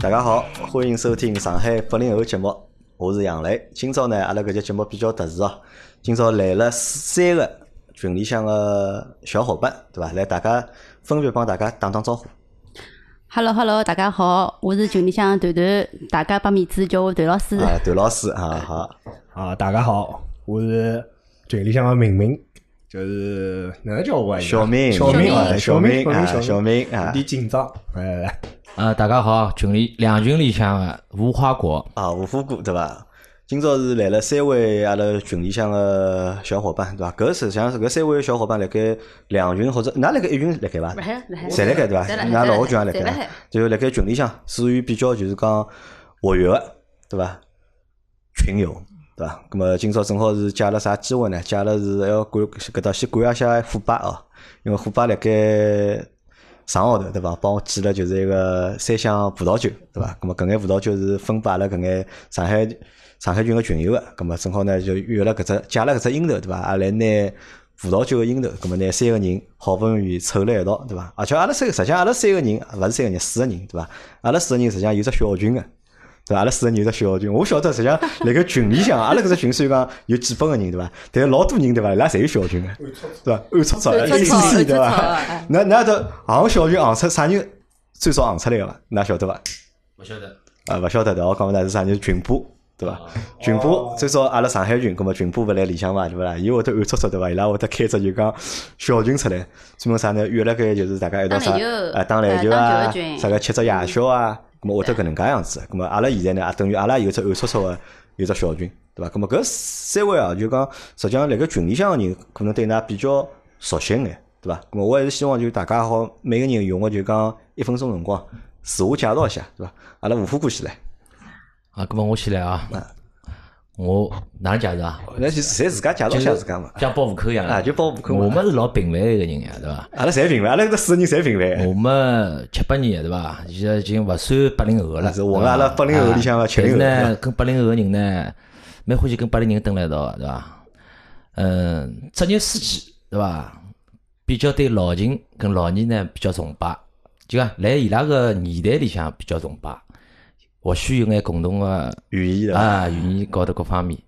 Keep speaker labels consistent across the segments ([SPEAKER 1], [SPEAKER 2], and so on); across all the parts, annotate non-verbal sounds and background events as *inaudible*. [SPEAKER 1] 大家好，欢迎收听上海八零后节目，我是杨磊。今朝呢，阿拉搿节节目比较特殊哦，今朝来了三个群里向个小伙伴，对伐？来，大家分别帮大家打打招呼。
[SPEAKER 2] Hello Hello，大家好，我是群里向的团团，大家拨面子叫我团老师。
[SPEAKER 1] 啊，段老师，啊好，
[SPEAKER 3] 啊，大家好，我是群里向的明明，就是哪能叫我啊？
[SPEAKER 1] 小明，
[SPEAKER 3] 小明
[SPEAKER 1] 啊，，小
[SPEAKER 3] 明，
[SPEAKER 1] 明，啊，小
[SPEAKER 3] 小
[SPEAKER 1] 明啊
[SPEAKER 3] 有，点紧张。哎，
[SPEAKER 4] 啊，大家好，群里两群里向的无花果，
[SPEAKER 1] 啊，无花果对伐？今朝是来了三位阿拉群里向个小伙伴，对伐？搿实际上是搿三位小伙伴辣盖两群或者㑚辣盖一群辣盖伐？
[SPEAKER 2] 海了，海
[SPEAKER 1] 侪辣盖对伐？㑚老群也辣
[SPEAKER 2] 侪辣
[SPEAKER 1] 盖
[SPEAKER 2] 海，
[SPEAKER 1] 就辣盖群里向属于比较就是讲活跃个，对伐？群友对伐？咁么今朝正好是借阿拉啥机会呢？借阿拉是还要感搿搭先感谢一下虎爸哦，因为虎爸辣盖上号头对伐？帮我寄了就是一个三箱葡萄酒对伐？咁么搿眼葡萄酒是分拨阿拉搿眼上海上海群个群友个，咁么正好呢就约了搿只借了搿只樱头对伐？阿拉拿葡萄酒个樱头，咁么拿三个人好不容易凑了一道对伐？而且阿拉三个实际上阿拉三个人勿是三个人，四个人对伐？阿拉四个人实际上有只小群个。对伐？阿拉四个人有只小群，我晓得实际上辣盖群里向，阿拉搿只群虽然讲有几百个人对伐？但是老多人对伐？伊拉侪有小群个，对伐？暗搓搓的
[SPEAKER 2] 暗搓
[SPEAKER 1] ，A C
[SPEAKER 2] 搓
[SPEAKER 1] C 对
[SPEAKER 2] 暗搓搓
[SPEAKER 1] 伐
[SPEAKER 2] 哎？
[SPEAKER 1] 那那都行小群行出啥人最少行出来个伐？㑚晓得伐？
[SPEAKER 4] 不晓得，
[SPEAKER 1] 啊，勿晓得的，我讲勿大是啥人群播，对伐？群播最少阿拉上海群，葛末群播勿来里向嘛，对勿啦？伊会得暗搓搓对伐？伊拉会得开只就讲小群出来，专门啥呢？约了个就是大家一道啥
[SPEAKER 2] 打篮球
[SPEAKER 1] 啊，打篮球
[SPEAKER 2] 啊打
[SPEAKER 1] 啊
[SPEAKER 2] 球群，
[SPEAKER 1] 啥个吃只夜宵啊，葛末会得搿能介样子。葛末阿拉现在呢，也啊等于阿拉有只暗搓搓个有只小群，对伐？葛末搿三位啊，就讲实际上辣盖群里向个人，可能对㑚比较熟悉眼。对伐？咁我还是希望就大家好，每个人用个就讲一分钟辰光，自我介绍一下，对伐？阿拉无花果先来，
[SPEAKER 4] 啊，那么我先来啊，我哪能解释啊？
[SPEAKER 1] 那就侪自家介绍一下自家嘛。
[SPEAKER 4] 像报户口一样的
[SPEAKER 1] 啊就报户口嘛
[SPEAKER 4] 我们是老平凡的一个人呀，对吧？
[SPEAKER 1] 阿拉侪平凡，阿拉搿四个人侪平
[SPEAKER 3] 嗯
[SPEAKER 1] 凡。
[SPEAKER 4] 我们七八年的对吧？现在已经不算八零后了，
[SPEAKER 1] 啊是混了阿拉
[SPEAKER 4] 对吧
[SPEAKER 1] 80后里向的70后
[SPEAKER 4] 啊但是
[SPEAKER 1] 对
[SPEAKER 4] 呢，跟八零后的人呢，蛮欢喜跟八零人蹲辣一道的，对吧？嗯，职业司机对吧？比较对老秦跟老倪呢比较崇拜，就讲来伊拉个年代里向比较崇拜，或许有眼共同的
[SPEAKER 1] 语言对伐？
[SPEAKER 4] 啊，语言高头各方面，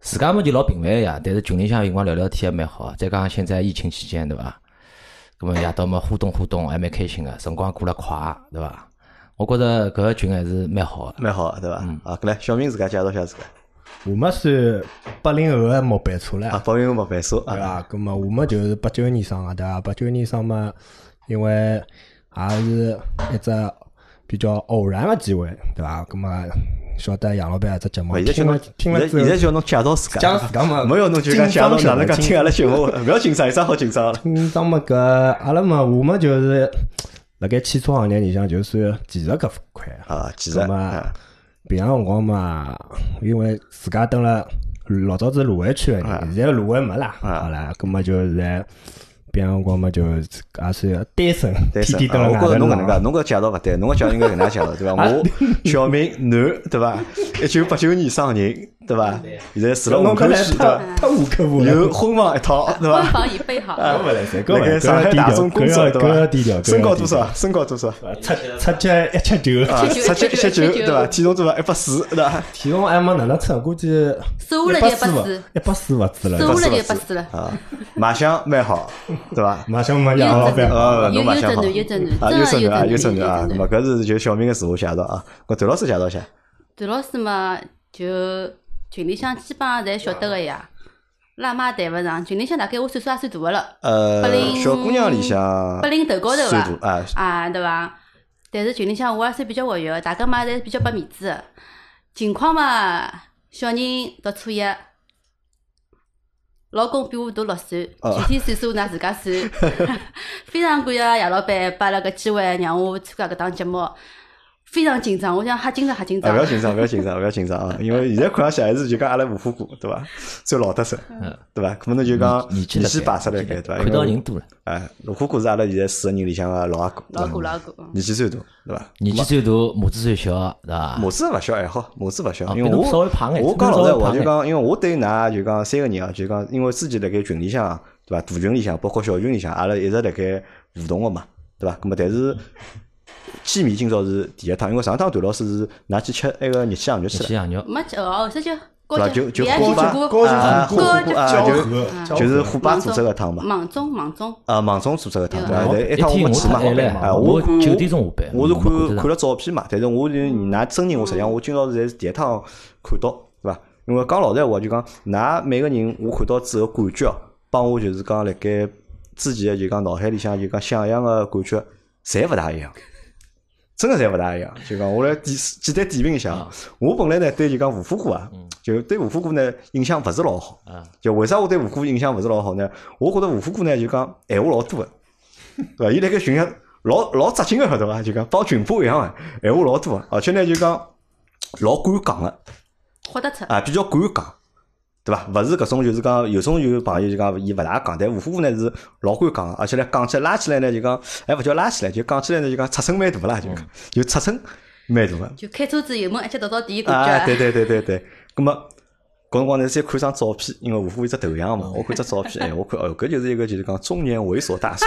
[SPEAKER 4] 自家嘛就老平凡呀，但是群里向有辰光聊聊天也蛮好。啊再加上现在疫情期间，对伐？咁么夜到嘛互动互动，还蛮开心个，辰光过了快，对伐？我觉着搿个群还是蛮好个。
[SPEAKER 1] 蛮好，对伐？
[SPEAKER 3] 嗯
[SPEAKER 1] 啊，搿来小明自家介绍一下自家。
[SPEAKER 3] 我们是八零后的末班车
[SPEAKER 1] 啊，
[SPEAKER 3] 了，
[SPEAKER 1] 包云没白说
[SPEAKER 3] 对
[SPEAKER 1] 啊，
[SPEAKER 3] 伐？咁么我们就是八九年生的，啊对伐？八九年生嘛，因为也是一只比较偶然的机会，对伐？咁么晓得杨老板这节目，
[SPEAKER 1] 现在叫
[SPEAKER 3] 听
[SPEAKER 1] 侬
[SPEAKER 3] 了听了之
[SPEAKER 1] 现
[SPEAKER 3] 后
[SPEAKER 1] 在，叫侬介绍自
[SPEAKER 3] 介
[SPEAKER 1] 家
[SPEAKER 3] 绍自家嘛
[SPEAKER 1] 没有侬就讲介绍哪能介听阿拉节
[SPEAKER 3] *laughs*
[SPEAKER 1] 目，勿要紧张，有啥好紧张了？
[SPEAKER 3] 紧张么搿阿拉嘛，我们就是辣盖汽车行业里向，就算技术搿块
[SPEAKER 1] 啊，其实
[SPEAKER 3] 咁
[SPEAKER 1] 啊
[SPEAKER 3] 啊，平常辰光嘛，因为自家蹲了老早子卢湾区个
[SPEAKER 1] 啊
[SPEAKER 3] 人，现在卢湾没啦，好啦，咁么就现在平常辰光嘛，就也算单身，
[SPEAKER 1] 对是
[SPEAKER 3] 天天
[SPEAKER 1] 啊我
[SPEAKER 3] 蹲辣
[SPEAKER 1] 觉着侬
[SPEAKER 3] 外头啊
[SPEAKER 1] 搿能介，
[SPEAKER 3] 浪。
[SPEAKER 1] 侬搿介绍勿对，侬搿介绍应该搿能介介绍，对
[SPEAKER 3] *laughs*
[SPEAKER 1] 伐？我小明男，对伐？一九八九年生人，对伐？现在住了虹
[SPEAKER 3] 侬搿
[SPEAKER 1] 口
[SPEAKER 3] 来
[SPEAKER 1] 区，对
[SPEAKER 3] 太
[SPEAKER 1] 伐？
[SPEAKER 3] 太无可无了。
[SPEAKER 1] 有婚房一套，对伐
[SPEAKER 2] 婚？房已备好，
[SPEAKER 1] 啊，勿来
[SPEAKER 3] 塞搿
[SPEAKER 1] 搿
[SPEAKER 3] 勿来
[SPEAKER 1] 个上海
[SPEAKER 3] 搿要
[SPEAKER 1] 大
[SPEAKER 3] 低
[SPEAKER 1] 众
[SPEAKER 3] 调
[SPEAKER 1] 公社
[SPEAKER 3] 搿要
[SPEAKER 1] 对伐？
[SPEAKER 3] 搿要低调搿要
[SPEAKER 1] 身高
[SPEAKER 3] 低
[SPEAKER 1] 多
[SPEAKER 3] 调
[SPEAKER 1] 少？身高多少？
[SPEAKER 3] 出出脚一尺九，
[SPEAKER 1] 啊，
[SPEAKER 2] 七九
[SPEAKER 1] 十七
[SPEAKER 2] 七九
[SPEAKER 1] 七九
[SPEAKER 2] 七九
[SPEAKER 1] 对伐？体重多少？一百四对伐？
[SPEAKER 3] 体重还没哪能称，估计
[SPEAKER 2] 瘦了
[SPEAKER 3] 一百
[SPEAKER 2] 就一百
[SPEAKER 3] 四勿
[SPEAKER 2] 四
[SPEAKER 3] 一百四勿止
[SPEAKER 2] 收
[SPEAKER 3] 了。
[SPEAKER 2] 了就八十了。
[SPEAKER 1] 啊，卖相蛮好，对伐？
[SPEAKER 3] 马上没杨老板，
[SPEAKER 1] 呃，
[SPEAKER 2] 有
[SPEAKER 1] 侬卖
[SPEAKER 2] 有
[SPEAKER 1] 相
[SPEAKER 2] 正
[SPEAKER 1] 好
[SPEAKER 2] 男，有正
[SPEAKER 1] 啊，
[SPEAKER 2] 男，
[SPEAKER 1] 有
[SPEAKER 2] 真
[SPEAKER 1] 正
[SPEAKER 2] 的有
[SPEAKER 1] 男啊，有
[SPEAKER 2] 正
[SPEAKER 1] 正
[SPEAKER 2] 男，有
[SPEAKER 1] 男啊，
[SPEAKER 2] 正
[SPEAKER 1] 那么
[SPEAKER 2] 男。
[SPEAKER 1] 搿是就小明个自我介绍啊，搿段老师介绍一下。
[SPEAKER 2] 段老师嘛，就群里向基本上侪晓得个
[SPEAKER 1] 啊
[SPEAKER 2] 呀，辣妈谈勿上，群里向大概我岁数也算大个了，
[SPEAKER 1] 呃
[SPEAKER 2] 八，零
[SPEAKER 1] 小姑娘里向
[SPEAKER 2] 八零头高头伐
[SPEAKER 1] 啊算？大啊，
[SPEAKER 2] 啊，对伐？但是群里向我也算比较活跃的，大家嘛侪比较拨面子的。情况嘛，小人读初一，老公比我大六岁，
[SPEAKER 1] 哦
[SPEAKER 2] 具体岁数㑚自
[SPEAKER 1] *laughs*
[SPEAKER 2] 家算。非常感谢杨老板拨阿拉搿机会，让我参加搿档节目，非常紧张，我想吓紧张吓紧
[SPEAKER 1] 啊，
[SPEAKER 2] 张
[SPEAKER 1] 勿要。紧张，勿要紧张，勿要紧张啊！因为现在看上去还是就讲阿拉无花果，对伐？最老得瑟，对伐？可能就讲
[SPEAKER 4] 年纪
[SPEAKER 1] 年
[SPEAKER 4] 了
[SPEAKER 1] 纪
[SPEAKER 4] 该
[SPEAKER 1] 摆出来该，对伐？
[SPEAKER 4] 看
[SPEAKER 1] 因
[SPEAKER 4] 到
[SPEAKER 1] 为
[SPEAKER 4] 人多了，
[SPEAKER 1] 哎，无花果是阿拉现在四个人里向啊个老阿哥，
[SPEAKER 2] 老
[SPEAKER 1] 对伐
[SPEAKER 2] 古老古，嗯
[SPEAKER 1] 年纪最大，对伐？
[SPEAKER 4] 年纪最大，母子最小，对伐？
[SPEAKER 1] 母子勿小还好，母子勿小，
[SPEAKER 4] 啊
[SPEAKER 1] 因为
[SPEAKER 4] 比侬
[SPEAKER 1] 我
[SPEAKER 4] 稍微胖眼
[SPEAKER 1] 我
[SPEAKER 4] 比
[SPEAKER 1] 讲
[SPEAKER 4] 侬
[SPEAKER 1] 老实
[SPEAKER 4] 稍微
[SPEAKER 1] 话，
[SPEAKER 4] 胖哎
[SPEAKER 1] 就
[SPEAKER 4] 眼
[SPEAKER 1] 讲，因为我对㑚就讲三个人啊，就讲，因为之前辣盖群里向，啊对伐？大群里向，包括小群里向，阿拉一直辣盖互动个嘛，对伐？咁么，但是鸡米今朝是第一趟，因为上趟段老师是拿去吃那个热气羊肉去
[SPEAKER 4] 吃
[SPEAKER 1] 了，
[SPEAKER 4] 羊肉，
[SPEAKER 2] 没吃哦，这就
[SPEAKER 1] 对
[SPEAKER 2] 高
[SPEAKER 1] 伐？
[SPEAKER 2] 级
[SPEAKER 1] 就就
[SPEAKER 2] VIP
[SPEAKER 1] 虎爸
[SPEAKER 2] 火
[SPEAKER 1] 啊啊
[SPEAKER 2] 火锅
[SPEAKER 1] 虎啊，
[SPEAKER 2] 交
[SPEAKER 1] 就就是虎爸做这个汤嘛，
[SPEAKER 2] 芒种芒种，
[SPEAKER 1] 啊，芒种做这个汤，
[SPEAKER 2] 对
[SPEAKER 1] 对伐？对，
[SPEAKER 4] 一
[SPEAKER 1] 一趟我
[SPEAKER 4] 天
[SPEAKER 1] 没
[SPEAKER 4] 我
[SPEAKER 1] 去嘛，
[SPEAKER 4] 太晚了
[SPEAKER 1] 啊，
[SPEAKER 4] 我
[SPEAKER 1] 看
[SPEAKER 4] 九点钟下班
[SPEAKER 1] 我是
[SPEAKER 4] 我没
[SPEAKER 1] 看
[SPEAKER 4] 看
[SPEAKER 1] 看了照片嘛，但是我就拿真人，我实际上我今朝是侪是第一趟看到，对伐？因为讲老实闲话，就讲㑚每个人我看到之后感觉，啊帮我就是讲辣盖之前的就讲脑海里向就讲想象的感觉，侪勿大一样。真个侪勿大一样，就讲我来简简单点评一下啊。我本来呢对就讲吴火锅啊，就对吴火锅呢印象勿是老好。就为啥我对吴火锅印象勿是老好呢？我觉得吴火锅呢就讲闲话老多个，对伐？伊辣盖群里向老老扎劲个，晓得伐？就讲帮群播一样个，闲话老多啊个，而且呢就讲老敢讲个。
[SPEAKER 2] 豁得出。
[SPEAKER 1] 啊，比较敢讲，对伐？勿是搿种就是讲有种有朋友就讲伊勿大讲，但吴虎呢是老敢讲，而且呢讲起来拉起来呢就讲，还勿叫拉起来，就讲起来呢就讲尺寸蛮大啦，就讲就尺寸蛮大个。
[SPEAKER 2] 就开车子油门一脚踏到底，
[SPEAKER 1] 啊，
[SPEAKER 2] 感
[SPEAKER 1] 对
[SPEAKER 2] 觉
[SPEAKER 1] 对对对对，葛么。搿辰光呢，先看张照片，因为吴虎一只头像嘛，我看只照片，哎，我看，哦，搿就是一个就是讲中年猥琐大叔，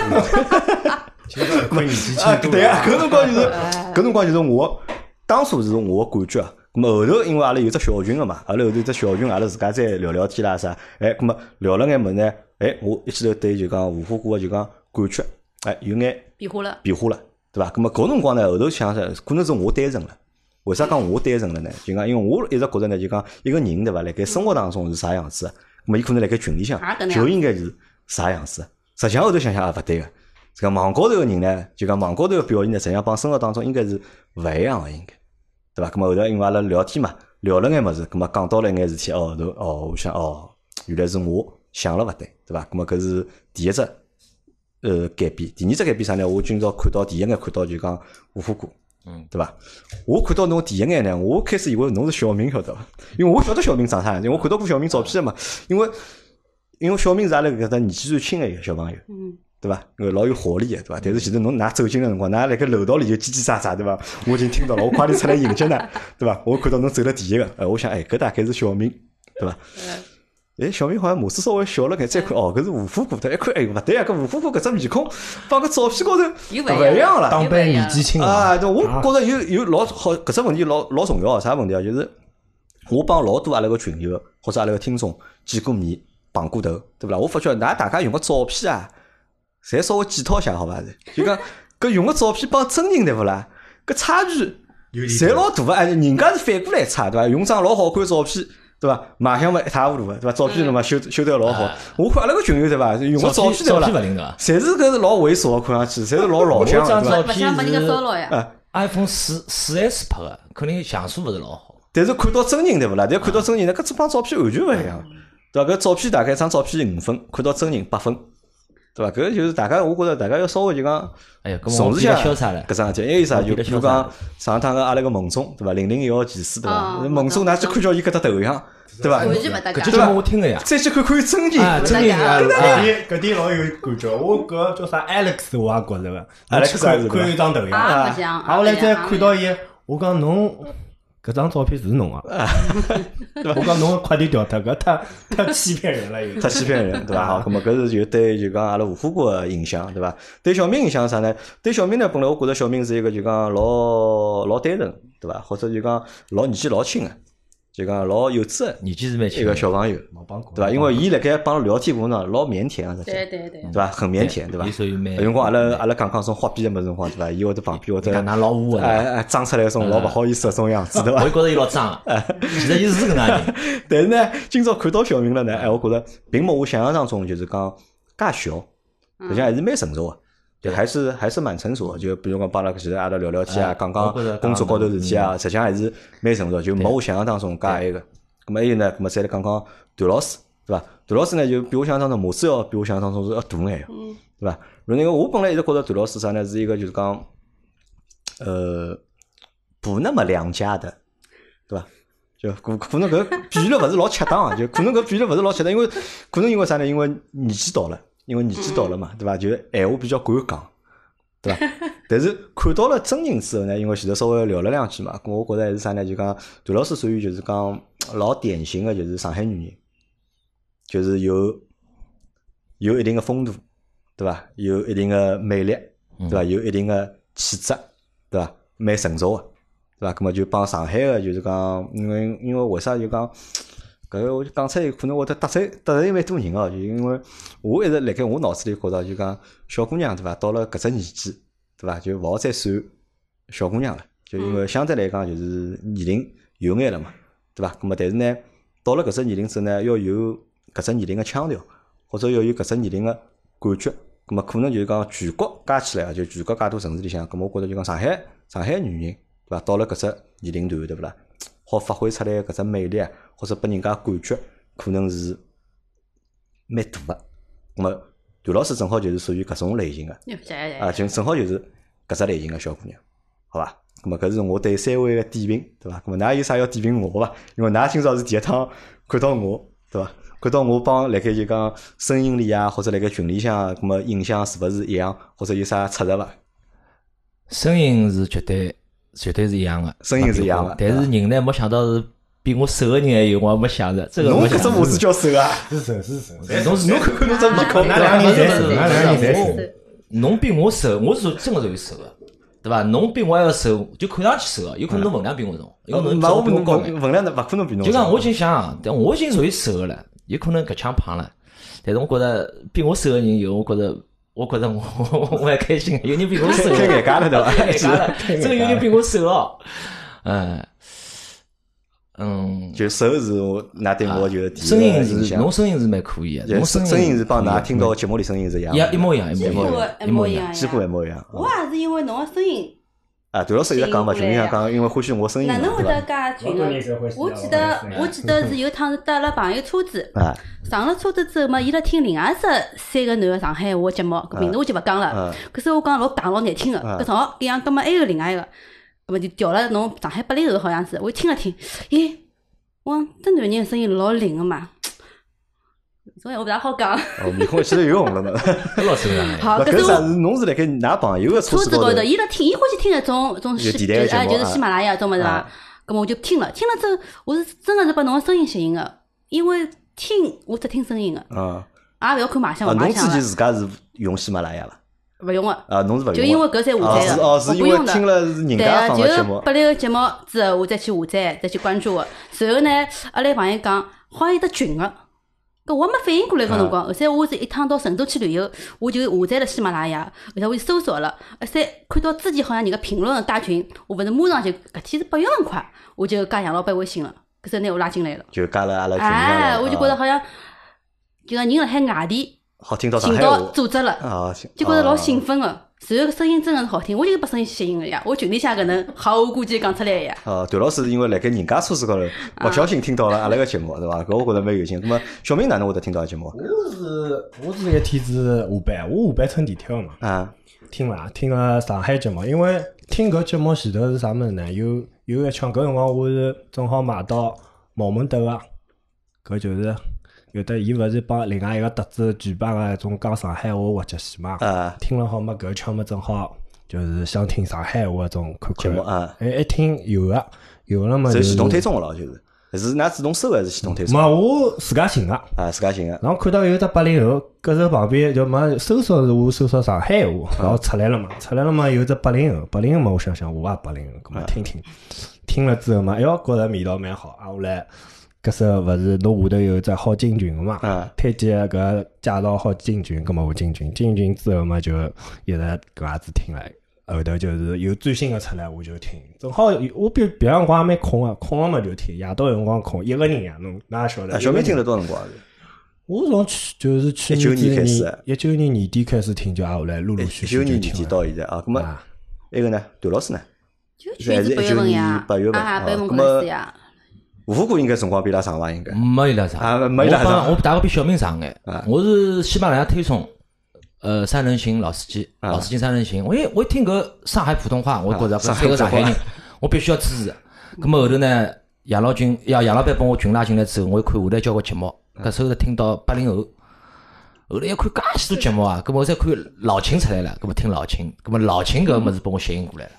[SPEAKER 3] 就是搿款年纪
[SPEAKER 1] 啊
[SPEAKER 3] 轻，度
[SPEAKER 1] 对啊，搿辰光就是，搿辰光就是我当初是我感觉啊。咁么后头因为阿拉有只小群个嘛，阿拉后头有只小群，阿拉自家再聊聊天啦啥，哎，咁么聊了眼么呢，哎，我一记头对就讲无火锅就讲感觉，哎，有眼
[SPEAKER 2] 变化了。
[SPEAKER 1] 变化了，对伐？咁么搿辰光呢，后头想想，可能是我单纯了。为啥讲我单纯了呢？就讲因为我一直觉着呢，就讲一个人对伐？辣盖生活当中是啥样子，咁么伊可能辣盖群里向
[SPEAKER 2] 也搿能样
[SPEAKER 1] 就应该是啥样子。实际上后头想想也勿对个，这个网高头个人呢，就讲网高头个表现呢，实际上帮生活当中应该是勿一样个，应该对伐？咁么后头因为阿拉聊天嘛，聊了眼物事，咁么讲到了一眼事体，哦后头哦，我想哦，原来是我想了勿对，对伐？咁么搿是第一只呃改变。第二只改变啥呢？我今朝看到第一眼看到就讲无火锅，
[SPEAKER 4] 嗯，
[SPEAKER 1] 对伐？我看到侬第一眼呢，我开始以为侬是小明，晓得伐？因为我晓得小明长啥样子，因为我看到过小明照片的嘛。因为因为小明是阿拉搿搭年纪最轻的一个小朋友，
[SPEAKER 2] 嗯，
[SPEAKER 1] 对伐？因为老有活力的，对伐？但是其实侬㑚走近的辰光，㑚辣盖楼道里就叽叽喳喳，对伐？我已经听到了，我快点出来迎接㑚， *laughs* 对伐？我看到侬走了第一个，哎，我想，哎，搿大概是小明，对伐？
[SPEAKER 2] 呃
[SPEAKER 1] 哎，小明好像模子稍微小了眼，再看哦，搿是五虎骨头，一看哎，勿对啊，搿五虎骨搿只面孔帮搿照片高头
[SPEAKER 2] 又勿
[SPEAKER 1] 勿
[SPEAKER 2] 一
[SPEAKER 1] 一
[SPEAKER 2] 样
[SPEAKER 1] 样了。
[SPEAKER 3] 当班年纪轻
[SPEAKER 1] 啊，对，我
[SPEAKER 3] 啊
[SPEAKER 1] 觉着有有老好搿只问题老老重要啊，啥问题啊？就是我帮老多阿拉个群友或者阿拉个听众见过面、碰过头，对勿啦？我发觉㑚大家用个照片啊，侪稍微检讨一下，好伐？就讲 *laughs* 搿用个照片帮真人对勿啦？搿差距
[SPEAKER 3] 有点
[SPEAKER 1] 侪老大个，哎，人家是反过来差，对伐？用张老好看个照片。对伐？卖相嘛一塌糊涂个，对伐？照片嘛修修得老好
[SPEAKER 4] 嗯啊。
[SPEAKER 1] 我看阿拉个群友对伐？用个
[SPEAKER 4] 照
[SPEAKER 1] 片
[SPEAKER 4] 片
[SPEAKER 1] 对
[SPEAKER 4] 照
[SPEAKER 1] 勿啦
[SPEAKER 4] 片？勿灵个
[SPEAKER 1] 侪是搿是老猥琐个，看上去侪是老老相
[SPEAKER 4] 我
[SPEAKER 1] 个，
[SPEAKER 4] 张
[SPEAKER 1] 对伐？
[SPEAKER 4] 照
[SPEAKER 2] 勿想把人家骚扰呀。
[SPEAKER 1] 啊，
[SPEAKER 4] ，iPhone 四四 S 拍个，肯定像素勿是老好。
[SPEAKER 1] 但是看到真人对勿啦？但看到真人呢，搿只帮照片完全勿一样，对伐？搿照片大概一张照片五分，看到真人八分，对伐？搿就是大家，我觉着大家要稍微就讲
[SPEAKER 4] 哎呀，搿么
[SPEAKER 1] 重
[SPEAKER 4] 我
[SPEAKER 1] 视
[SPEAKER 4] 比
[SPEAKER 1] 一下
[SPEAKER 4] 较潇洒了
[SPEAKER 1] 搿。桩事体。还有啥？
[SPEAKER 4] 我
[SPEAKER 1] 就
[SPEAKER 4] 比较
[SPEAKER 1] 比如
[SPEAKER 4] 潇洒
[SPEAKER 1] 讲
[SPEAKER 4] 了
[SPEAKER 1] 上趟个阿拉个孟总，对伐？零零一号技师，对伐
[SPEAKER 2] 啊？
[SPEAKER 1] 哦孟总，哎㑚去看叫伊搿只头像，对伐？
[SPEAKER 2] 完全勿搭
[SPEAKER 4] 搿
[SPEAKER 2] 界
[SPEAKER 4] 节节目我听个呀，
[SPEAKER 1] 再去看看真
[SPEAKER 4] 啊，
[SPEAKER 1] 人，
[SPEAKER 4] 真人啊
[SPEAKER 3] 搿
[SPEAKER 4] 啊，
[SPEAKER 3] 点搿点老有感觉，我搿叫啥 Alex 我也觉着个
[SPEAKER 1] Alex 也是
[SPEAKER 3] 看
[SPEAKER 1] 吧
[SPEAKER 3] 看一张头像，
[SPEAKER 2] 也勿像。
[SPEAKER 3] 啊后来再看到
[SPEAKER 2] 伊，
[SPEAKER 3] 伊，我讲侬搿张照片是侬啊，我讲侬快点调脱，搿太太欺骗人了，有 *laughs* 点
[SPEAKER 1] 太欺骗人，对伐？好，葛么搿是就对就讲阿拉无火锅个影响，对伐？对小明影响是啥呢？对小明呢，本来我觉着小明是一个就讲老老单纯，对伐？或者就讲老年纪老轻个，就讲老幼稚个
[SPEAKER 4] 年纪是蛮
[SPEAKER 1] 一
[SPEAKER 4] 轻
[SPEAKER 1] 个
[SPEAKER 4] 的，
[SPEAKER 1] 小朋友，
[SPEAKER 3] 老帮讲
[SPEAKER 1] 对伐？啊因为伊辣盖帮聊天过程当中老腼腆啊，实际
[SPEAKER 2] 对对对
[SPEAKER 1] 对，伐？很腼腆，对伐
[SPEAKER 4] 伊？属于蛮。
[SPEAKER 1] 有辰光阿拉阿拉讲讲种花边个物事辰光，对伐？伊会得旁边会得
[SPEAKER 4] 伊讲㑚老污个
[SPEAKER 1] 哎
[SPEAKER 4] 啦，
[SPEAKER 1] 哎装出来一种老勿好意思个种样子，对伐
[SPEAKER 4] 我？就觉着伊老
[SPEAKER 1] *laughs*
[SPEAKER 4] 脏
[SPEAKER 1] 哎
[SPEAKER 4] 个，其实伊是搿能样人。
[SPEAKER 1] 但是呢，今朝看到小明了呢，哎，我觉着并没我想象当中就是讲介小，实际上还是蛮成熟的。就
[SPEAKER 4] 嗯
[SPEAKER 1] 还是还是蛮成熟的，就比如讲帮阿拉其实阿拉聊聊天啊，
[SPEAKER 4] 哎
[SPEAKER 1] 讲
[SPEAKER 4] 我觉着
[SPEAKER 1] 讲工作高头事体啊，
[SPEAKER 4] 嗯
[SPEAKER 1] 实际上还是蛮成熟的，就没我想象当中介埃个。咁么还有呢，咁么再来讲讲段老师，对伐？段老师呢就比我想象当中，马子要比我想象当中是要大眼个，
[SPEAKER 4] 嗯
[SPEAKER 1] 对伐？然后呢，我本来一直觉着段老师啥呢，是一个就是讲，呃，不那么良家的，对伐？就可可能搿比喻了勿是老恰当啊，就可能搿比喻了勿是老恰当，因为可能因为啥呢？因为年纪到了，因为年纪到了嘛，对伐？就闲话比较敢讲，对伐？但是看到了真人之后呢，因为前头稍微聊了两句嘛，咁我觉着还是啥呢？就讲段老师属于就是讲老典型个，就是上海女人，就是有有一定个风度，对伐？有一定个魅力，对伐？有一定个气质，对对伐？蛮成熟个，对伐？咁么啊就帮上海个就是讲，因为因为为啥就讲搿个我就讲出来可能会得得罪得罪蛮多人哦，就因为我一直辣盖我脑子里觉着就讲小姑娘对伐？到了搿只年纪对伐，就勿好再算小姑娘了，就因为相对来讲就是年龄有眼了嘛，对伐？咁啊么但是呢，到了搿只年龄之后呢，要有搿只年龄个腔调，或者要有搿只年龄个感觉。咁么可能就是讲全国加起来啊，就全国介多城市里向，咁么我觉着就讲上海上海女人对伐？到了搿只年龄段对勿啦，好发挥出来搿只魅力啊，或者拨人家感觉可能是蛮大个。咁么段老师正好就是属于搿种类型个、
[SPEAKER 2] 牛逼哎
[SPEAKER 1] 啊，就正好就是搿只类型个小姑娘，好伐？咁么搿是我对三位个点评，对伐？咁么㑚有啥要点评我伐？因为㑚今朝是第一趟看到我，对伐？看到我帮辣盖就讲声音里啊，或者辣盖群里向啊，咁么印象是勿是一样，或者有啥出入伐？
[SPEAKER 4] 声音是绝对绝对是一样的，
[SPEAKER 1] 声音是一样的
[SPEAKER 4] 但是人呢，没想到是比我瘦个人还有，我也没想着这个
[SPEAKER 1] 侬搿
[SPEAKER 4] 没想
[SPEAKER 1] 只
[SPEAKER 4] 着。
[SPEAKER 1] 胡子叫瘦啊？
[SPEAKER 3] 是手是手，
[SPEAKER 4] 侬是侬看看
[SPEAKER 1] 侬只面孔，
[SPEAKER 3] 哪两个人侪瘦，
[SPEAKER 4] 不是不是
[SPEAKER 3] 哪两个人侪
[SPEAKER 4] 不
[SPEAKER 3] 瘦
[SPEAKER 4] 是，侬比我瘦，我是真个属于瘦个，对伐？侬比我还要瘦，就看上去瘦个，有可能侬分量比我重，有可能
[SPEAKER 1] 勿
[SPEAKER 4] 侬长
[SPEAKER 1] 嗯我
[SPEAKER 4] 得比我高眼。
[SPEAKER 1] 分量勿可能比侬
[SPEAKER 4] 就
[SPEAKER 1] 少。
[SPEAKER 4] 讲我就想，啊但我已经属于瘦个了，有可能搿腔胖了，但是我觉着比我瘦个人有，我觉着我觉着我我还开心，啊有人比我
[SPEAKER 1] 开
[SPEAKER 4] 瘦
[SPEAKER 1] 开
[SPEAKER 4] 了，
[SPEAKER 1] 眼界了对伐？
[SPEAKER 4] 开眼界了，
[SPEAKER 3] 开眼界了
[SPEAKER 4] 真个有人比我瘦哦，嗯嗯，
[SPEAKER 1] 就瘦是我㑚对我就是第一
[SPEAKER 4] 啊声音
[SPEAKER 1] 个印
[SPEAKER 4] 是
[SPEAKER 1] 象
[SPEAKER 4] 侬声音是蛮可以个，
[SPEAKER 1] 就
[SPEAKER 4] 侬
[SPEAKER 1] 声
[SPEAKER 4] 声
[SPEAKER 1] 音是帮㑚
[SPEAKER 4] 㑚
[SPEAKER 1] 听到节目里声音是一样的，
[SPEAKER 4] 一一模一样，一模一样，
[SPEAKER 2] 一模
[SPEAKER 4] 一
[SPEAKER 2] 一
[SPEAKER 4] 样
[SPEAKER 2] 样。
[SPEAKER 1] 几乎一模一样。
[SPEAKER 2] 我也是因为侬个声音，
[SPEAKER 1] 啊，段老师一直讲嘛，群里
[SPEAKER 2] 啊
[SPEAKER 1] 向讲，因为欢喜我声音嘛
[SPEAKER 2] 哪，能会
[SPEAKER 1] 对
[SPEAKER 2] 得
[SPEAKER 1] 伐？
[SPEAKER 2] 介群
[SPEAKER 3] 老多人侪欢
[SPEAKER 2] 个？
[SPEAKER 3] 喜
[SPEAKER 2] 我记得我记得是有趟是搭了朋友车子，
[SPEAKER 1] 啊，
[SPEAKER 2] 上了车子之后嘛，伊辣听另外只三个男个上海话节目，搿
[SPEAKER 1] 啊
[SPEAKER 2] 名字我就勿讲了。 *laughs*
[SPEAKER 1] 嗯，
[SPEAKER 2] 可是我讲老戆老难听个，
[SPEAKER 1] 啊
[SPEAKER 2] 搿正好一样，葛末还有另外一个，葛末就调了侬上海八零后好像是，我听了听，咦，我讲这男人的声音老灵个嘛，种闲话勿大好讲。
[SPEAKER 1] 哦，面孔现在又红了嘛。
[SPEAKER 4] 老瘦
[SPEAKER 2] *laughs*
[SPEAKER 4] 了。啊
[SPEAKER 2] 好，
[SPEAKER 1] 那
[SPEAKER 2] 搿
[SPEAKER 1] 搿
[SPEAKER 2] 是
[SPEAKER 1] 啥
[SPEAKER 2] 我
[SPEAKER 1] 是侬是辣盖㑚朋友个车
[SPEAKER 2] 车
[SPEAKER 1] 子
[SPEAKER 2] 子
[SPEAKER 1] 高
[SPEAKER 2] 高
[SPEAKER 1] 头
[SPEAKER 2] 头，？伊辣听，伊欢喜听搿种种
[SPEAKER 1] 有
[SPEAKER 2] 西，
[SPEAKER 1] 电
[SPEAKER 2] 就
[SPEAKER 1] 台的
[SPEAKER 2] 是哎
[SPEAKER 1] 节目
[SPEAKER 2] 就是
[SPEAKER 1] 啊
[SPEAKER 2] 喜马拉雅种物事伐
[SPEAKER 1] 啊？
[SPEAKER 2] 葛末我就听了，听了之后，我是真个是被侬个声音吸引个，因为听我只听声音个，
[SPEAKER 1] 嗯，
[SPEAKER 2] 也勿要看卖相
[SPEAKER 1] 啊，
[SPEAKER 2] 勿
[SPEAKER 1] 侬
[SPEAKER 2] 卖相
[SPEAKER 1] 自己
[SPEAKER 2] 个，
[SPEAKER 1] 自家是用喜马拉雅伐？
[SPEAKER 2] 勿用个。
[SPEAKER 1] 啊，侬是勿用的？
[SPEAKER 2] 就因为搿才
[SPEAKER 1] 啊
[SPEAKER 2] 下载
[SPEAKER 1] 是
[SPEAKER 2] 的，
[SPEAKER 1] 哦，
[SPEAKER 2] 我
[SPEAKER 1] 是因
[SPEAKER 2] 不
[SPEAKER 1] 为
[SPEAKER 2] 用的。
[SPEAKER 1] 听了是人
[SPEAKER 2] 对
[SPEAKER 1] 家
[SPEAKER 2] 啊，
[SPEAKER 1] 放
[SPEAKER 2] 就
[SPEAKER 1] 个节
[SPEAKER 2] 是
[SPEAKER 1] 目，
[SPEAKER 2] 拨了个节目之后，我再去下载，再去关注个。随后呢，阿拉朋友讲，好像有得群个，搿我也没反应过来搿辰
[SPEAKER 1] 啊
[SPEAKER 2] 光。后头我是一趟到成都去旅游，我就下载了喜马拉雅，后头我就搜索了，而且看到之前好像人家评论加群，我勿是马上就搿天是八月份快，我就加杨老板微信了，搿时候拿我拉进来了。
[SPEAKER 1] 就加了阿拉群里向
[SPEAKER 2] 哎，
[SPEAKER 1] 了。
[SPEAKER 2] 我就
[SPEAKER 1] 啊
[SPEAKER 2] 觉得好像，就讲人辣海外地
[SPEAKER 1] 好听到上
[SPEAKER 2] 寻
[SPEAKER 1] 哦海
[SPEAKER 2] 到
[SPEAKER 1] 话
[SPEAKER 2] 组织了。
[SPEAKER 1] 啊，就
[SPEAKER 2] 就觉着老兴奋个。然后声音真个是好听，我就是被声音吸引个呀。我群里向搿能毫无顾忌地讲出来个呀。
[SPEAKER 1] 啊，段老师因为辣盖人家车子
[SPEAKER 2] 啊
[SPEAKER 1] 高头，勿小心听到了阿拉个节目，对伐？搿我觉着蛮有劲。那么小明哪能会得听到个节目？
[SPEAKER 3] 我是我是一天子下班，我下班乘地铁个嘛，
[SPEAKER 1] 啊，
[SPEAKER 3] 听啦，听个上海节目，因为听搿节目前头是啥物事呢？有有一腔搿辰光我是正好买到毛门德个，搿就是有的伊勿是帮另外一个搭子举办个一种讲上海话滑稽戏嘛。
[SPEAKER 1] 啊
[SPEAKER 3] 听了好嘛，搿腔么正好啊就是想听上海话一种看
[SPEAKER 1] 节
[SPEAKER 3] 看
[SPEAKER 1] 目。啊，
[SPEAKER 3] 哎，一听有个有了嘛，
[SPEAKER 1] 是
[SPEAKER 3] 就
[SPEAKER 1] 系
[SPEAKER 3] 是
[SPEAKER 1] 统推送个咯，就是是㑚主动搜还是系统推送？
[SPEAKER 3] 嘛，我自家寻个。
[SPEAKER 1] 啊，自家寻个。
[SPEAKER 3] 然后看到有一只八零后，搿时候旁边就嘛搜索是我搜索上海话，
[SPEAKER 1] 啊
[SPEAKER 3] 然后出来了嘛，出来了嘛有一只八零后，八零后嘛我想想我也八零后，搿么
[SPEAKER 1] 啊
[SPEAKER 3] 听听，听了之后嘛，哎哟觉着味道蛮好，啊后来搿时候勿是侬下头有一只好进群个嘛
[SPEAKER 1] 嗯，
[SPEAKER 3] 推荐搿介绍好进群，搿么我进群，进群之后嘛就一直搿啊样子听了。后头就是有最新的出来，我就听。正好有我别别个辰光也蛮空个，空了嘛就听。夜到有辰光空，一个人呀，侬哪也晓得。
[SPEAKER 1] 啊，小明
[SPEAKER 3] 一个
[SPEAKER 1] 听
[SPEAKER 3] 人
[SPEAKER 1] 了多少辰光了？
[SPEAKER 3] 我从去就是去
[SPEAKER 1] 19年开
[SPEAKER 3] 年
[SPEAKER 1] 始哎
[SPEAKER 3] 一九年年底开始听，就啊后来陆陆续
[SPEAKER 1] 一
[SPEAKER 3] 续
[SPEAKER 1] 九
[SPEAKER 3] 就
[SPEAKER 1] 年
[SPEAKER 3] 听
[SPEAKER 1] 年
[SPEAKER 3] 了
[SPEAKER 1] 底到现在啊，咁么
[SPEAKER 3] 啊，
[SPEAKER 1] 那个呢，段老师呢，
[SPEAKER 2] 就
[SPEAKER 1] 还
[SPEAKER 2] 全
[SPEAKER 1] 是
[SPEAKER 2] 是八月份呀，
[SPEAKER 1] 19年8
[SPEAKER 2] 啊，八
[SPEAKER 1] 月
[SPEAKER 2] 月
[SPEAKER 1] 份
[SPEAKER 2] 份
[SPEAKER 1] 啊
[SPEAKER 2] 开始呀。
[SPEAKER 1] 吴副哥应该辰光比伊拉长伐？应该
[SPEAKER 4] 没伊拉长，
[SPEAKER 1] 啊没伊拉长
[SPEAKER 4] 我帮我大概比小明长眼。我是喜马拉雅推送，呃，三人行老司机，
[SPEAKER 1] 啊
[SPEAKER 4] 老司机三人行。我一我一听搿上海普通话，我觉着搿是一个啊上海
[SPEAKER 1] 上海
[SPEAKER 4] 人，我必须要支持。咁么后头呢，杨老军，呀杨老板帮我群拉进来之后，我一看下来交关节目，搿时候听到八零后。后来一看，介许多节目啊，咁么我再看老秦出来了，咁么听老秦，咁么老秦搿物事把我吸引过来了。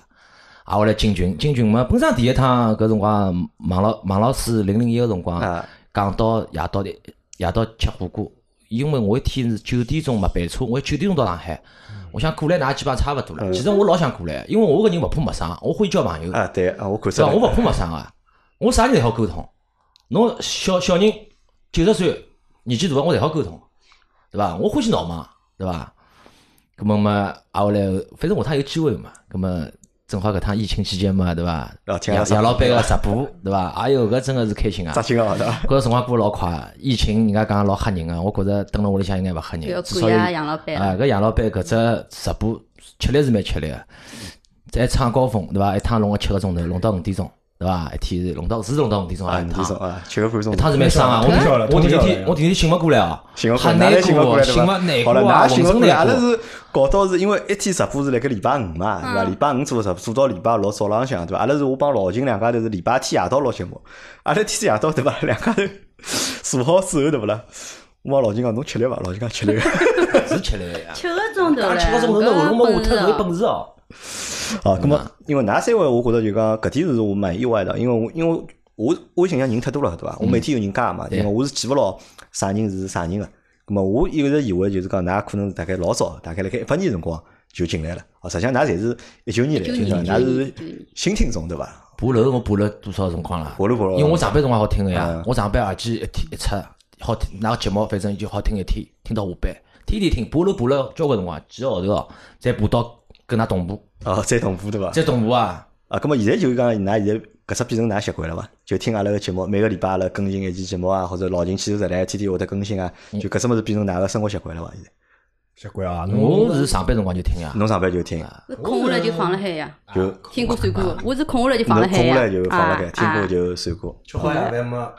[SPEAKER 4] 啊，后来进群，进群嘛，本身第一趟搿辰光，孟老孟老师零零一个辰光，
[SPEAKER 1] 啊
[SPEAKER 4] 讲到夜到的夜到吃火锅，因为我一天是九点钟末班车，我九点钟到上海，我想过来，㑚基本上差勿多了。其实我老想过来，因为我搿人勿怕陌生，我欢喜交朋友，
[SPEAKER 1] 啊，对啊，我看
[SPEAKER 4] 嗯是
[SPEAKER 1] 出
[SPEAKER 4] 伐？
[SPEAKER 1] 来
[SPEAKER 4] 我
[SPEAKER 1] 了，
[SPEAKER 4] 勿怕陌生啊，我啥人侪好沟通。侬小小人九十岁年纪大，我侪好沟通，对伐？我欢喜闹嘛，对伐？搿么嘛，啊后来反正下趟有机会嘛，搿么正好搿趟疫情期间嘛，对伐？
[SPEAKER 1] 啊听
[SPEAKER 4] 杨
[SPEAKER 1] 下
[SPEAKER 4] 杨老板
[SPEAKER 1] 直播
[SPEAKER 4] 个直播，对伐？哎哟，搿真个是开心啊！
[SPEAKER 1] 扎劲啊，对伐？
[SPEAKER 4] 搿个辰光过得老快，疫情人家讲老吓人啊，我觉着蹲辣屋里向应该勿吓
[SPEAKER 2] 要
[SPEAKER 4] 人，至少
[SPEAKER 2] 感
[SPEAKER 4] 有
[SPEAKER 2] 谢杨老板
[SPEAKER 4] 啊，
[SPEAKER 2] 了。
[SPEAKER 4] 搿杨老板搿只直播吃力是蛮吃力个，在唱高峰对伐？一趟弄个七个钟头，弄到五点钟对伐？一天是弄到是弄到五点钟啊，
[SPEAKER 1] 啊，
[SPEAKER 4] 一
[SPEAKER 1] 你这种
[SPEAKER 4] 趟。
[SPEAKER 1] 啊，吃个半钟
[SPEAKER 4] 一，趟是蛮伤啊！我
[SPEAKER 3] 通宵了
[SPEAKER 4] 我
[SPEAKER 3] 通
[SPEAKER 4] 第
[SPEAKER 3] 宵
[SPEAKER 4] 二
[SPEAKER 3] 了
[SPEAKER 4] 天
[SPEAKER 3] 呀
[SPEAKER 4] 我第二天醒勿过来哦，
[SPEAKER 1] 寻个
[SPEAKER 4] 吓
[SPEAKER 1] 困
[SPEAKER 4] 难
[SPEAKER 1] 难寻个
[SPEAKER 4] 过
[SPEAKER 1] 困
[SPEAKER 4] 啊，
[SPEAKER 1] 难对
[SPEAKER 4] 醒
[SPEAKER 1] 伐？
[SPEAKER 4] 勿难
[SPEAKER 1] 好
[SPEAKER 4] 过
[SPEAKER 1] 了，
[SPEAKER 4] 啊，
[SPEAKER 1] 㑚
[SPEAKER 4] 浑
[SPEAKER 1] 寻个
[SPEAKER 4] 身
[SPEAKER 1] 困难，阿
[SPEAKER 4] 难
[SPEAKER 1] 拉
[SPEAKER 4] 过。
[SPEAKER 1] 是搞到是因为一天直播是辣盖礼拜五嘛，
[SPEAKER 4] 嗯
[SPEAKER 1] 对伐？礼拜五做直播做到礼拜六早浪向，对伐？阿拉是我帮老秦两家头是礼拜天夜到录节目，阿拉天夜到对伐？两家头坐好之后对勿啦？我帮老秦讲侬吃力伐？老秦讲吃力。
[SPEAKER 4] 是吃力个啊呀，
[SPEAKER 2] 七个钟头
[SPEAKER 4] 讲
[SPEAKER 2] 嘞，
[SPEAKER 4] 七个钟头
[SPEAKER 2] 搿
[SPEAKER 4] 那喉咙没
[SPEAKER 2] 本
[SPEAKER 4] 下
[SPEAKER 2] 事
[SPEAKER 4] 脱，搿有
[SPEAKER 2] 哦
[SPEAKER 4] 本事哦。
[SPEAKER 1] 啊，那么因为㑚三位，我觉着就讲搿点是我蛮意外的，因为我因为我我寻向人太多了，对伐？我每天有人加嘛，因为我是记勿牢啥人是啥人个。那么我一直以为就是讲，㑚可能是大概老早，大概辣盖一八年辰光就进来了。啊，实际上㑚侪是一九年来，就是讲㑚是新听众对伐？
[SPEAKER 4] 爬楼我爬了多少辰光了？
[SPEAKER 1] 爬楼爬了
[SPEAKER 4] 因为我上班辰光好听个
[SPEAKER 1] 嗯
[SPEAKER 4] 呀，我上班耳机一天一出，好听，那个节目反正就好听一天，听到下班，天天听，爬楼爬了交关辰光，几个号头哦，再爬到跟㑚同步，
[SPEAKER 1] 啊，再同步对伐？
[SPEAKER 4] 再同步啊，
[SPEAKER 1] 啊，那么现在就是讲，㑚现在搿只变成㑚习惯了伐？就听阿拉个节目，每个礼拜阿拉更新一期节目啊，或者老秦汽车站来天天会得更新啊，就搿只物事变成㑚个生活习惯了伐？现在
[SPEAKER 3] 习惯啊，
[SPEAKER 4] 我是上班辰光就听呀，啊
[SPEAKER 1] 侬上班就听，
[SPEAKER 2] 是空下来就放了海呀，
[SPEAKER 4] 哦
[SPEAKER 1] 就
[SPEAKER 2] 听过算
[SPEAKER 4] 啊
[SPEAKER 2] 过，我是空下来就放了
[SPEAKER 1] 侬
[SPEAKER 2] 海
[SPEAKER 1] 空下
[SPEAKER 2] 呀
[SPEAKER 1] 来就，放了
[SPEAKER 2] 啊
[SPEAKER 1] 开，啊听
[SPEAKER 2] 啊
[SPEAKER 1] 歌就算歌，
[SPEAKER 3] 吃好夜饭嘛，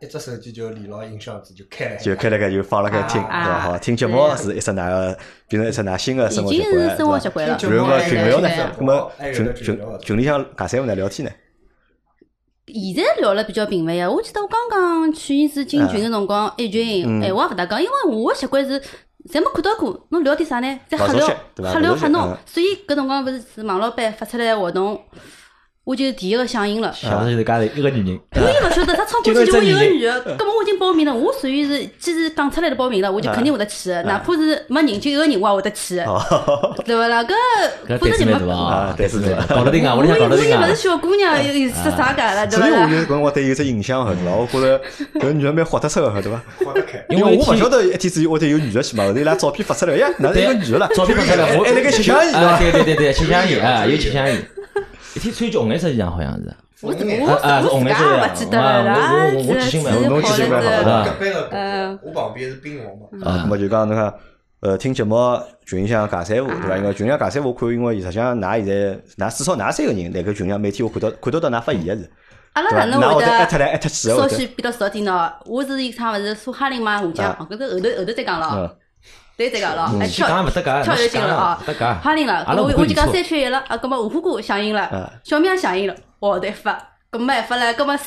[SPEAKER 3] 一只手机就连牢音箱子就开了，
[SPEAKER 1] 就开了开就放了开听，对
[SPEAKER 2] 啊
[SPEAKER 1] 伐？
[SPEAKER 2] 啊
[SPEAKER 1] 好，听节目是一只哪个变成一只哪新的生活
[SPEAKER 2] 已
[SPEAKER 1] 习
[SPEAKER 2] 经是
[SPEAKER 1] 惯，
[SPEAKER 2] 生活习
[SPEAKER 1] 对伐？
[SPEAKER 2] 惯了。
[SPEAKER 1] 然后
[SPEAKER 3] 对
[SPEAKER 1] 群聊呢
[SPEAKER 2] 对对，
[SPEAKER 1] 那么
[SPEAKER 3] 还有
[SPEAKER 1] 群
[SPEAKER 3] 得群
[SPEAKER 1] 群
[SPEAKER 3] 聊
[SPEAKER 1] 群里向尬三位呢聊天呢，
[SPEAKER 2] 现在聊了比较频繁呀，我记得我刚刚去年子进群个辰光，一
[SPEAKER 1] 嗯
[SPEAKER 2] 群闲话勿大讲，因为我个习惯是。侪没看到过，侬聊点啥呢？在瞎
[SPEAKER 1] 勿熟
[SPEAKER 2] 聊
[SPEAKER 1] 悉对伐，
[SPEAKER 2] 瞎
[SPEAKER 1] 勿
[SPEAKER 2] 聊
[SPEAKER 1] 熟悉
[SPEAKER 2] 瞎弄
[SPEAKER 1] 嗯。
[SPEAKER 2] 所以搿辰光勿是是王老板发出来活动，我就第一个
[SPEAKER 1] *laughs*
[SPEAKER 2] 响应了。
[SPEAKER 4] 想着就是
[SPEAKER 2] 啊
[SPEAKER 4] 家头一个女人，
[SPEAKER 2] 我也勿晓得，他冲过去就我一个女
[SPEAKER 1] 嗯
[SPEAKER 2] 的，根本我已经报名了。我属于是，既然讲出来了报名了，我就肯定会得去
[SPEAKER 1] 嗯
[SPEAKER 2] 的，哪怕是没人，就一个人，我也会得去的，
[SPEAKER 1] 哦
[SPEAKER 2] *laughs* 对勿啦？搿
[SPEAKER 4] 搿
[SPEAKER 2] 否
[SPEAKER 4] 胆
[SPEAKER 2] 则
[SPEAKER 4] 子
[SPEAKER 2] 就没
[SPEAKER 4] 蛮大啊
[SPEAKER 1] 啊，
[SPEAKER 4] 胆
[SPEAKER 1] 胆
[SPEAKER 4] 子
[SPEAKER 1] 子
[SPEAKER 4] 蛮
[SPEAKER 1] 蛮
[SPEAKER 4] 大
[SPEAKER 1] 大，
[SPEAKER 4] 搞得定啊，
[SPEAKER 2] 我
[SPEAKER 4] 屋里向搞得定
[SPEAKER 2] 我勿
[SPEAKER 4] 啊
[SPEAKER 2] 是，小姑娘，有有是啥噶了，
[SPEAKER 1] 嗯
[SPEAKER 2] 对
[SPEAKER 1] 所以
[SPEAKER 2] 勿
[SPEAKER 1] 我
[SPEAKER 2] 啦
[SPEAKER 1] 就？搿辰光对伊有只印象，对伐？我觉着搿女的蛮豁得出个，对伐？
[SPEAKER 3] 好得开。
[SPEAKER 4] 因
[SPEAKER 1] 因为
[SPEAKER 4] 为
[SPEAKER 1] 我勿晓
[SPEAKER 4] 得。
[SPEAKER 1] 得一天之前会得有女的去嘛，后头伊拉照片发出来，哎呀，哪是一
[SPEAKER 4] 对
[SPEAKER 1] 个女的啦？哎
[SPEAKER 4] 照
[SPEAKER 2] *laughs*
[SPEAKER 4] 片拍出来，我
[SPEAKER 2] 哎
[SPEAKER 1] 还辣盖吃香烟对
[SPEAKER 4] 啊，
[SPEAKER 1] 伐？
[SPEAKER 4] 对对对对，吃香烟啊，有吃香烟。一天穿一件红颜色衣裳，好像是。
[SPEAKER 2] 我我
[SPEAKER 4] 啊是
[SPEAKER 2] 我
[SPEAKER 4] 红
[SPEAKER 2] 自
[SPEAKER 4] 颜
[SPEAKER 2] 家也勿记
[SPEAKER 4] 色的
[SPEAKER 2] 得了啦，
[SPEAKER 4] 我我我记性蛮好
[SPEAKER 1] 侬记性蛮好
[SPEAKER 2] 的
[SPEAKER 1] 的
[SPEAKER 3] 隔壁个哥哥，我旁边是冰王嘛，
[SPEAKER 1] 啊，那么就讲侬看，呃，听节目群里向尬三胡，对伐？因为群里向尬三胡，看因为实际上㑚现在，㑚至少㑚三个人辣盖群里向每天我看到看得到㑚发言个是，
[SPEAKER 2] 阿拉
[SPEAKER 1] 对伐？
[SPEAKER 2] 哪能
[SPEAKER 1] 㑚会
[SPEAKER 2] 会
[SPEAKER 1] 得艾特
[SPEAKER 2] 得
[SPEAKER 1] 来艾特去个
[SPEAKER 2] 稍
[SPEAKER 1] 会得。
[SPEAKER 2] 许变到少点喏？我是一场勿是苏哈林嘛，胡江
[SPEAKER 1] 啊，
[SPEAKER 2] 搿是后头后头再讲了
[SPEAKER 1] 嗯
[SPEAKER 2] 哦，对再讲了哦，哎
[SPEAKER 4] 先讲
[SPEAKER 2] 跳
[SPEAKER 4] 勿搭界，
[SPEAKER 2] 跳
[SPEAKER 4] 侬
[SPEAKER 2] 跃
[SPEAKER 4] 先
[SPEAKER 2] 性
[SPEAKER 4] 讲
[SPEAKER 2] 了啊
[SPEAKER 4] 勿搭界。
[SPEAKER 2] 哈林了，
[SPEAKER 4] 阿
[SPEAKER 2] 搿
[SPEAKER 4] 拉
[SPEAKER 2] 么我
[SPEAKER 4] 不
[SPEAKER 2] 我就
[SPEAKER 4] 理
[SPEAKER 2] 讲
[SPEAKER 4] 错
[SPEAKER 2] 三缺一了，啊，搿么五虎哥响应
[SPEAKER 1] 啊
[SPEAKER 2] 了，小明响应了，我对发，搿么办法了，搿么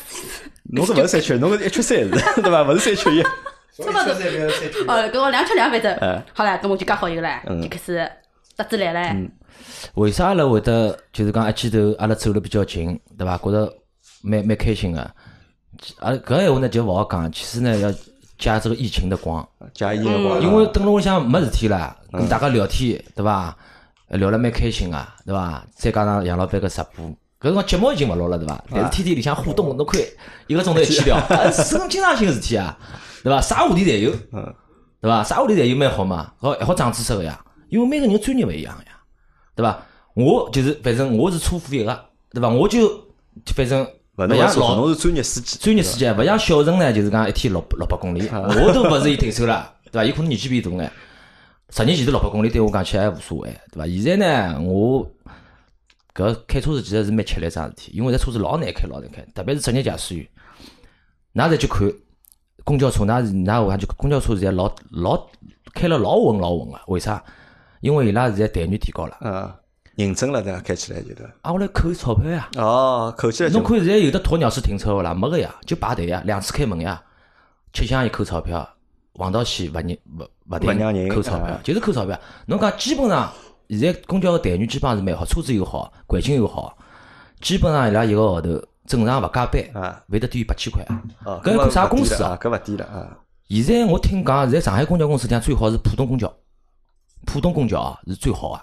[SPEAKER 1] 侬是勿是三缺一，侬是一缺三是，对伐？勿是三缺一。
[SPEAKER 3] 所以一直在边上去。
[SPEAKER 2] *laughs* 哦，搿我两吃两反正
[SPEAKER 1] 哎，
[SPEAKER 2] 好了，搿么就加好友了
[SPEAKER 1] 嗯，
[SPEAKER 2] 就开始搭子来了，
[SPEAKER 4] 为啥阿拉会得就是讲一记头阿拉走了比较近，对伐？觉着蛮蛮开心个。啊，搿闲话呢就勿好讲，其实呢要借这个疫情的光，
[SPEAKER 1] 加一个光，
[SPEAKER 4] 因为蹲辣屋里向没事体啦，跟大家聊天，对伐？聊了蛮开心个，对伐？再加上杨老板个直播，搿辰光节目已经勿录了，对伐？但是天天里向互动，侬看一个钟头一起聊， *laughs* 啊嗯是种经常性个事体啊，对伐？啥话题侪有， *laughs* 对伐？啥话题侪有蛮好嘛，好还好长知识个呀，因为每个人专业勿一样个呀，对伐？我就是反正我是车夫一个，对伐？我就反正
[SPEAKER 1] 勿侬
[SPEAKER 4] 像
[SPEAKER 1] 是
[SPEAKER 4] 老
[SPEAKER 1] 侬是专业司机，
[SPEAKER 4] 专业司机啊，勿像小陈呢，就是讲一天六六百公里，我都勿是伊对手了， *laughs* 对伐？伊可能年纪比伊大眼。十年前头六百公里对我讲起来还无所谓，对伐？现在呢，我搿开车子其实是蛮吃力一桩事体，因为现在车子老难开，老难开，特别是职业驾驶员。㑚再去看公交车，㑚是㑚我看就公交车现在老老开了老稳老稳个，为啥？因为伊拉现在待遇提高了，
[SPEAKER 1] 嗯，认真了对伐？开起来就对伐。
[SPEAKER 4] 啊，我来扣钞票呀。
[SPEAKER 1] 哦，口气来就
[SPEAKER 4] 侬看现在有的鸵鸟式停车个啦，没个呀，就排队呀，两次开门呀，吃香烟扣钞票，黄道线勿让勿勿
[SPEAKER 1] 勿让
[SPEAKER 4] 停
[SPEAKER 1] 人
[SPEAKER 4] 扣钞票
[SPEAKER 1] 啊，
[SPEAKER 4] 就是扣钞票。侬讲基本上现在公交个待遇基本上是蛮好，车子又好，环境又好，基本上伊拉一个号头正常勿加班
[SPEAKER 1] 啊，
[SPEAKER 4] 会得低于八千块。
[SPEAKER 1] 哦，
[SPEAKER 4] 搿要看啥公司
[SPEAKER 1] 啊
[SPEAKER 4] 啊？？
[SPEAKER 1] 搿勿低了啊，
[SPEAKER 4] 现在我听讲，现在上海公交公司讲最好是浦东公交，浦东公交啊是最好啊，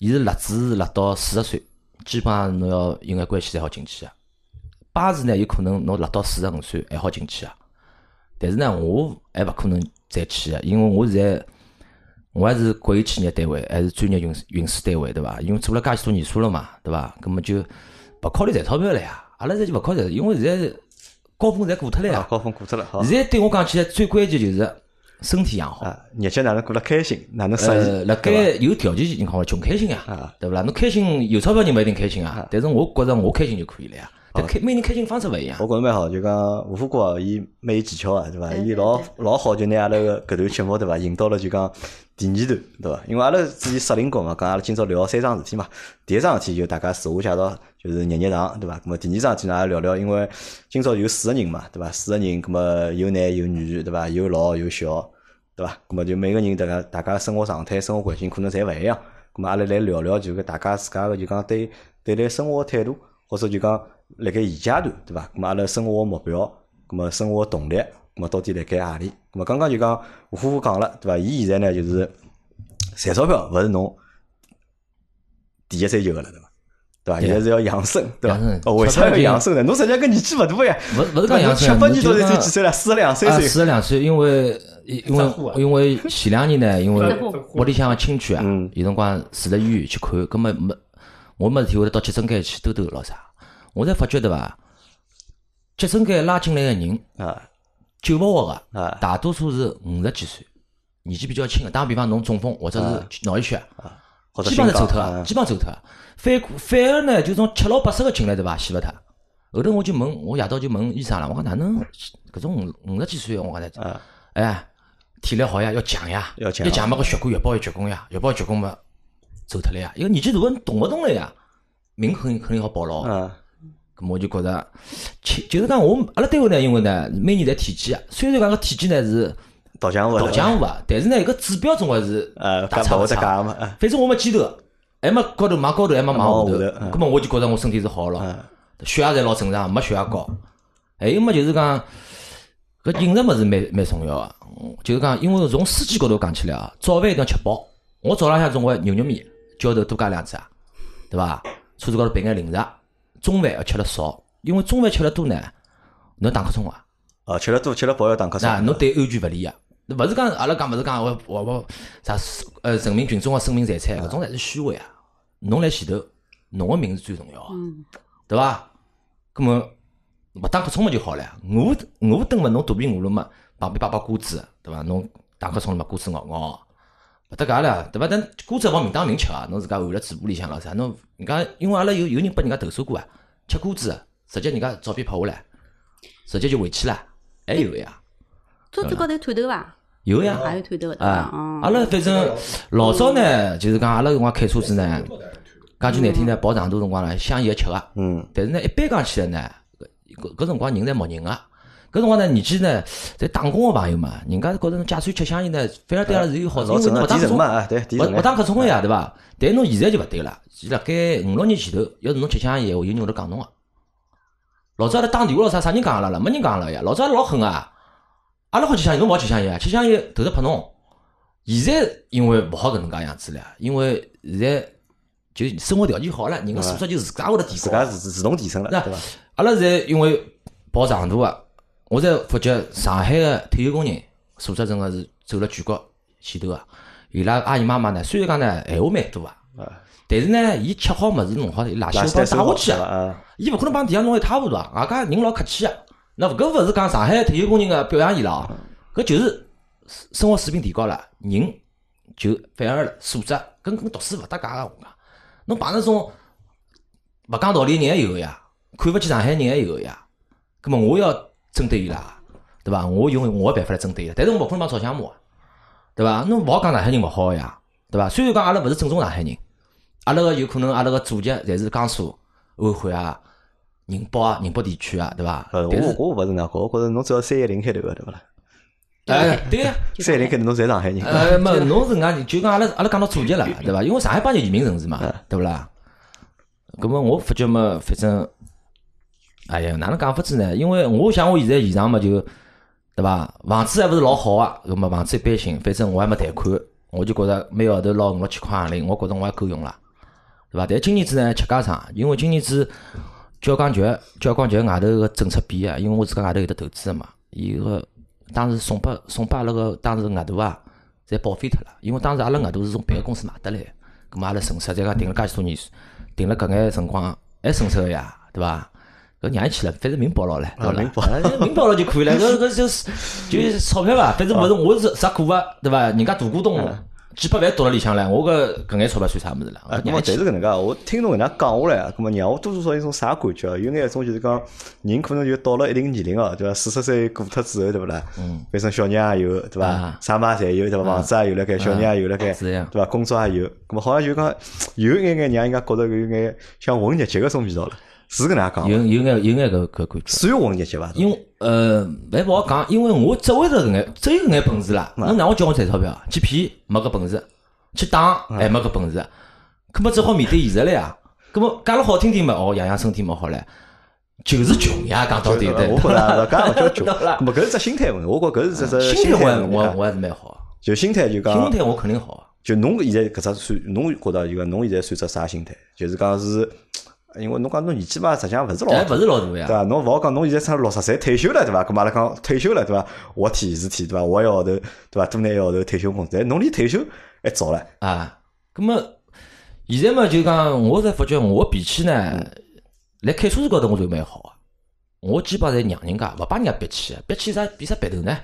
[SPEAKER 4] 伊是辣子是辣到四十岁，基本上侬要有眼关系才好进去啊。巴士呢，有可能侬辣到四十五岁还好进去啊。但是呢，我还勿可能再去啊，因为我现在我还是国有企业单位，还是专业运输运输单位，对伐？因为做了介许多年数了嘛，对伐？咁么就勿考虑赚钞票了呀。阿拉现在就勿考虑，因为现在高峰侪过脱了
[SPEAKER 1] 啊
[SPEAKER 4] 呀。
[SPEAKER 1] 高峰过脱了，好
[SPEAKER 4] 现在对我讲起来，最关键就是身体养好。
[SPEAKER 1] 啊，日脚哪能过得开心，哪能适
[SPEAKER 4] 呃，
[SPEAKER 1] 意，
[SPEAKER 4] 辣
[SPEAKER 1] 对伐
[SPEAKER 4] 盖有条件情况下，穷开心啊
[SPEAKER 1] 啊，
[SPEAKER 4] 对勿啦？侬开心有钞票人勿一定开心啊，但是我觉着我开心就可以了呀。但开每人开心方式勿一样
[SPEAKER 1] 我。觉着蛮好，就讲吴副哥啊，伊蛮有技巧啊，对伐？
[SPEAKER 2] 对
[SPEAKER 1] 伊
[SPEAKER 2] 对
[SPEAKER 1] 老
[SPEAKER 2] 对
[SPEAKER 1] 老好，就拿阿拉个搿段节目对伐，引到了就讲第二段，对伐？因为阿拉之前设定过嘛，讲阿拉今朝聊三桩事体嘛。第一桩事体就大家自我介绍，就是热热场，对伐？咁么第二桩事体呢，阿拉聊聊，因为今朝有四个人嘛，对伐？四个人，咁么有男有女，对伐？有老有小，对伐？咁么就每个人大家大家生活状态、生活环境可能侪勿一样。咁么阿拉来聊聊，就搿大家自家个就讲对对待生活态度，或者就讲辣盖现阶段，对伐？咁么阿拉生活个目标，咁么生活动力，咁么到底辣盖何里？咁么刚刚就讲吴夫妇讲了，对伐？伊现在呢就是赚钞票，勿是侬第一追求个了，对伐？对伐？
[SPEAKER 4] 对啊
[SPEAKER 1] 现在是要养生，对伐
[SPEAKER 4] 养生？
[SPEAKER 1] 哦，为啥
[SPEAKER 4] 钞
[SPEAKER 1] 要
[SPEAKER 4] 票
[SPEAKER 1] 养生呢？侬实际上跟年纪勿大呀，
[SPEAKER 4] 勿勿是讲
[SPEAKER 1] 侬
[SPEAKER 4] 养生，
[SPEAKER 1] 七八
[SPEAKER 4] 侬
[SPEAKER 1] 年
[SPEAKER 4] 就
[SPEAKER 1] 到底
[SPEAKER 4] 讲
[SPEAKER 1] 才几岁了？四十两三
[SPEAKER 4] 啊，
[SPEAKER 1] 岁
[SPEAKER 4] 四，十两岁，因为因为
[SPEAKER 3] 户啊
[SPEAKER 4] 因为前两年呢，因为
[SPEAKER 2] 户
[SPEAKER 4] 屋里向亲戚啊
[SPEAKER 1] 嗯，
[SPEAKER 4] 有辰光住了医院去看，根本没我没事体，会得到急诊间去兜兜咾啥。我才发觉对伐？急诊间拉进来个人，
[SPEAKER 1] 啊
[SPEAKER 4] 救勿活个
[SPEAKER 1] 啊，
[SPEAKER 4] 大多数是五十几岁，年纪比较轻个。打个比方，侬中风或者是脑溢血，
[SPEAKER 1] 啊或者
[SPEAKER 4] 基本上
[SPEAKER 1] 新
[SPEAKER 4] 走
[SPEAKER 1] 疆
[SPEAKER 4] 脱啊，
[SPEAKER 1] 啊
[SPEAKER 4] 基本上走脱啊。反过反而呢，就从七老八十个进来对伐？死勿脱。后头我就问，我夜到就问医生了，我讲哪能搿种五五十几岁的，我讲才
[SPEAKER 1] 啊，
[SPEAKER 4] 哎，体力好呀，要强呀，
[SPEAKER 1] 要强
[SPEAKER 4] 要强嘛，搿血管越爆越结棍呀，越爆越结棍嘛，走脱了呀。因为年纪大个动勿动了呀，命肯定肯定好保牢。
[SPEAKER 1] 啊
[SPEAKER 4] 咁我就觉着，其就是讲我阿拉单位呢，因为呢每年侪体检啊，虽然讲搿体检呢是
[SPEAKER 1] 导向勿
[SPEAKER 4] 导
[SPEAKER 1] 了，
[SPEAKER 4] 向勿，但是呢搿指标总归是
[SPEAKER 1] 呃，搿
[SPEAKER 4] 大差
[SPEAKER 1] 勿
[SPEAKER 4] 勿
[SPEAKER 1] 会得
[SPEAKER 4] 差。
[SPEAKER 1] 假嘛，啊
[SPEAKER 4] 反正我没记头，还没高头，往高头还没往下头，
[SPEAKER 1] 往下头嗯
[SPEAKER 4] 咁么我就觉着我身体是好了，
[SPEAKER 1] 啊
[SPEAKER 4] 血压侪老正常，没血压高。还有么就是讲，搿饮食物事蛮蛮重要个，嗯就是讲，因为从书记高头讲起来啊，早饭一定要吃饱。我早浪向总归牛肉面、浇头多加两只啊，对伐？车子高头备眼零食。中饭要吃了少，因为中饭吃了多呢，侬打瞌冲啊。
[SPEAKER 1] 哦，吃了多吃了饱要打瞌
[SPEAKER 4] 那
[SPEAKER 1] 睡，
[SPEAKER 4] 侬对安全勿利啊！勿是讲阿拉讲勿是讲我我我啥呃人民群众个生命财产，搿种侪是虚伪啊！侬来前头，侬个命是最重要个，
[SPEAKER 2] 嗯，
[SPEAKER 4] 对伐？葛么勿打瞌冲嘛就好了呀。我我蹲嘛，侬肚皮饿了嘛，旁边摆摆瓜子，对伐？侬打瞌冲了嘛，瓜子咬咬，勿搭界了，对伐？但瓜子勿明当明吃啊，侬自家含辣嘴巴里向咾啥？侬人家因为阿拉有有人拨人家投诉过啊，吃瓜子直接人家照片拍下来，直接就回去了，还有个呀，
[SPEAKER 2] 桌子高头有探头伐？
[SPEAKER 4] 有个呀。
[SPEAKER 2] 也有探头的，对伐
[SPEAKER 4] 啊？
[SPEAKER 2] 嗯，
[SPEAKER 4] 阿拉反正老早呢，就是讲阿拉搿辰光开车子呢，讲句难听呢，跑长途辰光呢，香烟也吃个，
[SPEAKER 1] 嗯，
[SPEAKER 4] 但是呢，一般讲起来呢，搿搿辰光人侪默认个。搿辰光呢，年纪呢，在打工个朋友嘛，人家觉着侬假算吃香烟呢，反而对阿拉是有好处，
[SPEAKER 1] 老
[SPEAKER 4] 因为
[SPEAKER 1] 正
[SPEAKER 4] 侬勿
[SPEAKER 1] 常，
[SPEAKER 4] 打
[SPEAKER 1] 提
[SPEAKER 4] 瞌
[SPEAKER 1] 神
[SPEAKER 4] 冲
[SPEAKER 1] 嘛，，啊，对，提神
[SPEAKER 4] 勿
[SPEAKER 1] 哎
[SPEAKER 4] 勿，打瞌冲个呀，对伐？但侬现在就勿对了，就辣盖五六年前头，要是侬吃香烟，闲话，有人会得讲侬个。老早阿拉打电话咾啥，啥人讲阿拉了？没人讲阿拉呀。老早阿拉老狠啊，阿拉好吃香烟，侬勿好吃香烟啊，吃香烟头头拍侬。现在因为勿好搿能介样子了，因为现在就生活条件好了，人个素质就自家会得提
[SPEAKER 1] 自
[SPEAKER 4] 高
[SPEAKER 1] 家
[SPEAKER 4] 了。
[SPEAKER 1] 自自自动提升了，
[SPEAKER 4] 那
[SPEAKER 1] 对伐？
[SPEAKER 4] 阿拉现在因为跑长途啊，我才发觉上海个退休工人素质真个是走了全国前头啊。伊拉阿姨妈妈呢，虽然讲呢闲话蛮多啊，
[SPEAKER 1] 啊
[SPEAKER 4] 但是呢，伊吃好物事弄好，伊垃
[SPEAKER 1] 垃
[SPEAKER 4] 圾要
[SPEAKER 1] 圾袋
[SPEAKER 4] 帮
[SPEAKER 1] 收
[SPEAKER 4] 带
[SPEAKER 1] 好
[SPEAKER 4] 回去
[SPEAKER 1] 对伐
[SPEAKER 4] 啊，
[SPEAKER 1] 啊，
[SPEAKER 4] 伊勿可能帮地下弄得一塌糊涂啊。外加人老客气啊，那搿勿是讲上海退休工人个表扬伊拉哦，搿就是生活水平提高了，人就反而素质跟跟读书勿搭界个。我讲，侬碰着种勿讲道理人还有个呀，看勿起上海人还有个呀。葛末我要针对伊拉，对伐？我用我个办法来针对伊拉，但是我勿可能帮吵相骂啊，对伐？侬勿好讲上海人勿好个呀，对伐？虽然讲阿拉勿是正宗上海人，阿拉个有可能阿拉个祖籍侪是江苏、安徽啊、宁波啊、宁波地区啊，对伐？
[SPEAKER 1] 呃，
[SPEAKER 4] 但
[SPEAKER 1] 我
[SPEAKER 4] 是
[SPEAKER 1] 我勿是那个，我觉着侬只要三一零开头个对勿啦？
[SPEAKER 4] 哎，对呀、
[SPEAKER 2] 就
[SPEAKER 1] 三一零
[SPEAKER 2] 上
[SPEAKER 1] 开头侬侪上海人，
[SPEAKER 4] 呃，没，侬是搿样，就讲阿拉阿拉讲到祖籍了，对伐？因为上海帮就移民城市嘛，对勿啦？葛么我发觉嘛，反正，哎呀，哪能讲法子呢？因为我想我现在现场嘛就，对伐？房子还勿是老好啊，葛么房子一般性，反正我还没贷款，我就觉着每个号头捞五六千块行钿，我觉着我也够用了，对伐？但今年子呢，吃家常，因为今年子交关局交关局外头个政策变啊，因为我自家外头有得投资个嘛，伊个当时送拨送拨阿拉个当时额度啊，侪报废脱了，因为当时阿拉额度是从别个公司买得来的，咁嘛阿拉损失再讲顶了介许多年，顶了搿眼辰光还损失个呀，对伐？搿让伊去了，反正明报牢了，对伐？
[SPEAKER 1] 明
[SPEAKER 4] 报了，明报了就可以了，搿搿就是就是钞票伐？反正勿是我是啥股啊，对伐？人家大股东几百万倒辣里向唻，我搿搿眼钞票算啥物事啦？
[SPEAKER 1] 啊，
[SPEAKER 4] 搿
[SPEAKER 1] 那么
[SPEAKER 4] 让伊去
[SPEAKER 1] 但是搿能介，我听侬搿能介讲下来啊，搿么让我多多少少有种啥感觉啊？有眼一种就是讲，人可能就到了一定年龄哦，对伐？四十岁过脱之后，对勿啦？嗯，反正小人也有，对伐
[SPEAKER 4] 啊？
[SPEAKER 1] 啥嘛侪有，对伐？房子也有了该，小人也有了该，
[SPEAKER 4] 是呀
[SPEAKER 1] 对伐？工作也有，搿么好像就讲有一眼眼让人家觉着有眼像混日脚搿种味道了，是搿能介讲伐？
[SPEAKER 4] 有有眼有眼搿搿感觉。
[SPEAKER 1] 算混日脚伐？
[SPEAKER 4] 啊因为呃，还勿好讲，因为我只会得搿眼，只有搿眼本事啦。侬让我叫我赚钞票，去骗没搿本事，去打还没搿本事，搿么只好面对现实了呀。搿么讲了好听点嘛，哦，养养身体嘛好唻，就是穷呀，讲到底
[SPEAKER 1] 对
[SPEAKER 4] 对
[SPEAKER 1] 我觉着搿也勿
[SPEAKER 4] *laughs*
[SPEAKER 1] 叫穷，
[SPEAKER 4] 对啦
[SPEAKER 1] 咾么搿是只心态问题，我觉着搿是只只
[SPEAKER 4] 心态
[SPEAKER 1] 态问
[SPEAKER 4] 我
[SPEAKER 1] 题
[SPEAKER 4] 我
[SPEAKER 1] 啊。
[SPEAKER 4] 我还是蛮好，
[SPEAKER 1] 就心态就讲，
[SPEAKER 4] 心态我肯定好。啊
[SPEAKER 1] 就侬现在搿只算，侬觉得就讲侬现在算只啥心态？就是讲是，因为侬讲侬年纪嘛，实际上勿是老
[SPEAKER 4] 但
[SPEAKER 1] 大，
[SPEAKER 4] 勿是老大
[SPEAKER 1] 对
[SPEAKER 4] 呀，
[SPEAKER 1] 伐？侬勿好讲侬现在差六十岁退休了，对伐？咁阿拉讲退休了，对伐？我天是天，对伐？我一个号头，对伐？多拿一个号头退休工资，但侬离退休还早唻，
[SPEAKER 4] 啊，搿么现在嘛就讲，我才发觉我脾气呢，辣开车子高头我就蛮好啊。我基本上侪让人家，勿帮人家憋气，啊憋气啥比啥憋头呢？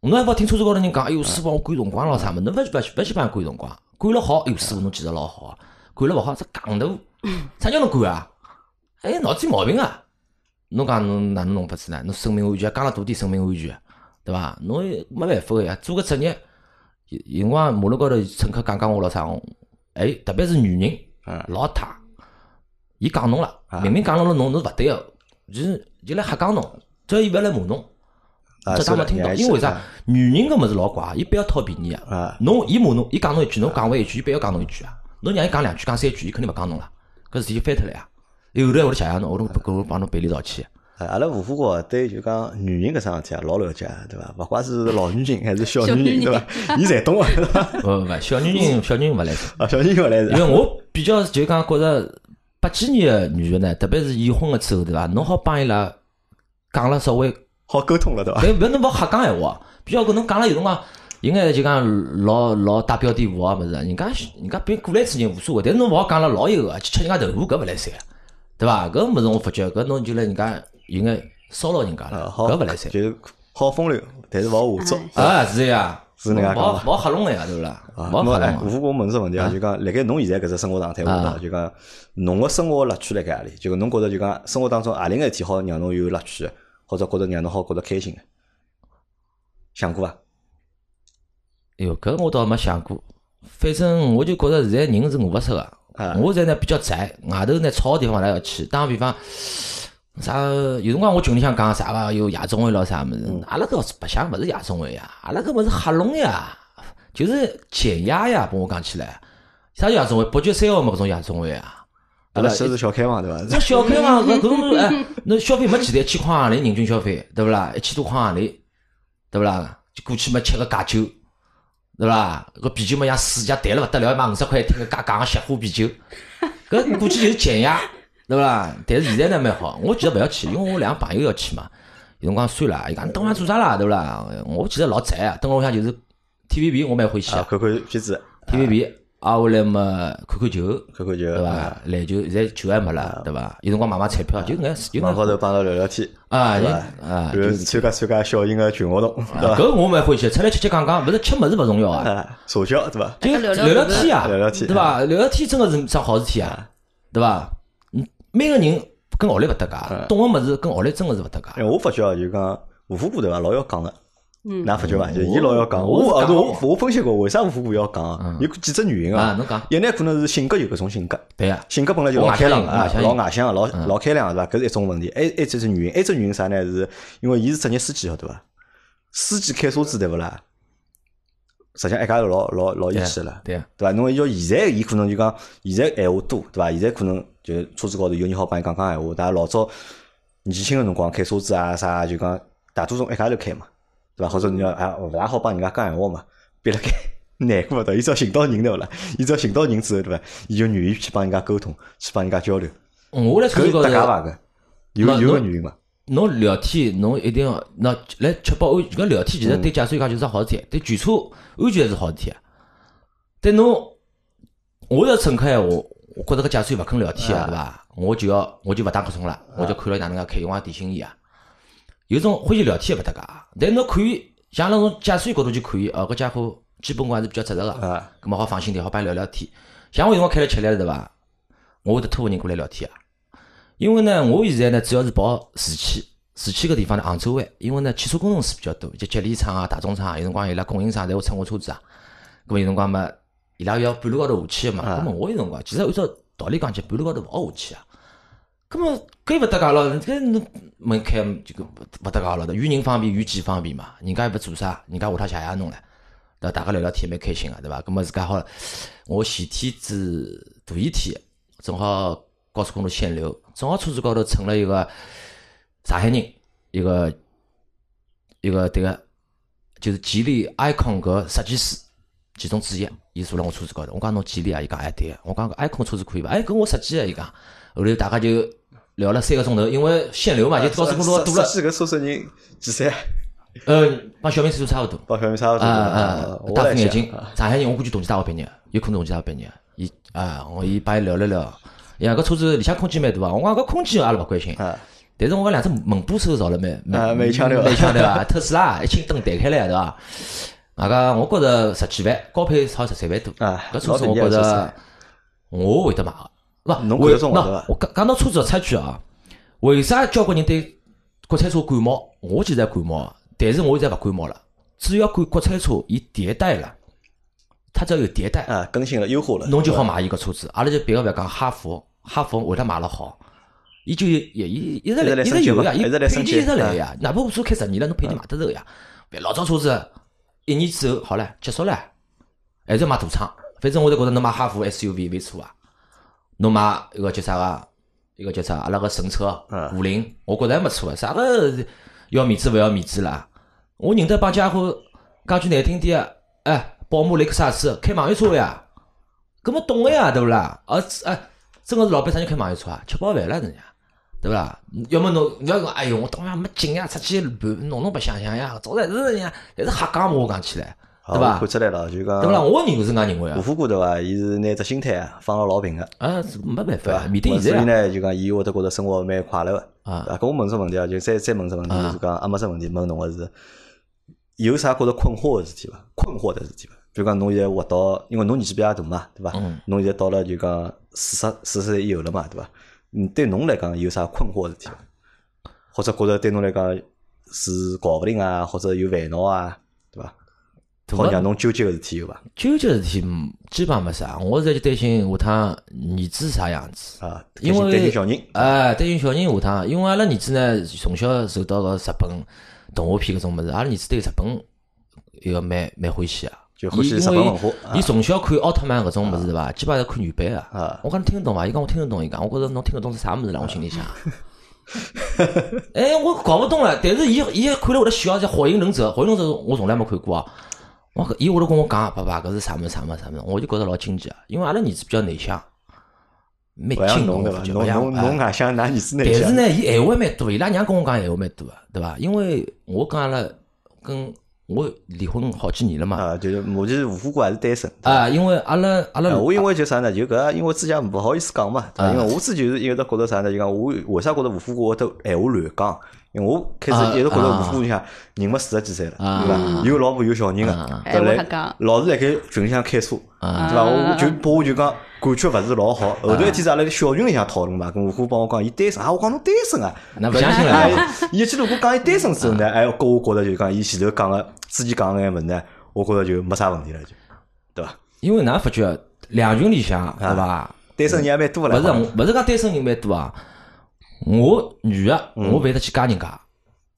[SPEAKER 4] 侬还勿听车子高头人讲，哎哟，师傅，我赶辰光咯啥么？侬勿去勿去勿去帮人赶辰光，赶了好，哎哟，师傅侬技术老好啊，赶了勿好，这戆头，啥叫侬赶啊？哎，脑子有毛病啊！侬讲侬哪能弄法子呢？侬生命安全讲了大点，生命安全，对伐？侬也没办法个呀，做个职业，有有辰光马路高头乘客讲讲我咯啥，哎，特别是女
[SPEAKER 1] 嗯
[SPEAKER 4] 人，老太，伊讲侬了
[SPEAKER 1] 啊，
[SPEAKER 4] 明明讲侬了侬侬是勿对个，就是就来瞎讲侬，只要伊勿要来骂侬，
[SPEAKER 1] 啊，
[SPEAKER 4] 这
[SPEAKER 1] 是
[SPEAKER 4] 当
[SPEAKER 1] 勿
[SPEAKER 4] 没听到，因为为啥？女人搿物事老怪，伊不要讨便宜啊。
[SPEAKER 1] 啊，
[SPEAKER 4] 侬伊骂侬，伊讲侬一句，侬讲回一句，伊不要讲侬一句啊。侬让伊讲两句，讲三句，伊肯定勿讲侬了。搿事体就翻脱了呀。伊后头还会得谢谢侬，后头搿我帮侬赔礼道歉。
[SPEAKER 1] 啊阿拉吴副国对就讲女人搿桩事体啊老了解，对伐？勿管是老女人还是小
[SPEAKER 2] 小
[SPEAKER 1] 女人， *laughs*
[SPEAKER 2] 女
[SPEAKER 1] 对
[SPEAKER 2] 人
[SPEAKER 1] 伐？伊侪懂啊，对伐
[SPEAKER 4] 勿勿呃勿，小女人小女人勿来事，
[SPEAKER 1] 啊，小女人勿来
[SPEAKER 4] 因为
[SPEAKER 1] 事，
[SPEAKER 4] 我比较就讲觉着八几年个女个呢，特别是已婚个之后对伐，侬好帮伊拉讲了稍微
[SPEAKER 1] 好沟通了，对伐？
[SPEAKER 4] 但勿哎要侬勿瞎讲闲话，比较搿侬讲了有辰光，应该就讲老老打标点符啊物事，人家人家别人过来之人无所谓，但是侬勿好讲了老有个去吃人家豆腐，搿勿来三，对伐？搿物事我发觉，搿侬就辣人家有眼骚扰人家
[SPEAKER 1] 啊，
[SPEAKER 4] 了，
[SPEAKER 1] 好，
[SPEAKER 4] 搿勿来三。
[SPEAKER 1] 就是好风流，但是勿好下作。
[SPEAKER 4] 啊，是呀，
[SPEAKER 1] 是那样
[SPEAKER 4] 勿
[SPEAKER 1] 讲
[SPEAKER 4] 好
[SPEAKER 1] 的
[SPEAKER 4] 勿好吓拢个呀，对勿啦？勿
[SPEAKER 1] 啊，
[SPEAKER 4] 好
[SPEAKER 1] 那么
[SPEAKER 4] 吓
[SPEAKER 1] 哎，
[SPEAKER 4] 拢
[SPEAKER 1] 吴
[SPEAKER 4] 个。
[SPEAKER 1] 副，我问只问题啊，就讲，辣盖侬现在搿只生活状态下头，
[SPEAKER 4] 啊
[SPEAKER 1] 就讲侬个生活乐趣辣盖何里？就讲侬觉着就讲生活当中何里眼事体好让侬有乐趣的，或者觉着让侬好觉着开心的，想过伐？
[SPEAKER 4] 哎哟，搿我倒没想过，反正我就觉着现在人是饿勿死个
[SPEAKER 1] 啊。
[SPEAKER 4] 我现在呢比较宅，外头呢吵个地方勿大要去。打个比方，啥有辰光我群里向讲啥伐，有夜总会咯啥物事，阿拉搿白相勿是夜总会呀，阿拉搿物事瞎弄呀，就是减压呀，拨我讲起来。啥叫夜总会？北京三号嘛搿种夜总会啊，
[SPEAKER 1] 阿拉
[SPEAKER 4] 对伐？
[SPEAKER 1] 吃是小开房
[SPEAKER 4] *laughs*
[SPEAKER 1] 对啊伐？
[SPEAKER 4] 那小开嘛，搿搿种哎，那消费没几钿，一千块行钿人均消费，对勿啦？一千多块行钿，对勿啦？就过去嘛吃个假酒，对勿啦？搿啤酒嘛像水一样淡了勿得了，买五十块一听个假假个雪花啤酒，搿估计就是减压，对勿啦？但是现在呢蛮好，我其实勿要去，因为我两个朋友要去嘛，有辰光算了，伊讲等下做啥啦，对勿啦？我其实老宅啊，蹲屋里向就是 TVB 我蛮欢喜
[SPEAKER 1] 啊，
[SPEAKER 4] 啊
[SPEAKER 1] 看看片子，
[SPEAKER 4] ，TVB，啊后来嘛看看球。
[SPEAKER 1] 看看就啊
[SPEAKER 4] 对伐？篮球现在球还没了，对伐？有辰光买买彩票，就眼有
[SPEAKER 1] 网
[SPEAKER 4] 眼
[SPEAKER 1] 高头帮侬聊聊天，
[SPEAKER 4] 啊，
[SPEAKER 1] 对
[SPEAKER 4] 就
[SPEAKER 1] 伐
[SPEAKER 4] 啊，
[SPEAKER 1] 然后参加参加小型个群活动，对伐？
[SPEAKER 4] 搿我蛮欢喜，出来吃吃讲讲，勿是吃物事勿重要啊，
[SPEAKER 1] 啊，社交对伐？
[SPEAKER 4] 就
[SPEAKER 2] 聊
[SPEAKER 4] 聊
[SPEAKER 2] 聊
[SPEAKER 4] 聊
[SPEAKER 2] 物事
[SPEAKER 4] 天啊，
[SPEAKER 1] 聊聊天
[SPEAKER 4] 对伐？聊聊天真个是桩好事体啊，对伐？嗯每个人跟学历勿搭界，懂个物事跟学历真个是勿搭
[SPEAKER 1] 啊哎，
[SPEAKER 4] 界。
[SPEAKER 1] 我发觉啊，就讲吴副部对伐，老要讲个。
[SPEAKER 2] 嗯
[SPEAKER 1] 㑚发觉伐？就伊老要讲，
[SPEAKER 4] 我
[SPEAKER 1] 我
[SPEAKER 4] 我
[SPEAKER 1] 啊，
[SPEAKER 4] 是讲
[SPEAKER 1] 我我分析过，为啥吴副部要讲啊？有几只原因
[SPEAKER 4] 啊
[SPEAKER 1] 啊，？
[SPEAKER 4] 侬讲
[SPEAKER 1] 一呢，可能是性格有搿种性格，
[SPEAKER 4] 对啊，
[SPEAKER 1] 性格本来就老
[SPEAKER 4] 外
[SPEAKER 1] 开
[SPEAKER 4] 向
[SPEAKER 1] 朗
[SPEAKER 4] 型
[SPEAKER 1] 啊嗯
[SPEAKER 4] 外，向
[SPEAKER 1] 老
[SPEAKER 4] 型
[SPEAKER 1] 外向，老老开朗对伐？搿是一种问题。还还有一种原因，还有一种原因啥呢？是因为伊是职业司机晓得伐？司机开车子对勿啦？实际上一家头老老老义
[SPEAKER 4] 对啊
[SPEAKER 1] 气了，
[SPEAKER 4] 对啊，
[SPEAKER 1] 对伐？侬要现在伊可能就讲现在闲话多对伐？现在可能就是车子高头有人好帮伊讲讲闲话，但是老早年轻个辰光开车子啊啥就讲大多数一家头开嘛，对伐？或者你要啊勿大好帮人家讲闲话嘛，憋辣盖 *laughs* 难过的，伊只要寻到人对勿啦？伊只要寻到人之后对伐？伊就愿意去帮人家沟通，去帮人家交流。
[SPEAKER 4] 嗯我来车
[SPEAKER 1] 搿
[SPEAKER 4] 子
[SPEAKER 1] 是
[SPEAKER 4] 高
[SPEAKER 1] 搭界
[SPEAKER 4] 头，
[SPEAKER 1] 伐？搿有
[SPEAKER 4] 那
[SPEAKER 1] 有搿
[SPEAKER 4] 侬
[SPEAKER 1] 原因伐？
[SPEAKER 4] 侬聊天侬一定要那来确保安，搿聊天其实对驾驶员讲就是桩好事体，对全车安全是好事体啊。但侬我要乘客闲话，我觉着搿驾驶员勿肯聊天啊，对伐？我就要我就勿打瞌冲了，我就看牢伊哪能介开，我也提醒伊啊。有种欢喜聊天也勿搭界啊，但侬可以像那种驾驶员角度去看伊，哦，搿家伙基本功还是比较扎实个。
[SPEAKER 1] 啊，
[SPEAKER 4] 咁么好放心点，好帮伊聊聊天。像我有辰光开了吃力对伐？我会得拖个人过来聊天啊。因为呢，我现在呢主要是跑市区，市区搿地方呢，杭州湾，因为呢汽车工程师比较多，就吉利厂啊、大众厂啊，有辰光伊拉供应商侪会蹭我车子啊。咁么有辰光嘛，伊拉要半路高头下去个嘛，
[SPEAKER 1] 啊
[SPEAKER 4] 咁么我有辰光其实按照道理讲，就半路高头勿好下去啊。咁么搿勿搭界咯，搿侬门开就搿勿搭界咯，与人方便，与己方便嘛。人家又勿做啥，人家下趟谢谢侬唻。那大家聊聊天蛮开心啊个，对伐？咁么自家好，我前天子大前天正好高速公路限流，正好车子高头乘了一个上海人，一个一个迭个就是吉利 icon 搿设计师其中之一，伊坐辣我车子高头。我讲侬吉利啊，伊讲哎对个，我讲搿 icon 车子可以伐？哎，搿我设计个，伊讲。后头大家就聊了三个钟头，因为限流嘛，就高速公路堵了。
[SPEAKER 1] 设计搿宿舍人哎几岁？
[SPEAKER 4] 呃，帮小明岁数差勿多。
[SPEAKER 1] 帮小明差勿多
[SPEAKER 4] 啊
[SPEAKER 1] 啊
[SPEAKER 4] 啊啊！
[SPEAKER 1] 我
[SPEAKER 4] 戴
[SPEAKER 1] 来
[SPEAKER 4] 副眼
[SPEAKER 1] 想
[SPEAKER 4] 镜，上海人我估计同济大学毕业，有可能同济大学毕业。伊啊，我伊帮伊聊了聊，哎呀，搿车子里向空间蛮大啊。我讲搿空间阿拉勿关心，
[SPEAKER 1] 啊，
[SPEAKER 4] 但是我讲两只门把手造了蛮
[SPEAKER 1] 啊
[SPEAKER 4] 蛮
[SPEAKER 1] 蛮强调
[SPEAKER 4] 蛮强调啊， *laughs* 特斯拉一清灯弹开来对伐？啊讲我觉着十几万，高配超十三万多。
[SPEAKER 1] 啊
[SPEAKER 4] 搿车子
[SPEAKER 1] 老
[SPEAKER 4] 我
[SPEAKER 1] 便宜的
[SPEAKER 4] 觉
[SPEAKER 1] 车子
[SPEAKER 4] 着我会得买个，勿
[SPEAKER 1] 侬
[SPEAKER 4] 为
[SPEAKER 1] 看得中啊的对
[SPEAKER 4] 那
[SPEAKER 1] 伐
[SPEAKER 4] 我讲讲到车子插一句啊，为啥交关人对国产车感冒？我其实也感冒啊，但是我现在勿感冒了。只要感国产车伊迭代了，它只要有迭代，
[SPEAKER 1] 啊，更新了，优化了，
[SPEAKER 4] 侬就好买伊个车子。阿拉就别个勿要讲哈弗，哈弗为啥买了好？伊就有也伊
[SPEAKER 1] 一
[SPEAKER 4] 一直
[SPEAKER 1] 直来
[SPEAKER 4] 来一
[SPEAKER 1] 升
[SPEAKER 4] 直
[SPEAKER 1] 级
[SPEAKER 4] 有
[SPEAKER 1] 嘛
[SPEAKER 4] 呀，伊
[SPEAKER 1] 一直来
[SPEAKER 4] 配
[SPEAKER 1] 升级嗯
[SPEAKER 4] 件一直来呀，哪怕我车开十年了，侬配件买得着呀。别老早车子一年之后好了，结束了，还是要买大厂。反正我就觉着侬买哈弗 SUV 没错啊，侬买一个叫啥个，一个叫啥？阿拉个神车
[SPEAKER 1] 嗯
[SPEAKER 4] 五菱，我觉着还没错啊。啥个要面子勿要面子啦？我认得帮家伙讲句难听点啊，哎，宝马雷克萨斯开网约车呀，搿么懂个呀，对勿啦？而哎，真个是老板啥人开网约车啊？吃饱饭了人家，对勿啦？要么侬你要讲，哎哟，我当然没劲呀，出去盘弄弄白相相呀，早侪是人家，侪是瞎讲嘛，我讲起来，
[SPEAKER 1] 啊
[SPEAKER 4] 对
[SPEAKER 1] 我
[SPEAKER 4] 伐
[SPEAKER 1] 看？出来了，就
[SPEAKER 4] 对勿啦？
[SPEAKER 1] 讲
[SPEAKER 4] 我人是搿能认为
[SPEAKER 1] 吴
[SPEAKER 4] 啊，
[SPEAKER 1] 副哥对伐？伊是拿只心态啊放了老平个。
[SPEAKER 4] 啊，是没办
[SPEAKER 1] 对
[SPEAKER 4] 法
[SPEAKER 1] 伐？
[SPEAKER 4] 啊，面对现
[SPEAKER 1] 所以
[SPEAKER 4] 在啊
[SPEAKER 1] 呢，就讲伊会得觉得生活蛮快乐个。
[SPEAKER 4] 啊
[SPEAKER 1] 啊，搿我问只问题啊，就再再问只问题，就是讲啊，没只问题，问侬个是有啥觉着困惑个事体伐？困惑的事体伐？比如讲侬现在活到，因为侬年纪比较大嘛，对伐？
[SPEAKER 4] 嗯
[SPEAKER 1] 侬现在到了就讲四十四十岁以后了嘛，对伐？嗯，对侬来讲有啥困惑个事体伐？或者觉着对侬来讲是搞勿定啊，或者有烦恼啊，对伐？
[SPEAKER 4] 对
[SPEAKER 1] 好
[SPEAKER 4] 伐
[SPEAKER 1] 让侬纠结个事体有伐？
[SPEAKER 4] 纠结事体嗯基本上没啥，我现在就担心下趟儿子啥样子。
[SPEAKER 1] 啊，
[SPEAKER 4] 因为
[SPEAKER 1] 担心小人
[SPEAKER 4] 哎，担心小人下趟，因为阿拉儿子呢从小受到个日本动画片搿种物事，阿拉儿子对日本一个蛮蛮欢喜啊。
[SPEAKER 1] 就欢喜日本文化啊
[SPEAKER 4] 伊因为伊从小看奥特曼搿种物事对伐？基本上是看原版
[SPEAKER 1] 啊
[SPEAKER 4] 啊。我讲侬听得懂伐？伊讲我听得懂，伊讲我觉着侬听得懂是啥物事啦？我心里想。
[SPEAKER 1] 啊
[SPEAKER 4] *laughs* 哎，我搞勿懂了，但是伊伊看了会得笑，像火影忍者，火影忍者我从来没看过啊。我讲伊会得跟我讲，爸爸搿是啥物事啥物事啥物事，我就觉着老惊奇啊。因为阿拉儿子比较内向，蛮
[SPEAKER 1] 勿像
[SPEAKER 4] 静
[SPEAKER 1] 侬
[SPEAKER 4] 动
[SPEAKER 1] 对
[SPEAKER 4] 的
[SPEAKER 1] 伐？，
[SPEAKER 4] 就
[SPEAKER 1] 侬
[SPEAKER 4] 勿像
[SPEAKER 1] 侬
[SPEAKER 4] 哎
[SPEAKER 1] 侬外向㑚儿子内
[SPEAKER 4] 但
[SPEAKER 1] 向
[SPEAKER 4] 是，呢，伊闲话蛮多，伊拉娘跟我讲闲话蛮多的，对伐？因为我跟阿拉跟我离婚好几年了嘛，
[SPEAKER 1] 啊，就是目前是无辜还是单身。
[SPEAKER 4] 啊，因为阿拉阿拉
[SPEAKER 1] 啊我因为就啥呢？就搿，因为之前勿好意思讲嘛，对伐
[SPEAKER 4] 啊
[SPEAKER 1] 因为我自己就是一直觉着啥呢？就讲我为啥觉着吴副哥会得闲话乱讲？因为我开
[SPEAKER 4] 啊
[SPEAKER 1] 始一直觉着
[SPEAKER 4] 啊
[SPEAKER 1] 吴副哥像人嘛四十几岁了，
[SPEAKER 4] 啊
[SPEAKER 1] 对伐？有老婆有小人个
[SPEAKER 4] 啊，
[SPEAKER 1] 对
[SPEAKER 2] 哎我
[SPEAKER 1] 来
[SPEAKER 2] 瞎讲啊
[SPEAKER 1] 老是辣盖群里向开车，对伐？我就拨我就讲感觉勿是老好。后头一天是阿拉小群里向讨论嘛，跟吴副哥帮我讲伊单身啊，我讲侬单身啊，
[SPEAKER 4] 那不相信了。 *laughs*
[SPEAKER 1] 伊一记头我讲伊单身之后呢，哎，搿我觉着就是讲伊前头讲个之前讲个眼物事呢，我觉着就没啥问题了，就对伐？
[SPEAKER 4] 因为㑚发觉两群里
[SPEAKER 1] 啊
[SPEAKER 4] 向对伐？
[SPEAKER 1] 单身人也蛮多
[SPEAKER 4] 勿
[SPEAKER 1] 了，
[SPEAKER 4] 是我勿是讲单身人蛮多啊，我女个
[SPEAKER 1] 嗯
[SPEAKER 4] 我勿会得去加人家。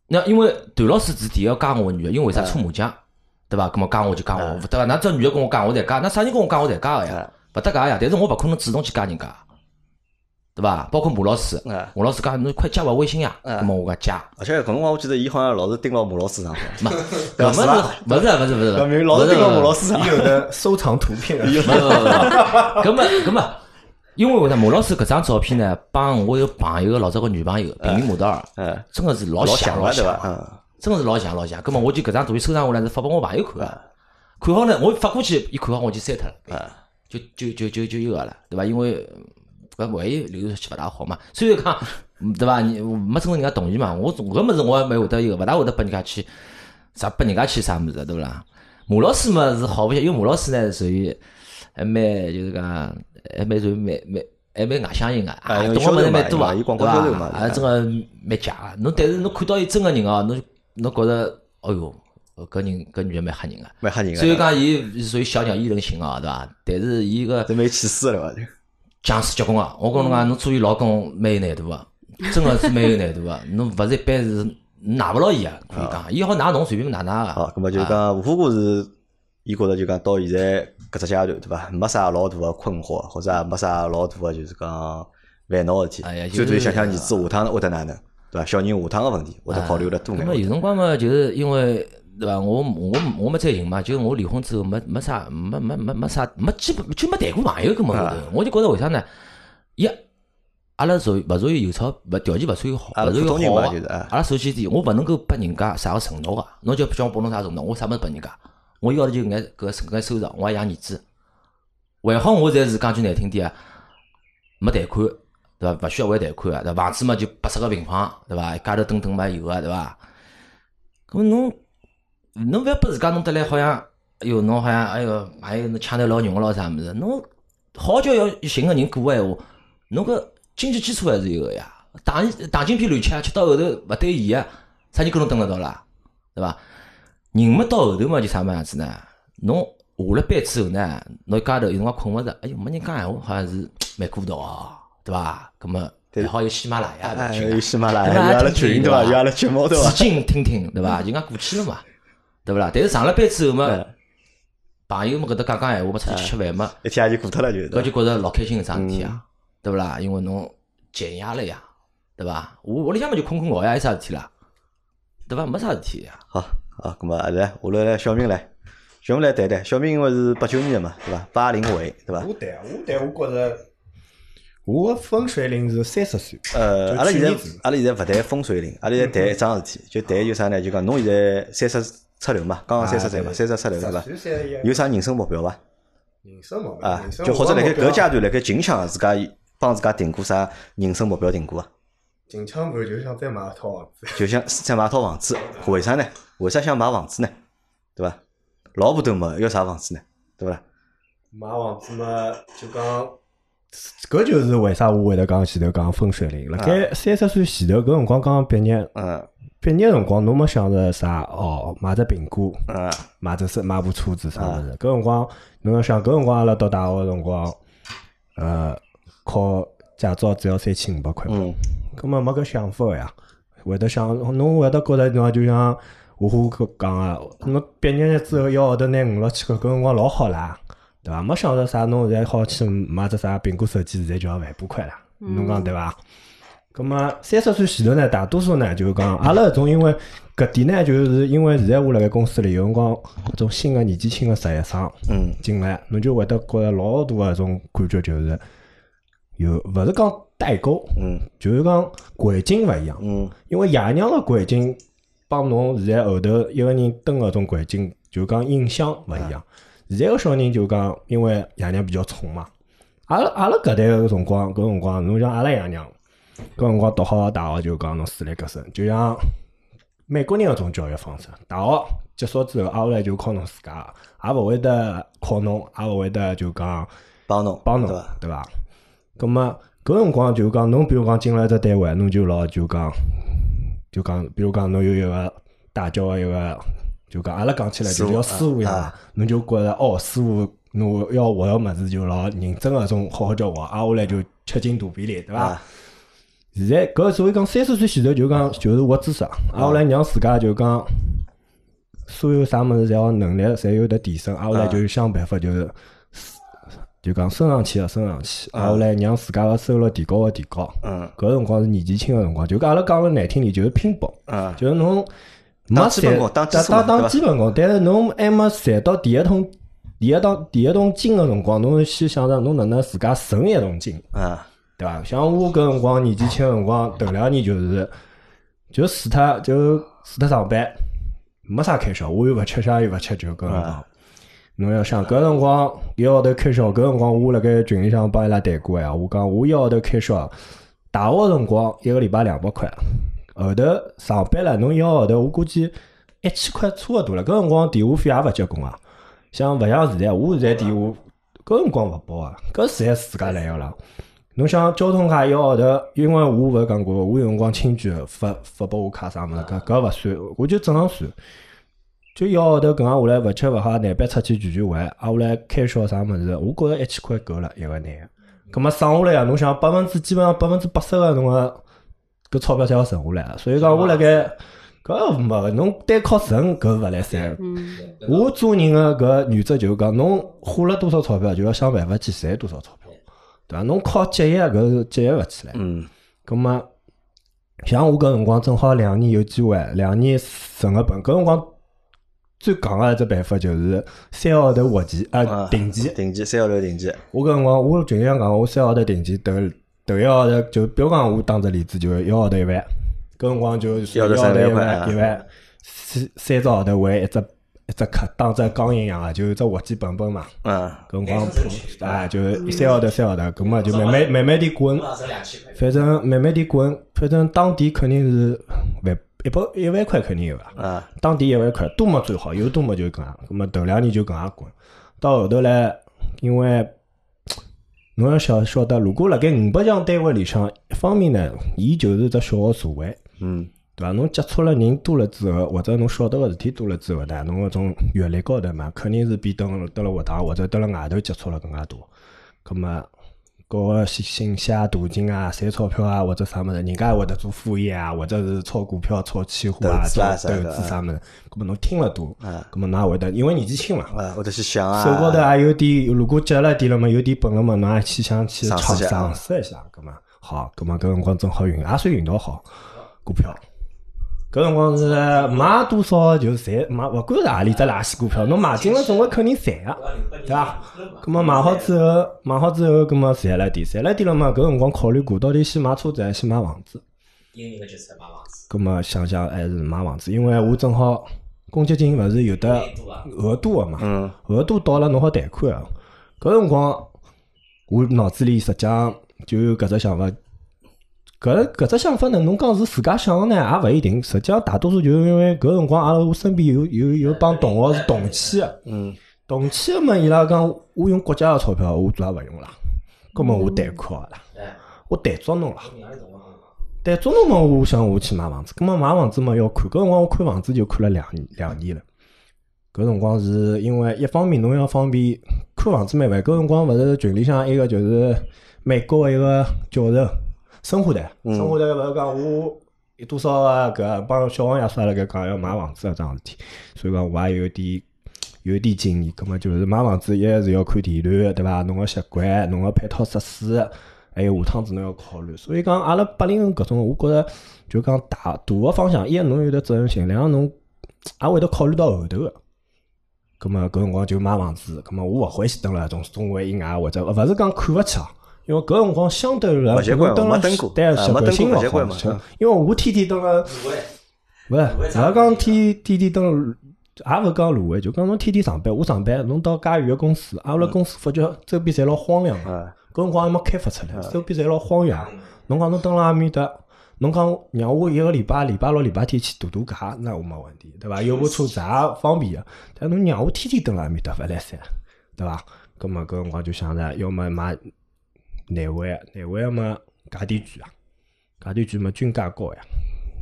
[SPEAKER 4] 那因为段老师是第一个加我个女个，因为
[SPEAKER 1] 啊
[SPEAKER 4] 为啥搓麻将对伐？搿么加我就加我，勿啊搭界。㑚只要女个跟我讲，我才加；那啥人跟我讲，我才加个呀
[SPEAKER 1] 啊，
[SPEAKER 4] 勿搭界呀。但是我勿可能主动去加人家，对对伐？包括马老师，
[SPEAKER 1] 哎
[SPEAKER 4] 马老师讲侬快加我微信呀，
[SPEAKER 1] 哎
[SPEAKER 4] 那么我讲加。
[SPEAKER 1] 而且搿辰光我记得伊好像老是盯牢马老师上班，
[SPEAKER 4] 没，
[SPEAKER 1] 对
[SPEAKER 4] 搿
[SPEAKER 1] 吧
[SPEAKER 4] 么是勿是勿是勿是，
[SPEAKER 1] 搿明老是
[SPEAKER 4] 勿是
[SPEAKER 1] 盯牢马老
[SPEAKER 4] 师。
[SPEAKER 1] 师上
[SPEAKER 3] 伊
[SPEAKER 1] 班。
[SPEAKER 3] 有的收藏图片啊，
[SPEAKER 4] 没 *laughs* 没没，搿么搿么，啊因为为啥马老师搿张照片呢，帮我有朋友个老早个女朋友平民马德尔，
[SPEAKER 1] 哎，
[SPEAKER 4] 真个是老
[SPEAKER 1] 老
[SPEAKER 4] 像老
[SPEAKER 1] 了对
[SPEAKER 4] 像
[SPEAKER 1] 伐？，嗯，
[SPEAKER 4] 真个是老像老像。搿么我就搿张图片收藏下来是发拨我朋友看个，看好呢，我发过去，伊看好我就删脱了，
[SPEAKER 1] 啊
[SPEAKER 4] 就就就就就伊个了，对伐？因为搿万一流出去勿大好嘛。虽然讲嗯对伐，你没征得人家同意嘛，我总搿物事我也没会得有，勿大会得拨人家去啥拨人家去啥物事，对勿啦？马老师嘛是好不起，因为马老师呢属于还蛮就是讲还蛮属于蛮蛮。还蛮外向型个，
[SPEAKER 1] 哎
[SPEAKER 4] 啊，
[SPEAKER 1] 因为
[SPEAKER 4] 懂个
[SPEAKER 1] 销售
[SPEAKER 4] 物事
[SPEAKER 1] 嘛
[SPEAKER 4] 蛮多啊，
[SPEAKER 1] 伊广告
[SPEAKER 4] 对吧
[SPEAKER 1] 销售嘛
[SPEAKER 4] 啊，真个蛮假个。侬但是侬看到伊真个人哦，侬侬觉着，哦哟，搿人搿女个蛮吓人个。
[SPEAKER 1] 蛮吓人个，
[SPEAKER 4] 虽然讲伊属于小鸟依人型哦，对伐？但是伊个
[SPEAKER 1] 这蛮有气势了伐？
[SPEAKER 4] 强势结棍啊！我跟侬讲，侬做伊老公蛮有难度个，真个是蛮有难度个。 *laughs* 侬勿是一般是拿勿牢伊个，可以
[SPEAKER 1] 啊
[SPEAKER 4] 讲，伊好拿侬随便拿拿
[SPEAKER 1] 好
[SPEAKER 4] 个，。
[SPEAKER 1] 咁么就是讲无花果是，伊觉着就讲到现在搿只阶段，对伐？没啥老大个困惑，或者也没啥老大个就是讲烦恼个事
[SPEAKER 4] 哎呀
[SPEAKER 1] 体。
[SPEAKER 4] 就是
[SPEAKER 1] 最多想想儿子下趟会得哪能，对伐？小人下趟个问题会得考虑了多
[SPEAKER 4] 啊
[SPEAKER 1] 眼
[SPEAKER 4] 那么
[SPEAKER 1] 问
[SPEAKER 4] 有
[SPEAKER 1] 题。
[SPEAKER 4] 辰光嘛，就是因为对伐？我我我没再寻嘛，就是我离婚之后没没啥没没没没啥没基本就没谈过朋友搿么头
[SPEAKER 1] 啊，
[SPEAKER 4] 我就觉着为啥呢？一阿拉属于勿属于有钞，勿条件勿算好，
[SPEAKER 1] 阿拉
[SPEAKER 4] 勿属
[SPEAKER 1] 普
[SPEAKER 4] 于
[SPEAKER 1] 通人
[SPEAKER 4] 好
[SPEAKER 1] 嘛
[SPEAKER 4] 啊
[SPEAKER 1] 就是啊
[SPEAKER 4] 阿拉首先一点，我勿能够拨人家啥个承诺个，侬就叫我拨侬啥承诺，我啥物事拨人家，我要的就搿眼搿搿眼收入，我也养儿子。还好我侪是讲句难听点啊，没贷款，对伐？勿需要还贷款啊，对吧房子嘛就八十个平方，对伐？家头等等嘛有啊，对伐？搿么侬侬勿要拨自家弄得来好像，哎哟，侬好像哎哟，还有侬抢头老勇咯啥物事，侬好叫要寻个人过个闲话，侬搿经济基础还是有个呀。打打进片乱吃，吃到后头勿对伊啊，啥人跟侬蹲了到啦，对伐？人嘛到后头嘛就啥么样子呢？侬下了班之后呢，侬一家头有辰光困勿着，哎哟，没人讲闲话，好像是蛮孤独哦，对伐？搿么还好有喜马拉雅
[SPEAKER 1] 哎，
[SPEAKER 4] 搿
[SPEAKER 1] 有
[SPEAKER 4] 群
[SPEAKER 1] 喜马拉
[SPEAKER 4] 对吧
[SPEAKER 1] 雅，有阿拉
[SPEAKER 4] 听听
[SPEAKER 1] 群对
[SPEAKER 4] 对
[SPEAKER 1] 伐？
[SPEAKER 4] 吧
[SPEAKER 1] 有阿拉节目对
[SPEAKER 4] 啊，
[SPEAKER 1] 伐
[SPEAKER 4] 使？劲听听，对伐？人家过去了嘛，对勿啦？但是上了班之后嘛，
[SPEAKER 1] 嗯
[SPEAKER 4] 朋友们搿搭讲讲闲话嘛，出去吃饭嘛，
[SPEAKER 1] 一天也就过脱了，就是
[SPEAKER 4] 搿
[SPEAKER 1] 对
[SPEAKER 4] 就觉着老开心个桩事体啊，对勿啦？因为侬减压了呀，对伐？我屋里向嘛就困困觉呀，有啥事体啦？对伐？没啥事体呀。
[SPEAKER 1] 好，好，咁么来，下来来小明来，小明来谈谈。小明因为是八九年的嘛，对伐？八零尾，对伐？
[SPEAKER 3] 我对我对我觉着，我的分水岭是三十岁。
[SPEAKER 1] 呃，
[SPEAKER 3] 就
[SPEAKER 1] 阿拉
[SPEAKER 3] 去
[SPEAKER 1] 现在
[SPEAKER 3] 年子嗯
[SPEAKER 1] 阿拉现在勿谈风水岭，阿拉现在谈一桩事体，就谈就啥呢？就讲侬现在三十出头嘛，刚刚三十岁嘛，
[SPEAKER 3] 啊
[SPEAKER 1] 三十出头对伐？
[SPEAKER 3] 十岁三十一
[SPEAKER 1] 有啥人生目标伐？
[SPEAKER 3] 人生目标
[SPEAKER 1] 啊，
[SPEAKER 3] 人生
[SPEAKER 1] 就或者辣盖
[SPEAKER 3] 目标
[SPEAKER 1] 搿阶段辣盖近腔自家帮自家定过啥人生目标定过啊？
[SPEAKER 3] 近腔头就想再买一套房子，
[SPEAKER 1] 就想想买套房子，为啥呢？为啥想买房子呢？对伐？老婆都没，要啥房子呢？对伐？
[SPEAKER 3] 买房子嘛就讲。搿就是为啥我会得讲前头讲分水岭。辣
[SPEAKER 1] 啊
[SPEAKER 3] 盖三十岁前头搿辰光刚刚毕业，
[SPEAKER 1] 嗯
[SPEAKER 3] 毕业辰光侬没想着啥哦，买只苹果，
[SPEAKER 1] 嗯
[SPEAKER 3] 买只车，买部车子啥物事。搿辰光侬要想，搿辰光阿拉读大学个辰光，呃，考驾照只要三千五百块嘛，
[SPEAKER 1] 嗯
[SPEAKER 3] 根本没搿想法呀。会得想，侬会得觉着侬就像我虎哥讲个，侬毕业之后一号头拿五六千块，搿辰光老好啦，对伐？没想着啥，侬现在好去买只啥苹果手机，现在就要万把块啦，侬讲对伐？咁么三十岁前头呢，大多数呢就是讲，阿拉搿种因为搿点呢，就是因为现在我辣盖公司里有辰光搿种新个年纪轻个实习生
[SPEAKER 1] 嗯
[SPEAKER 3] 进来，侬就会得觉着老大个种感觉，就是有勿是讲代沟，
[SPEAKER 1] 嗯
[SPEAKER 3] 就是讲环境勿一样，
[SPEAKER 1] 嗯
[SPEAKER 3] 因为爷娘个环境帮侬现在后头一个人蹲搿种环境，就讲影响勿一样。现在个小人就讲，因为爷娘比较宠嘛，阿拉阿拉搿代个辰光，搿辰光侬像阿拉爷娘，搿辰光读好大学就讲侬私立搿省，就像美国人搿种教育方式，大学结束之后，挨下来就靠侬自家，也勿会得靠侬，也勿会得就讲。
[SPEAKER 1] 帮侬
[SPEAKER 3] 帮侬
[SPEAKER 1] 对伐？，
[SPEAKER 3] 对伐？咁么搿辰光就讲，侬比如讲进了一只单位，侬就老就讲，就讲，比如讲侬有一个大交个一个，就讲阿拉讲起来就是叫
[SPEAKER 1] 师
[SPEAKER 3] 师
[SPEAKER 1] 傅
[SPEAKER 3] 傅
[SPEAKER 1] 啊
[SPEAKER 3] 呀
[SPEAKER 1] 啊，
[SPEAKER 3] 侬就觉着哦，师傅侬要学个物事就老认真个种好好叫学，挨下来就吃进肚皮里，对伐
[SPEAKER 1] 啊？
[SPEAKER 3] 现在搿所谓讲三十岁前头就讲就是学知识，挨下来让自家就讲。啊
[SPEAKER 1] 啊
[SPEAKER 3] 所有啥物事，侪要能力，侪有得提升。挨下来就是想办法，就是就讲升上去个升上去，
[SPEAKER 1] 啊
[SPEAKER 3] 挨下来让自家个收入提高个提高。
[SPEAKER 1] 嗯
[SPEAKER 3] 搿辰光是年纪轻个辰光，就讲阿拉讲了难听点，就是拼搏，
[SPEAKER 1] 嗯
[SPEAKER 3] 就是侬没
[SPEAKER 1] 当基本
[SPEAKER 3] 赚
[SPEAKER 1] 功当基
[SPEAKER 3] 当
[SPEAKER 1] 础嘛
[SPEAKER 3] 当
[SPEAKER 1] 对
[SPEAKER 3] 当
[SPEAKER 1] 吧
[SPEAKER 3] 基本功，但是侬还没赚到第一桶第一桶第一桶金个辰光，侬先想着侬哪能自家存一桶金。
[SPEAKER 1] 嗯
[SPEAKER 3] 对伐？像我搿辰光年纪轻个辰光，头两年就是就除脱就除脱上班，没啥开销，我又勿吃香又勿吃酒，搿辰光
[SPEAKER 1] 啊。
[SPEAKER 3] 侬要想搿辰光一个号头开销，搿辰光我辣盖群里向帮伊拉谈过呀，我讲我一个号头开销，大学辰光一个礼拜两百块，后头上班了，侬一个号头我估计一千块差勿多了。搿辰光电话费也勿结棍啊，像勿像现在，我现在电话搿辰光勿包啊，搿侪自家来个啦。侬想交通卡一个号头，因为我勿是讲过，我有辰光亲眷发发拨我卡啥物事，搿搿勿算，我就正常算。就一个号头搿样下来，勿吃勿喝，难办出去聚聚会，挨下来开销啥物事，我觉着一千块够了一个男。葛末省下来啊，侬想百分之基本上百分之八十个侬个搿钞票侪要存下来啊，所以讲我辣盖搿没侬单靠存搿勿来三。
[SPEAKER 2] 嗯，
[SPEAKER 3] 我做人个搿原则就是讲，侬花了多少钞票，就要想办法去赚多少钞票，对伐？侬靠节约搿是节约勿起来。
[SPEAKER 1] 嗯
[SPEAKER 3] 咁么，像我搿辰光正好两年有机会，两年存个本。搿辰光最戆个一只办法就是三个号头活期啊
[SPEAKER 1] 啊
[SPEAKER 3] 定期。
[SPEAKER 1] 定期三号头定期，
[SPEAKER 3] 我搿辰光我群里向讲，我三个号头定期，头头一个号头就比如讲我打只例子，就一个号头一万。搿辰光就
[SPEAKER 1] 一个号头三万
[SPEAKER 3] 一
[SPEAKER 1] 块
[SPEAKER 3] 万
[SPEAKER 1] 啊
[SPEAKER 3] 一万，三三只号头为一只一只客，当只钢印一样个，就是只活期本本嘛。
[SPEAKER 1] 嗯
[SPEAKER 3] 搿辰光碰啊，就是一三个号头三个号头，搿么就慢慢慢慢地滚。啊反正慢慢地滚，反正当地肯定是万一百一万块肯定有啊，
[SPEAKER 1] 啊
[SPEAKER 3] 当地一万块多么最好，有多么就搿样。葛么头两年就搿样滚，到后头来，因为侬要晓晓得，如果辣盖五百强单位里向，一方面呢，伊就是只小个社会，
[SPEAKER 1] 嗯
[SPEAKER 3] 对伐？侬接触了人多了之后，或者侬晓得个事体多了之后呢，侬搿种阅历高头嘛，肯定是比蹲蹲辣学堂或者蹲辣外头接触了更加多。葛末搞啊个信信息啊、途径啊、赚钞票啊或者啥物事，人家也会得做副业啊，或者是炒股票、炒期货啊、
[SPEAKER 1] 投资
[SPEAKER 3] 做
[SPEAKER 1] 啊
[SPEAKER 3] 投
[SPEAKER 1] 啥的
[SPEAKER 3] 资啥物事。葛末侬听了多，
[SPEAKER 1] 啊
[SPEAKER 3] 葛末侬也会得，因为年纪轻嘛，
[SPEAKER 1] 啊，我得去想啊，
[SPEAKER 3] 手高头也有点，如果积了点了嘛，有点本了嘛，侬也去想去
[SPEAKER 1] 尝
[SPEAKER 3] 尝
[SPEAKER 1] 试一下
[SPEAKER 3] 尝试一下，葛末好，葛末搿辰光正好运，也算运道好，股票。搿辰光是买多少就赚，买勿管是何里只垃圾股票，侬买进了总归肯定赚个，对伐？葛末买好之后，买好之后，葛末赚了点，赚了点了嘛，搿辰光考虑过到底先买车子还是先买房子？
[SPEAKER 5] 英明的决策买房子，
[SPEAKER 3] 葛末想想还是买房子，因为我正好公积金勿是有的额度个嘛，
[SPEAKER 1] 嗯
[SPEAKER 3] 额度到了侬好贷款啊。搿辰光，我脑子里实际上就有搿只想法。搿搿只想法呢，侬讲是自家想的呢，也勿一定。实际上，大多数就是因为搿辰光，阿拉我身边有有有帮同学是同期啊的，
[SPEAKER 1] 嗯
[SPEAKER 3] 同期的嘛，伊拉讲我用国家的钞票，我做也勿用啦，葛末我贷款啦，我贷足侬啦。但中东嘛，我想我去买房子，葛么买房子嘛要看，搿辰光我看房子就看了两年两年了。搿辰光是因为一方面侬要方便看房子蛮烦，搿辰光勿是群里向一个就是美国的一个教授，申花台，申花台勿是讲我有多少啊搿帮小王爷啥辣盖讲要买房子啊桩事体，所以讲我也有点有点经验，葛么就是买房子一是要看地段，对伐？侬个习惯，侬个配套设施，还哎有下趟哎子侬要考虑。所以讲，阿拉八零后搿种，我觉着就讲大大个方向，一侬有得责任心，两个侬也会得考虑到后头个。葛么搿辰光就买房子，葛么我勿欢喜蹲辣种中环以外，或者勿是讲看勿起啊。因为搿辰光相对来
[SPEAKER 1] 勿习惯
[SPEAKER 3] 讲，蹲
[SPEAKER 1] 嘛没
[SPEAKER 3] 辣
[SPEAKER 1] 蹲过
[SPEAKER 3] 对
[SPEAKER 1] 啊
[SPEAKER 3] 习
[SPEAKER 1] 没
[SPEAKER 3] 惯
[SPEAKER 1] 蹲
[SPEAKER 3] 性
[SPEAKER 1] 过
[SPEAKER 3] 勿
[SPEAKER 1] 勿习惯嘛
[SPEAKER 3] 好
[SPEAKER 1] 嗯。
[SPEAKER 3] 因为我天天蹲辣勿是，勿是讲天天天等，也勿讲芦苇，就讲侬天天上班，我上班，侬到介远个公司，阿拉
[SPEAKER 1] 嗯
[SPEAKER 3] 公司发觉周边侪老荒凉个，
[SPEAKER 1] 啊
[SPEAKER 3] 搿辰光还没开发出来，
[SPEAKER 1] 嗯
[SPEAKER 3] 周边侪老荒凉。侬讲侬蹲辣阿面搭，侬讲让我一个礼拜，礼拜六、礼拜天去度度假，那我没问题，对伐？有部车子也方便个，但侬让我天天蹲辣阿面搭，勿来三，对伐？葛末搿辰光就想着，要么买南汇，南汇嘛价钿贵啊，价钿贵嘛均价高呀。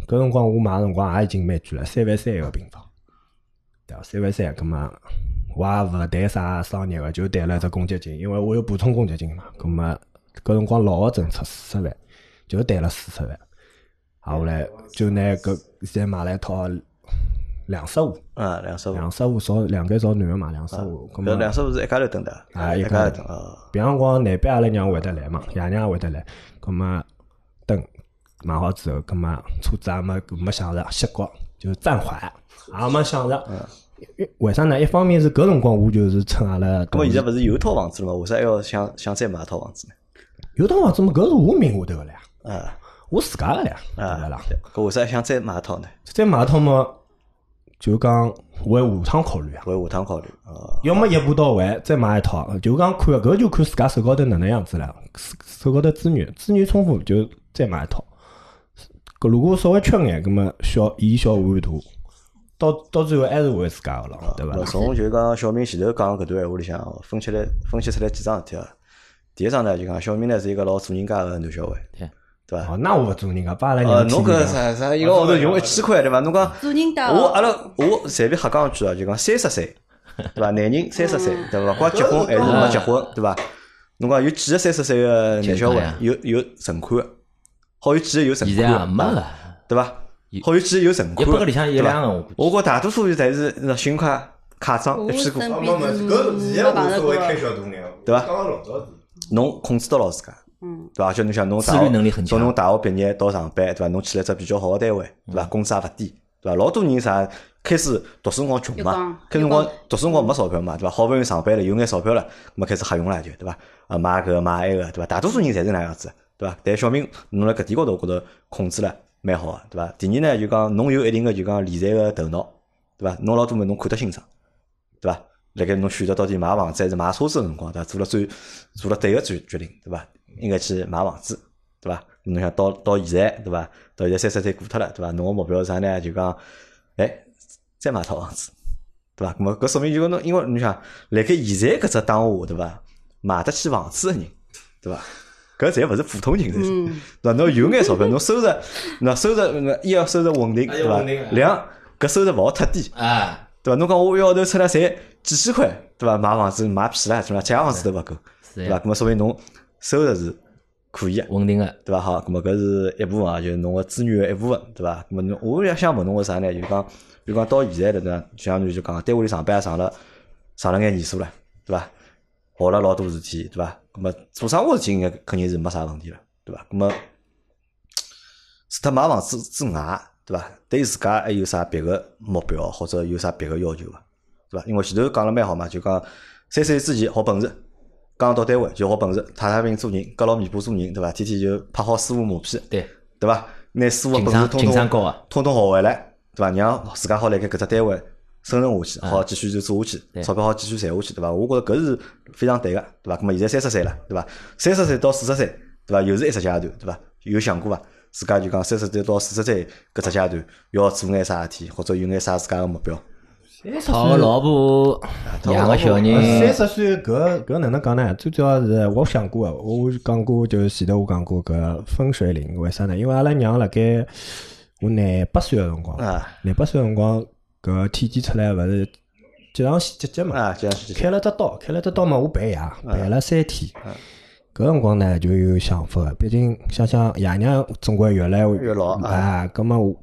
[SPEAKER 3] 搿辰光我买个辰光也已经蛮贵了，三万三一个平方，对伐？三万三，葛末我也勿谈啥商业个，就谈了只公积金，因为我有补充公积金嘛。葛末搿辰光老个政策四十万，就谈了四十万。啊，后来就拿搿现在买了一套两十户，
[SPEAKER 1] 啊，两十户，
[SPEAKER 3] 两十户找两个找男个嘛，两十户。咁
[SPEAKER 1] 搿两十户是一家头蹲的，
[SPEAKER 3] 啊
[SPEAKER 1] 一
[SPEAKER 3] 一
[SPEAKER 1] 家
[SPEAKER 3] 家
[SPEAKER 1] 头
[SPEAKER 3] 头
[SPEAKER 1] 蹲啊，
[SPEAKER 3] 别辰光难边阿拉娘会得来嘛，爷娘也会得来，葛么等买好之后，葛么车子也没没想着歇过，就是暂缓，也没想着。一为啥呢？一方面是搿辰光我就是趁阿拉
[SPEAKER 1] 咁
[SPEAKER 3] 同
[SPEAKER 1] 么
[SPEAKER 3] 事，
[SPEAKER 1] 现在勿是有一套房子了嘛？为啥还要想想再买一套房子呢？
[SPEAKER 3] 有套房子嘛，搿是我名下头个了呀，
[SPEAKER 1] 啊
[SPEAKER 3] 我自家个了呀，对勿
[SPEAKER 1] 啊
[SPEAKER 3] 啦？，
[SPEAKER 1] 搿为啥想再买一套呢？
[SPEAKER 3] 再买一套嘛，就讲为下趟考虑啊。
[SPEAKER 1] 为下趟考虑啊，
[SPEAKER 3] 要么一步到位，再买一套，就讲看搿就看自家手高头哪能样子了，手手高头资源资源充足就再买一套。搿如果稍微缺眼，葛么啊小以小换大，到到最后还是为自家个咯，对伐
[SPEAKER 1] 咾？从啊就是讲小明前头讲搿段闲话里向哦，分析来分析出来几桩事体啊。第一桩呢，就讲小明呢是一个老做人家个男小孩，
[SPEAKER 4] 对
[SPEAKER 1] 对伐？
[SPEAKER 3] 哦，那我勿做人家，把阿拉
[SPEAKER 1] 呃，
[SPEAKER 3] 娘
[SPEAKER 1] 侬
[SPEAKER 3] 天
[SPEAKER 1] 搿
[SPEAKER 3] 天
[SPEAKER 1] 啥啥一个号头用一千块对伐？侬讲
[SPEAKER 2] 做人家
[SPEAKER 1] 我阿
[SPEAKER 2] 哦，
[SPEAKER 1] 拉我随便瞎讲一句啊，就讲三十岁，对伐？男人三十岁，对伐？勿管结婚
[SPEAKER 2] 嗯
[SPEAKER 1] 还是没结婚，对伐？侬讲有几个三十岁个男小
[SPEAKER 4] 结婚
[SPEAKER 1] 孩
[SPEAKER 4] 呀
[SPEAKER 1] 有有存款个，好有几个有存
[SPEAKER 4] 现在
[SPEAKER 1] 款的，
[SPEAKER 4] 也没了，
[SPEAKER 1] 对伐？
[SPEAKER 4] 有
[SPEAKER 1] 好有几个有存
[SPEAKER 4] 一
[SPEAKER 1] 款的，
[SPEAKER 4] 百个里向有
[SPEAKER 1] 对伐
[SPEAKER 4] 两个，我估计。
[SPEAKER 1] 我觉大多数人侪是那信用卡卡账
[SPEAKER 2] 我
[SPEAKER 1] 一屁股，
[SPEAKER 2] 身
[SPEAKER 3] 啊
[SPEAKER 2] 边
[SPEAKER 3] 没
[SPEAKER 2] 是
[SPEAKER 3] 没
[SPEAKER 2] 没
[SPEAKER 3] 搿
[SPEAKER 1] 嗯
[SPEAKER 3] 现在
[SPEAKER 2] 碰
[SPEAKER 3] 无
[SPEAKER 2] 着
[SPEAKER 3] 所
[SPEAKER 2] 过
[SPEAKER 3] 谓，开销大眼，
[SPEAKER 1] 对伐
[SPEAKER 3] 刚刚老早子
[SPEAKER 1] 侬控制得牢自家，
[SPEAKER 2] 嗯，
[SPEAKER 1] 对伐？就侬像侬大
[SPEAKER 4] 自
[SPEAKER 1] 学
[SPEAKER 4] 律能力很强嗯
[SPEAKER 1] 从侬大学毕业到上班，对伐？侬去了一只比较好的单位，对伐？工资也勿低，对伐？老多人啥开始读书辰光穷
[SPEAKER 2] 有
[SPEAKER 1] 嘛
[SPEAKER 2] 讲，
[SPEAKER 1] 开始辰
[SPEAKER 2] 有
[SPEAKER 1] 光
[SPEAKER 2] 讲
[SPEAKER 1] 读书辰光没钞票嘛，对伐？好不容易上班了，有眼钞票了，咾么开始瞎用了就，对伐？啊，买搿买埃个，对伐？大多数人侪是那样子，对伐？但小明侬辣搿点高头，我觉着控制了蛮好个，对伐？第二呢，就讲侬有一定个就讲理财个头脑，对伐？侬老多物事侬看得清爽。对伐？辣盖侬选择到底买房子还是买车子个辰光，对伐？做了最做了对个决决定，对伐？应该去买房子，对伐？侬想到到现在，对伐？到现在三十岁过脱了，对伐？侬个目标是啥呢？就讲，哎，再买套房子，对伐？咁么搿说明就讲侬，因为侬想，辣盖现在搿只当下，对伐？买得起房子个人，对伐？搿侪勿是普通人，侪是。
[SPEAKER 2] 嗯，
[SPEAKER 1] 对伐？侬有眼钞票，侬收入，那收入那一要收入稳定，
[SPEAKER 3] 哎
[SPEAKER 1] 对
[SPEAKER 3] 要
[SPEAKER 1] 伐
[SPEAKER 3] 稳定啊？
[SPEAKER 1] 两搿收入勿好太低，
[SPEAKER 4] 啊，
[SPEAKER 1] 对伐？侬讲我一个号头出来才几千块，对伐？买房子买屁了，对伐？借房子都勿够，
[SPEAKER 4] 是
[SPEAKER 1] 对伐？
[SPEAKER 4] 呀，
[SPEAKER 1] 搿么说明侬收入是可以个，
[SPEAKER 4] 稳定的，
[SPEAKER 1] 对伐？好，搿么搿是一部分啊，就是侬个资源个一部分，对伐？搿么侬我也想问侬个啥呢？就讲，比如讲到现在了，对伐？就像侬就讲，单位里上班也上了上了眼年数了，对伐？学了老多事体，对伐？搿么做生活事体应该肯定是没啥问题了，对伐？搿么除脱买房子之外，对伐？对自家还有啥别个目标或者有啥别个要求伐？对伐？因为前头讲了蛮好嘛，就讲三十岁之前学本事，刚到单位就学本事，踏踏平做人，隔牢面部做人，对伐？天天就拍好师傅马屁，
[SPEAKER 4] 对，
[SPEAKER 1] 对伐？拿师傅
[SPEAKER 4] 情
[SPEAKER 1] 本事
[SPEAKER 4] 商
[SPEAKER 1] 通
[SPEAKER 4] 情商
[SPEAKER 1] 通
[SPEAKER 4] 高啊，
[SPEAKER 1] 通通学回来，对伐？让自家好辣盖搿只单位生存下去，好继续就做下去，
[SPEAKER 4] 嗯对
[SPEAKER 1] 钞票好继续赚下去，对伐？我觉着搿是非常对个，对伐？葛末现在三十岁了，对伐？三十岁到四十岁，对伐？又是一只阶段，对伐？有想过伐？自家就讲三十岁到四十岁搿只阶段要做眼啥事体，或者有眼啥自家个目标？
[SPEAKER 4] 讨个老婆，养个小
[SPEAKER 5] 啊
[SPEAKER 3] 嗯三
[SPEAKER 4] 人，
[SPEAKER 3] 十岁搿搿哪能讲呢？最主要是我想过啊，我讲过就是前头我讲过搿分水岭，为啥呢？因为阿拉娘辣盖我廿八岁个辰光，
[SPEAKER 1] 啊
[SPEAKER 3] 廿八岁个辰光搿体检出来勿是结肠系结节嘛，
[SPEAKER 1] 啊，这样是
[SPEAKER 3] 开了只刀，开了只刀嘛，我陪爷陪了三天。
[SPEAKER 1] 啊
[SPEAKER 3] 搿辰光呢就有想法了，毕竟想想爷娘总归越来
[SPEAKER 1] 越老啊
[SPEAKER 3] 啊，葛末我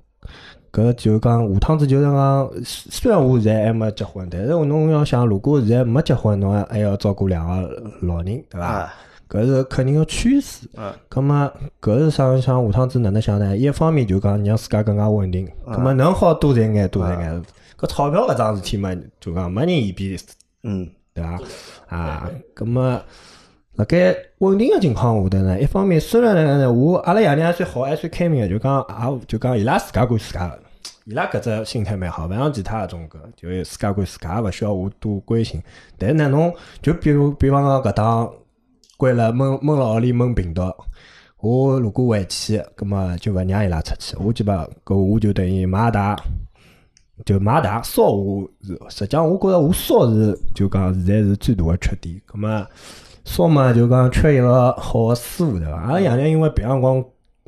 [SPEAKER 3] 搿就讲下趟子就是讲，虽虽然我现在还没结婚，但是侬要想，如果现在没结婚，侬还还要照顾两个老人，对伐
[SPEAKER 1] 啊？
[SPEAKER 3] 搿是肯定个趋势。
[SPEAKER 1] 嗯
[SPEAKER 3] 葛末搿是想想下趟子哪能想呢？一方面就讲让自家更加稳定，葛末能好多赚眼多赚眼。搿钞票搿桩事体嘛，就讲没人嫌比
[SPEAKER 1] 嗯
[SPEAKER 3] 对伐？啊，咁么，辣盖稳定个情况下头呢，一方面虽然呢，我阿拉爷娘还算好，还算开明个，就讲也就讲伊拉自家管自家个，伊拉搿只心态蛮好，勿像其他搿种个，就是自家管自家，勿需要我多关心。但是呢，侬就比如比方讲搿趟关了闷闷辣屋里闷病毒。我如果回去，葛么就勿让伊拉出去，我基本搿我就等于买大就买大烧我是，实际上我觉着我烧是就讲现在是最大的缺点。咁么烧嘛就讲缺一个好的师傅对伐？阿拉爷娘因为别辰光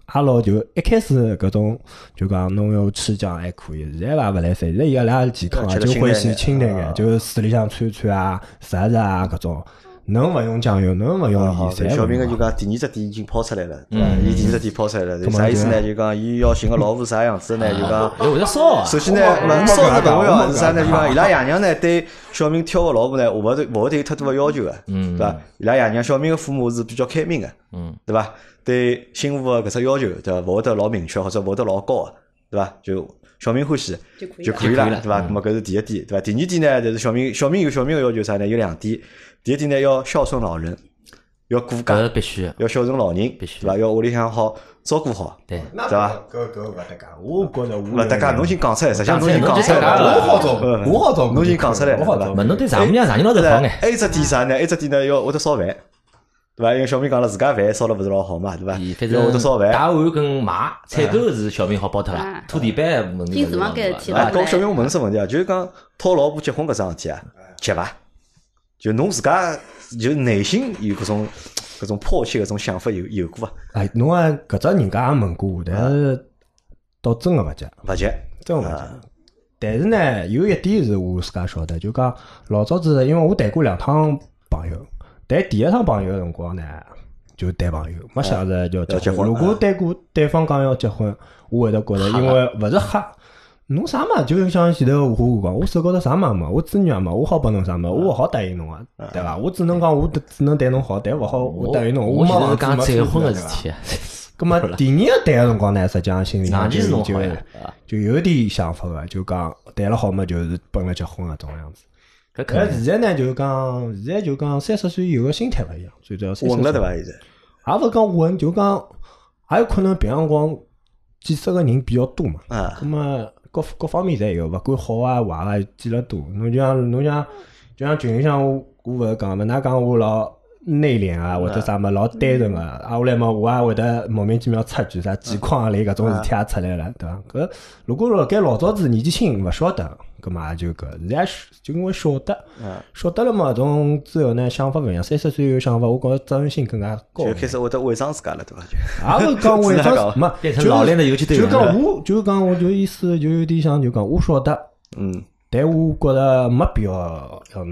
[SPEAKER 3] 阿拉老就一开始搿种就讲侬要吃酱还可以，现在伐勿来三，现在伊拉也是健康啊，
[SPEAKER 1] 哦吃得
[SPEAKER 3] 就
[SPEAKER 1] 清
[SPEAKER 3] 欢
[SPEAKER 1] 淡
[SPEAKER 3] 喜
[SPEAKER 1] 眼
[SPEAKER 3] 清淡
[SPEAKER 1] 啊
[SPEAKER 3] 眼，就是水里向穿一穿啊、食食啊搿种。
[SPEAKER 5] 侬勿用酱油，侬勿用
[SPEAKER 1] 啊
[SPEAKER 5] 盐，
[SPEAKER 1] 好，嗯
[SPEAKER 5] 侪
[SPEAKER 1] 小明
[SPEAKER 5] 勿
[SPEAKER 1] 个
[SPEAKER 5] 用
[SPEAKER 1] 就
[SPEAKER 5] 啊
[SPEAKER 1] 讲第二只点已经抛出来了，对伐？伊第二只点抛出来了，啥意思呢？就讲伊要寻个老婆啥样子呢？就讲。
[SPEAKER 4] 哎，会得烧啊，
[SPEAKER 1] 首先呢，那烧得勿重要啊是啥呢？就讲伊拉爷娘呢，对小明挑个老婆呢，勿会对勿会对有太多个要求个，对伐？伊拉爷娘小明个父母是比较开明个，
[SPEAKER 4] 嗯，
[SPEAKER 1] 对伐？对媳妇个搿只要求，对伐？勿会得老明确或者勿会得老高个，对伐？就小明欢喜
[SPEAKER 2] 就可以
[SPEAKER 1] 就
[SPEAKER 2] 了
[SPEAKER 1] 可以
[SPEAKER 4] 就可以
[SPEAKER 1] 了
[SPEAKER 4] 了，嗯
[SPEAKER 1] 对伐？那么搿是第一点，对伐？第二点呢，就是小明小明有小明个要求啥呢？有两点，第一点呢要孝顺老人，要顾
[SPEAKER 4] 搿是
[SPEAKER 1] 家，
[SPEAKER 4] 必须的。
[SPEAKER 1] 要孝顺老人，
[SPEAKER 4] 呃必须
[SPEAKER 1] 对伐？要屋里向好照顾好，
[SPEAKER 4] 对，
[SPEAKER 5] 那
[SPEAKER 1] 对伐
[SPEAKER 5] 搿搿勿搭界，我觉着我
[SPEAKER 1] 勿大家侬已经讲出来，实际上侬已经
[SPEAKER 4] 侬
[SPEAKER 1] 讲
[SPEAKER 4] 就
[SPEAKER 1] 出来
[SPEAKER 4] 嗯讲
[SPEAKER 1] 了
[SPEAKER 4] 了。
[SPEAKER 5] 嗯我好照顾
[SPEAKER 1] 嗯，
[SPEAKER 5] 我好照顾，
[SPEAKER 1] 侬已经讲出来了
[SPEAKER 5] 我好照
[SPEAKER 1] 对
[SPEAKER 5] 顾
[SPEAKER 1] 吧
[SPEAKER 4] 问。侬对丈母娘、丈姨娘
[SPEAKER 1] 对
[SPEAKER 4] 都
[SPEAKER 1] 啦
[SPEAKER 4] 好眼，
[SPEAKER 1] 还有一只点啥
[SPEAKER 4] *laughs*
[SPEAKER 1] 呢？还有一只点呢，要会得烧饭，对伐？因为小明讲了，自家饭烧了勿是老好嘛，对伐
[SPEAKER 4] 伊反？
[SPEAKER 1] 要啊会得烧
[SPEAKER 4] 正
[SPEAKER 1] 饭。
[SPEAKER 4] 打碗跟买采购是小明好包脱了
[SPEAKER 2] 嗯，
[SPEAKER 4] 拖地板问题
[SPEAKER 2] 进厨房间的事体
[SPEAKER 1] 哎，
[SPEAKER 2] 了
[SPEAKER 1] 搿小明我问只问题啊，就是讲讨老婆结婚搿桩事体啊，
[SPEAKER 5] 哎
[SPEAKER 1] 急伐？就侬自家就内心有搿种搿种迫切搿种想法有有过伐？
[SPEAKER 5] 哎，侬啊，搿只人家也问过我，但是倒真个勿急，
[SPEAKER 1] 勿啊急，
[SPEAKER 5] 真个勿急。但是呢，有一点是我自家晓得，就讲老早子，因为我谈过两趟朋友，谈第一趟朋友个辰光呢，就谈朋友，没
[SPEAKER 4] 哎
[SPEAKER 5] 想着要
[SPEAKER 1] 要结
[SPEAKER 5] 结
[SPEAKER 1] 婚
[SPEAKER 5] 婚。如果对过对方讲要结婚，我会得觉着，因
[SPEAKER 4] *laughs*
[SPEAKER 5] 为勿是吓。侬啥嘛，就像前头我讲，我手高头啥嘛没，我子女也没，我好帮侬啥嘛，我勿好答应侬啊，对伐？我只能讲，我只能对侬好，但勿好我答应侬。
[SPEAKER 4] 哎我
[SPEAKER 5] 没
[SPEAKER 4] 现在是
[SPEAKER 5] 房
[SPEAKER 4] 讲再婚个
[SPEAKER 5] 子没车子对
[SPEAKER 4] 事
[SPEAKER 5] 伐
[SPEAKER 4] 体啊，
[SPEAKER 5] 咁么第二谈个辰光呢，实际上心里
[SPEAKER 4] 硬
[SPEAKER 5] 向
[SPEAKER 4] 件是
[SPEAKER 5] 就
[SPEAKER 4] 侬
[SPEAKER 5] 就
[SPEAKER 4] 好呀，啊
[SPEAKER 5] 就有点想法个，就讲谈了好嘛，就是奔了结婚个种样子。
[SPEAKER 4] 搿肯
[SPEAKER 5] 但
[SPEAKER 4] 定
[SPEAKER 5] 现在呢，就讲现在就讲三十岁以后个心态勿一样，最主要三十
[SPEAKER 1] 稳了对伐？
[SPEAKER 5] 岁
[SPEAKER 1] 现在
[SPEAKER 5] 也勿讲稳，就讲也有可能平常光见识个人比较多嘛。
[SPEAKER 1] 啊
[SPEAKER 5] 咁么各各方面侪有，勿管好啊坏啊，见了多。侬就像侬像就像群里向我我勿是讲嘛，㑚讲我老内敛啊，或者啥么老单纯啊，啊后来嘛我也会得莫名其妙出句啥几框啊类搿种事体也出来了，对伐？搿如果辣盖老早子年纪轻勿晓得，搿嘛也就搿，现在是就因为晓得
[SPEAKER 1] 啊，
[SPEAKER 5] 晓得了嘛，从之后呢想法勿一样，三十岁后想法，我觉着责任心更加高
[SPEAKER 1] 就
[SPEAKER 5] 了。
[SPEAKER 1] 开始会得违章自家了对伐？就
[SPEAKER 5] 也勿讲违
[SPEAKER 1] 自家
[SPEAKER 5] 章，
[SPEAKER 1] 讲
[SPEAKER 5] 没
[SPEAKER 4] 变成老练的游击队
[SPEAKER 5] 就
[SPEAKER 4] 员了
[SPEAKER 5] 讲我，就讲我就意思就有点像，就讲我晓得，
[SPEAKER 1] 嗯，
[SPEAKER 5] 但我觉着没必要要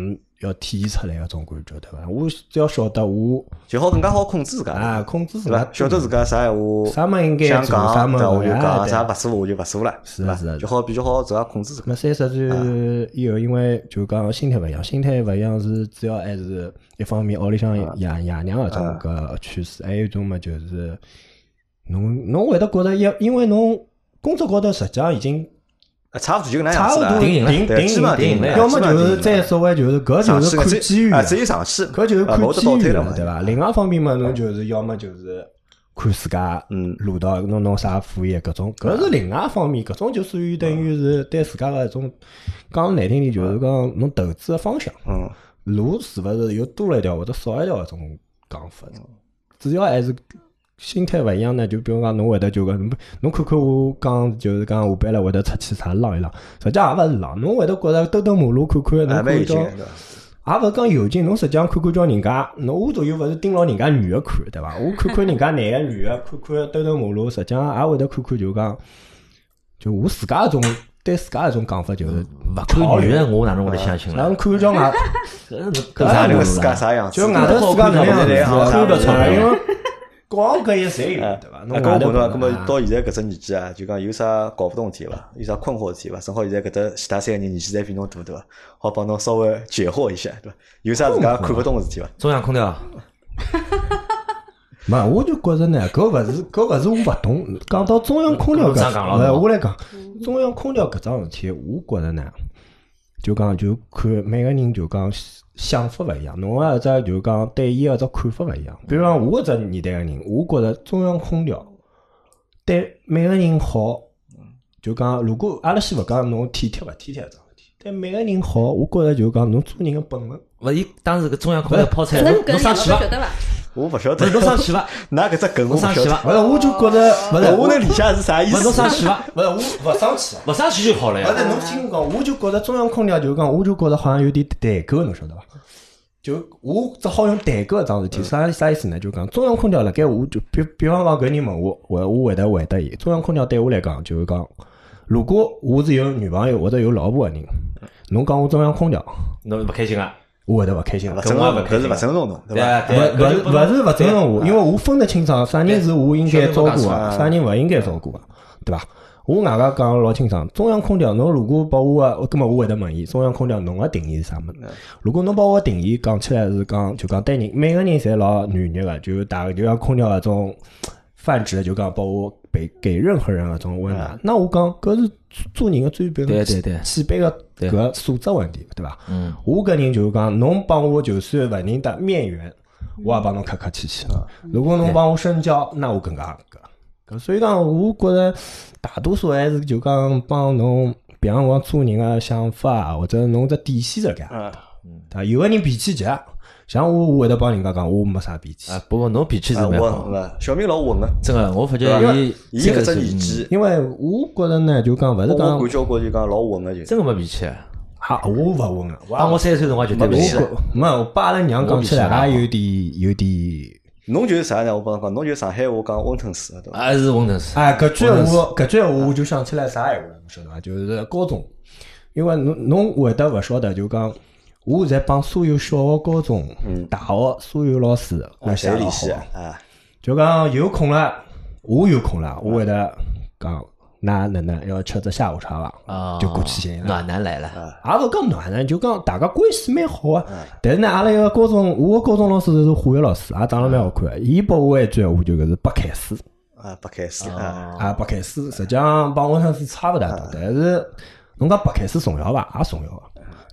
[SPEAKER 5] 要体现出来啊搿种感觉，对伐？我只要晓得我
[SPEAKER 1] 就好更加好控制自家
[SPEAKER 5] 啊，控制自
[SPEAKER 1] 对
[SPEAKER 5] 家
[SPEAKER 1] 伐？，晓得自家啥闲话，
[SPEAKER 5] 啥么应该
[SPEAKER 1] 想
[SPEAKER 5] 做啥
[SPEAKER 1] 讲，
[SPEAKER 5] 么
[SPEAKER 1] 对伐我就
[SPEAKER 5] 勿
[SPEAKER 1] 讲，
[SPEAKER 5] 要
[SPEAKER 1] 啥
[SPEAKER 5] 对
[SPEAKER 1] 勿舒服我就勿舒服了，
[SPEAKER 5] 是
[SPEAKER 1] 对
[SPEAKER 5] 的
[SPEAKER 1] 伐
[SPEAKER 5] 是的
[SPEAKER 1] 就好比较好自家控制自家。
[SPEAKER 5] 那三十岁以后，因为就讲心态勿一样，心态勿一样是主要还是一方面屋里向
[SPEAKER 1] 啊
[SPEAKER 5] 爷爷娘啊搿种搿趋势，还有一种嘛就是侬侬会得觉得要，因为侬工作高头实际上已经
[SPEAKER 1] 啊，差勿多就搿能样
[SPEAKER 5] 差
[SPEAKER 1] 子
[SPEAKER 5] 勿
[SPEAKER 1] 了。
[SPEAKER 5] 多
[SPEAKER 4] 定型了
[SPEAKER 5] 定
[SPEAKER 1] 对基本上
[SPEAKER 5] 定
[SPEAKER 1] 定型了
[SPEAKER 5] 要么就是
[SPEAKER 1] 基本上定型
[SPEAKER 5] 再
[SPEAKER 1] 了
[SPEAKER 5] 稍微就是搿
[SPEAKER 1] 上
[SPEAKER 5] 就是
[SPEAKER 1] 去
[SPEAKER 5] 看
[SPEAKER 1] 搿
[SPEAKER 5] 机遇
[SPEAKER 1] 啊，
[SPEAKER 5] 了，
[SPEAKER 1] 只有上去，
[SPEAKER 5] 搿就是
[SPEAKER 1] 啊
[SPEAKER 5] 看
[SPEAKER 1] 勿会得倒
[SPEAKER 5] 机遇
[SPEAKER 1] 退
[SPEAKER 5] 了
[SPEAKER 1] 嘛
[SPEAKER 5] 嘛，对伐？另外一方面嘛，
[SPEAKER 1] 啊
[SPEAKER 5] 侬就是要么就是看自家
[SPEAKER 1] 嗯
[SPEAKER 5] 路到侬弄啥副业搿种，
[SPEAKER 1] 啊
[SPEAKER 5] 搿是另外一方面，搿种就属于等于是对自家个一种讲难听点，
[SPEAKER 1] 啊
[SPEAKER 5] 就是讲侬投资个方向
[SPEAKER 1] 嗯，
[SPEAKER 5] 路是勿是又多了一条或者少一条搿种讲法，
[SPEAKER 1] 啊
[SPEAKER 5] 主要还是。心态勿一样呢，就比如讲，侬会得就讲，侬看看我讲，就是讲下班了会得出去啥浪一浪，实际上也勿是浪，侬会得觉着兜兜马路看看，
[SPEAKER 1] 还啊
[SPEAKER 5] 侬
[SPEAKER 1] 蛮有
[SPEAKER 5] 看
[SPEAKER 1] 劲
[SPEAKER 5] 到
[SPEAKER 1] 的，对伐
[SPEAKER 5] 也勿讲有劲，侬实际上看看叫人家，侬我左右勿是盯牢人家女个看，对伐？我看看人家男个女个，看看兜兜马路，实际上也会得看看就讲，就我自家一种对自家一种讲法就是，
[SPEAKER 4] 勿看女的，我哪能会得相信
[SPEAKER 5] 然
[SPEAKER 4] 呢
[SPEAKER 5] 后？看看叫外，
[SPEAKER 4] 搿啥
[SPEAKER 1] 看
[SPEAKER 4] 流
[SPEAKER 1] 个
[SPEAKER 4] 路啊
[SPEAKER 1] 自家
[SPEAKER 4] 啦？
[SPEAKER 1] 啥样子，
[SPEAKER 5] 就外头自家哪能样子，看勿出来，因为光搿一侪有，对伐？侬
[SPEAKER 1] 啊，跟
[SPEAKER 5] 外
[SPEAKER 1] 我
[SPEAKER 5] 头
[SPEAKER 1] 讲到，那么到现在搿只年纪啊，就讲有啥搞不懂事体伐？有啥困惑事体伐？正好现在搿搭其他三个人年纪侪比侬大，对伐？好帮侬稍微解惑一下，对伐？有啥自家看不懂的事体伐？
[SPEAKER 4] 中央空调，
[SPEAKER 5] 没，我就觉着呢，搿勿是搿勿是我勿懂。讲到中央空调
[SPEAKER 4] 搿侬上讲
[SPEAKER 5] 搿，
[SPEAKER 4] 了
[SPEAKER 5] 来
[SPEAKER 4] 侬
[SPEAKER 5] 我来讲中央空调搿桩事体，我觉着呢，就讲就看每个人就讲想法勿一样，侬个只就讲对伊个只看法勿一样。比如讲我搿只年代个人，我觉着中央空调对每个人好，就讲如果阿拉先勿讲侬体贴勿体贴搿桩事体，对每个人好，我觉着就讲侬做人个本分。
[SPEAKER 4] 勿伊当时搿中央空调泡菜，
[SPEAKER 2] 搿
[SPEAKER 4] 侬
[SPEAKER 2] 侬搿
[SPEAKER 4] 侬生
[SPEAKER 2] 侬
[SPEAKER 4] 气伐？
[SPEAKER 2] 晓得伐？
[SPEAKER 1] 我勿晓
[SPEAKER 4] 勿
[SPEAKER 1] 得
[SPEAKER 4] 是，
[SPEAKER 1] *laughs*
[SPEAKER 4] 侬生气伐？
[SPEAKER 1] 㑚搿只梗我
[SPEAKER 4] 侬
[SPEAKER 1] 勿
[SPEAKER 4] 生
[SPEAKER 1] 晓
[SPEAKER 4] 气
[SPEAKER 1] 得，
[SPEAKER 4] 伐？
[SPEAKER 5] 勿是，我就觉着勿是
[SPEAKER 1] *laughs* 我能理解是啥意
[SPEAKER 4] 勿是侬
[SPEAKER 1] 思。啊
[SPEAKER 4] 生气伐？
[SPEAKER 5] 勿是我勿生气。
[SPEAKER 1] *laughs*
[SPEAKER 4] 勿生气就好了
[SPEAKER 5] 勿是
[SPEAKER 4] 呀。
[SPEAKER 5] 侬听我讲，我就觉着中央空调就讲，我就觉着好像有点代沟，侬晓得伐？就我只好用代购搿桩事体，啥啥意思呢？就讲中央空调辣盖我就比比方讲搿人问我，我我会得回答伊。中央空调对我来讲就是讲，如果我是有女朋友或者有老婆个人，侬讲我中央空调，
[SPEAKER 4] 侬勿开心啊？
[SPEAKER 3] 我会得勿开心
[SPEAKER 1] 勿
[SPEAKER 3] 个。
[SPEAKER 1] 尊
[SPEAKER 3] 我
[SPEAKER 1] 重
[SPEAKER 3] 也
[SPEAKER 1] 侬，
[SPEAKER 3] 勿开
[SPEAKER 1] 搿是
[SPEAKER 3] 心
[SPEAKER 1] 勿
[SPEAKER 3] 个。
[SPEAKER 1] 尊重侬，对
[SPEAKER 4] 对
[SPEAKER 1] 伐？
[SPEAKER 4] 啊
[SPEAKER 3] 勿
[SPEAKER 4] 对啊，
[SPEAKER 3] 勿勿是勿尊重我，因为我分得清爽啥人是我应该照顾啊
[SPEAKER 4] 晓得
[SPEAKER 3] 个，啥人勿应该照顾个，啊对伐？我外加讲老清爽，中央空调侬如果把我个，葛末我会得问伊，中央空调侬个定义是啥物事？
[SPEAKER 4] 嗯
[SPEAKER 3] 如果侬把我个定义讲起来是讲就讲对人每个人侪老软弱个，就大就像空调搿种泛指，就讲把我给给任何人搿种温暖，那我讲搿是做人个最基
[SPEAKER 4] 嗯对对对
[SPEAKER 3] 基本个搿
[SPEAKER 4] 对
[SPEAKER 3] 个素质问题，对伐？
[SPEAKER 4] 嗯，
[SPEAKER 3] 我个人就是讲，侬帮我就算勿认得面缘，我也帮侬客客气气。如果侬帮我深交，那我更加搿。搿所以讲，我觉着大多数还是就讲帮侬，别辰光做人个想法或者侬只底线是搿样。
[SPEAKER 1] 啊
[SPEAKER 3] 对伐？有个人脾气急，像我，我会得帮人家讲，我没啥脾气，
[SPEAKER 4] 啊，不过侬脾气是
[SPEAKER 1] 啊，
[SPEAKER 4] 蛮
[SPEAKER 1] 我
[SPEAKER 4] 好，
[SPEAKER 1] 啊小明老稳个，
[SPEAKER 4] 真个，我发觉
[SPEAKER 1] 对伐？
[SPEAKER 4] 伊
[SPEAKER 1] 伊
[SPEAKER 4] 真
[SPEAKER 1] 搿
[SPEAKER 4] 个
[SPEAKER 1] 只
[SPEAKER 4] 是
[SPEAKER 1] 年
[SPEAKER 4] 嗯
[SPEAKER 1] 纪，
[SPEAKER 3] 因为我觉着呢，就讲勿
[SPEAKER 1] 我
[SPEAKER 3] 是
[SPEAKER 1] 我
[SPEAKER 3] 讲
[SPEAKER 1] 感觉我就讲老稳个就。
[SPEAKER 4] 真个没脾气啊，
[SPEAKER 3] 啊，我勿混个，我也
[SPEAKER 4] 帮我三岁辰光就对
[SPEAKER 1] 没
[SPEAKER 4] 脾
[SPEAKER 1] 脾
[SPEAKER 4] 气
[SPEAKER 1] 气
[SPEAKER 4] 了，
[SPEAKER 1] 啊
[SPEAKER 3] 我没，我爸阿拉娘讲起来也有点有点。
[SPEAKER 1] 侬就是啥呢？我帮侬讲，侬就是上海话讲温吞水，对伐？
[SPEAKER 4] 还啊是混沌水，
[SPEAKER 3] 哎，搿句闲话，搿句闲话我就想起来啥闲话了，侬晓得伐？就是高中，因为侬侬会得勿晓得，就讲我现在帮所有小学、高中、大学所有老师关系
[SPEAKER 1] 侪
[SPEAKER 3] 也
[SPEAKER 1] 联
[SPEAKER 3] 老
[SPEAKER 1] 系
[SPEAKER 3] 好
[SPEAKER 1] 的，啊，
[SPEAKER 3] 就讲有空了，我有空了，我会得讲，那哪能要吃只下午茶伐
[SPEAKER 4] 啊？
[SPEAKER 3] 就过去寻伊拉。
[SPEAKER 4] 暖男来了，
[SPEAKER 5] 啊
[SPEAKER 3] 也勿讲暖啊呢，就讲大家关系蛮好啊。但是呢，阿拉一个高中，我个高中老师是化学老师，也长得蛮好看的。伊拨我一句闲话，就搿是白开水。
[SPEAKER 1] 啊，白开水
[SPEAKER 2] 哦
[SPEAKER 1] 啊，
[SPEAKER 3] 啊，白开水实际上帮温泉水差勿大多，但是侬讲白开水重要伐？也重要啊。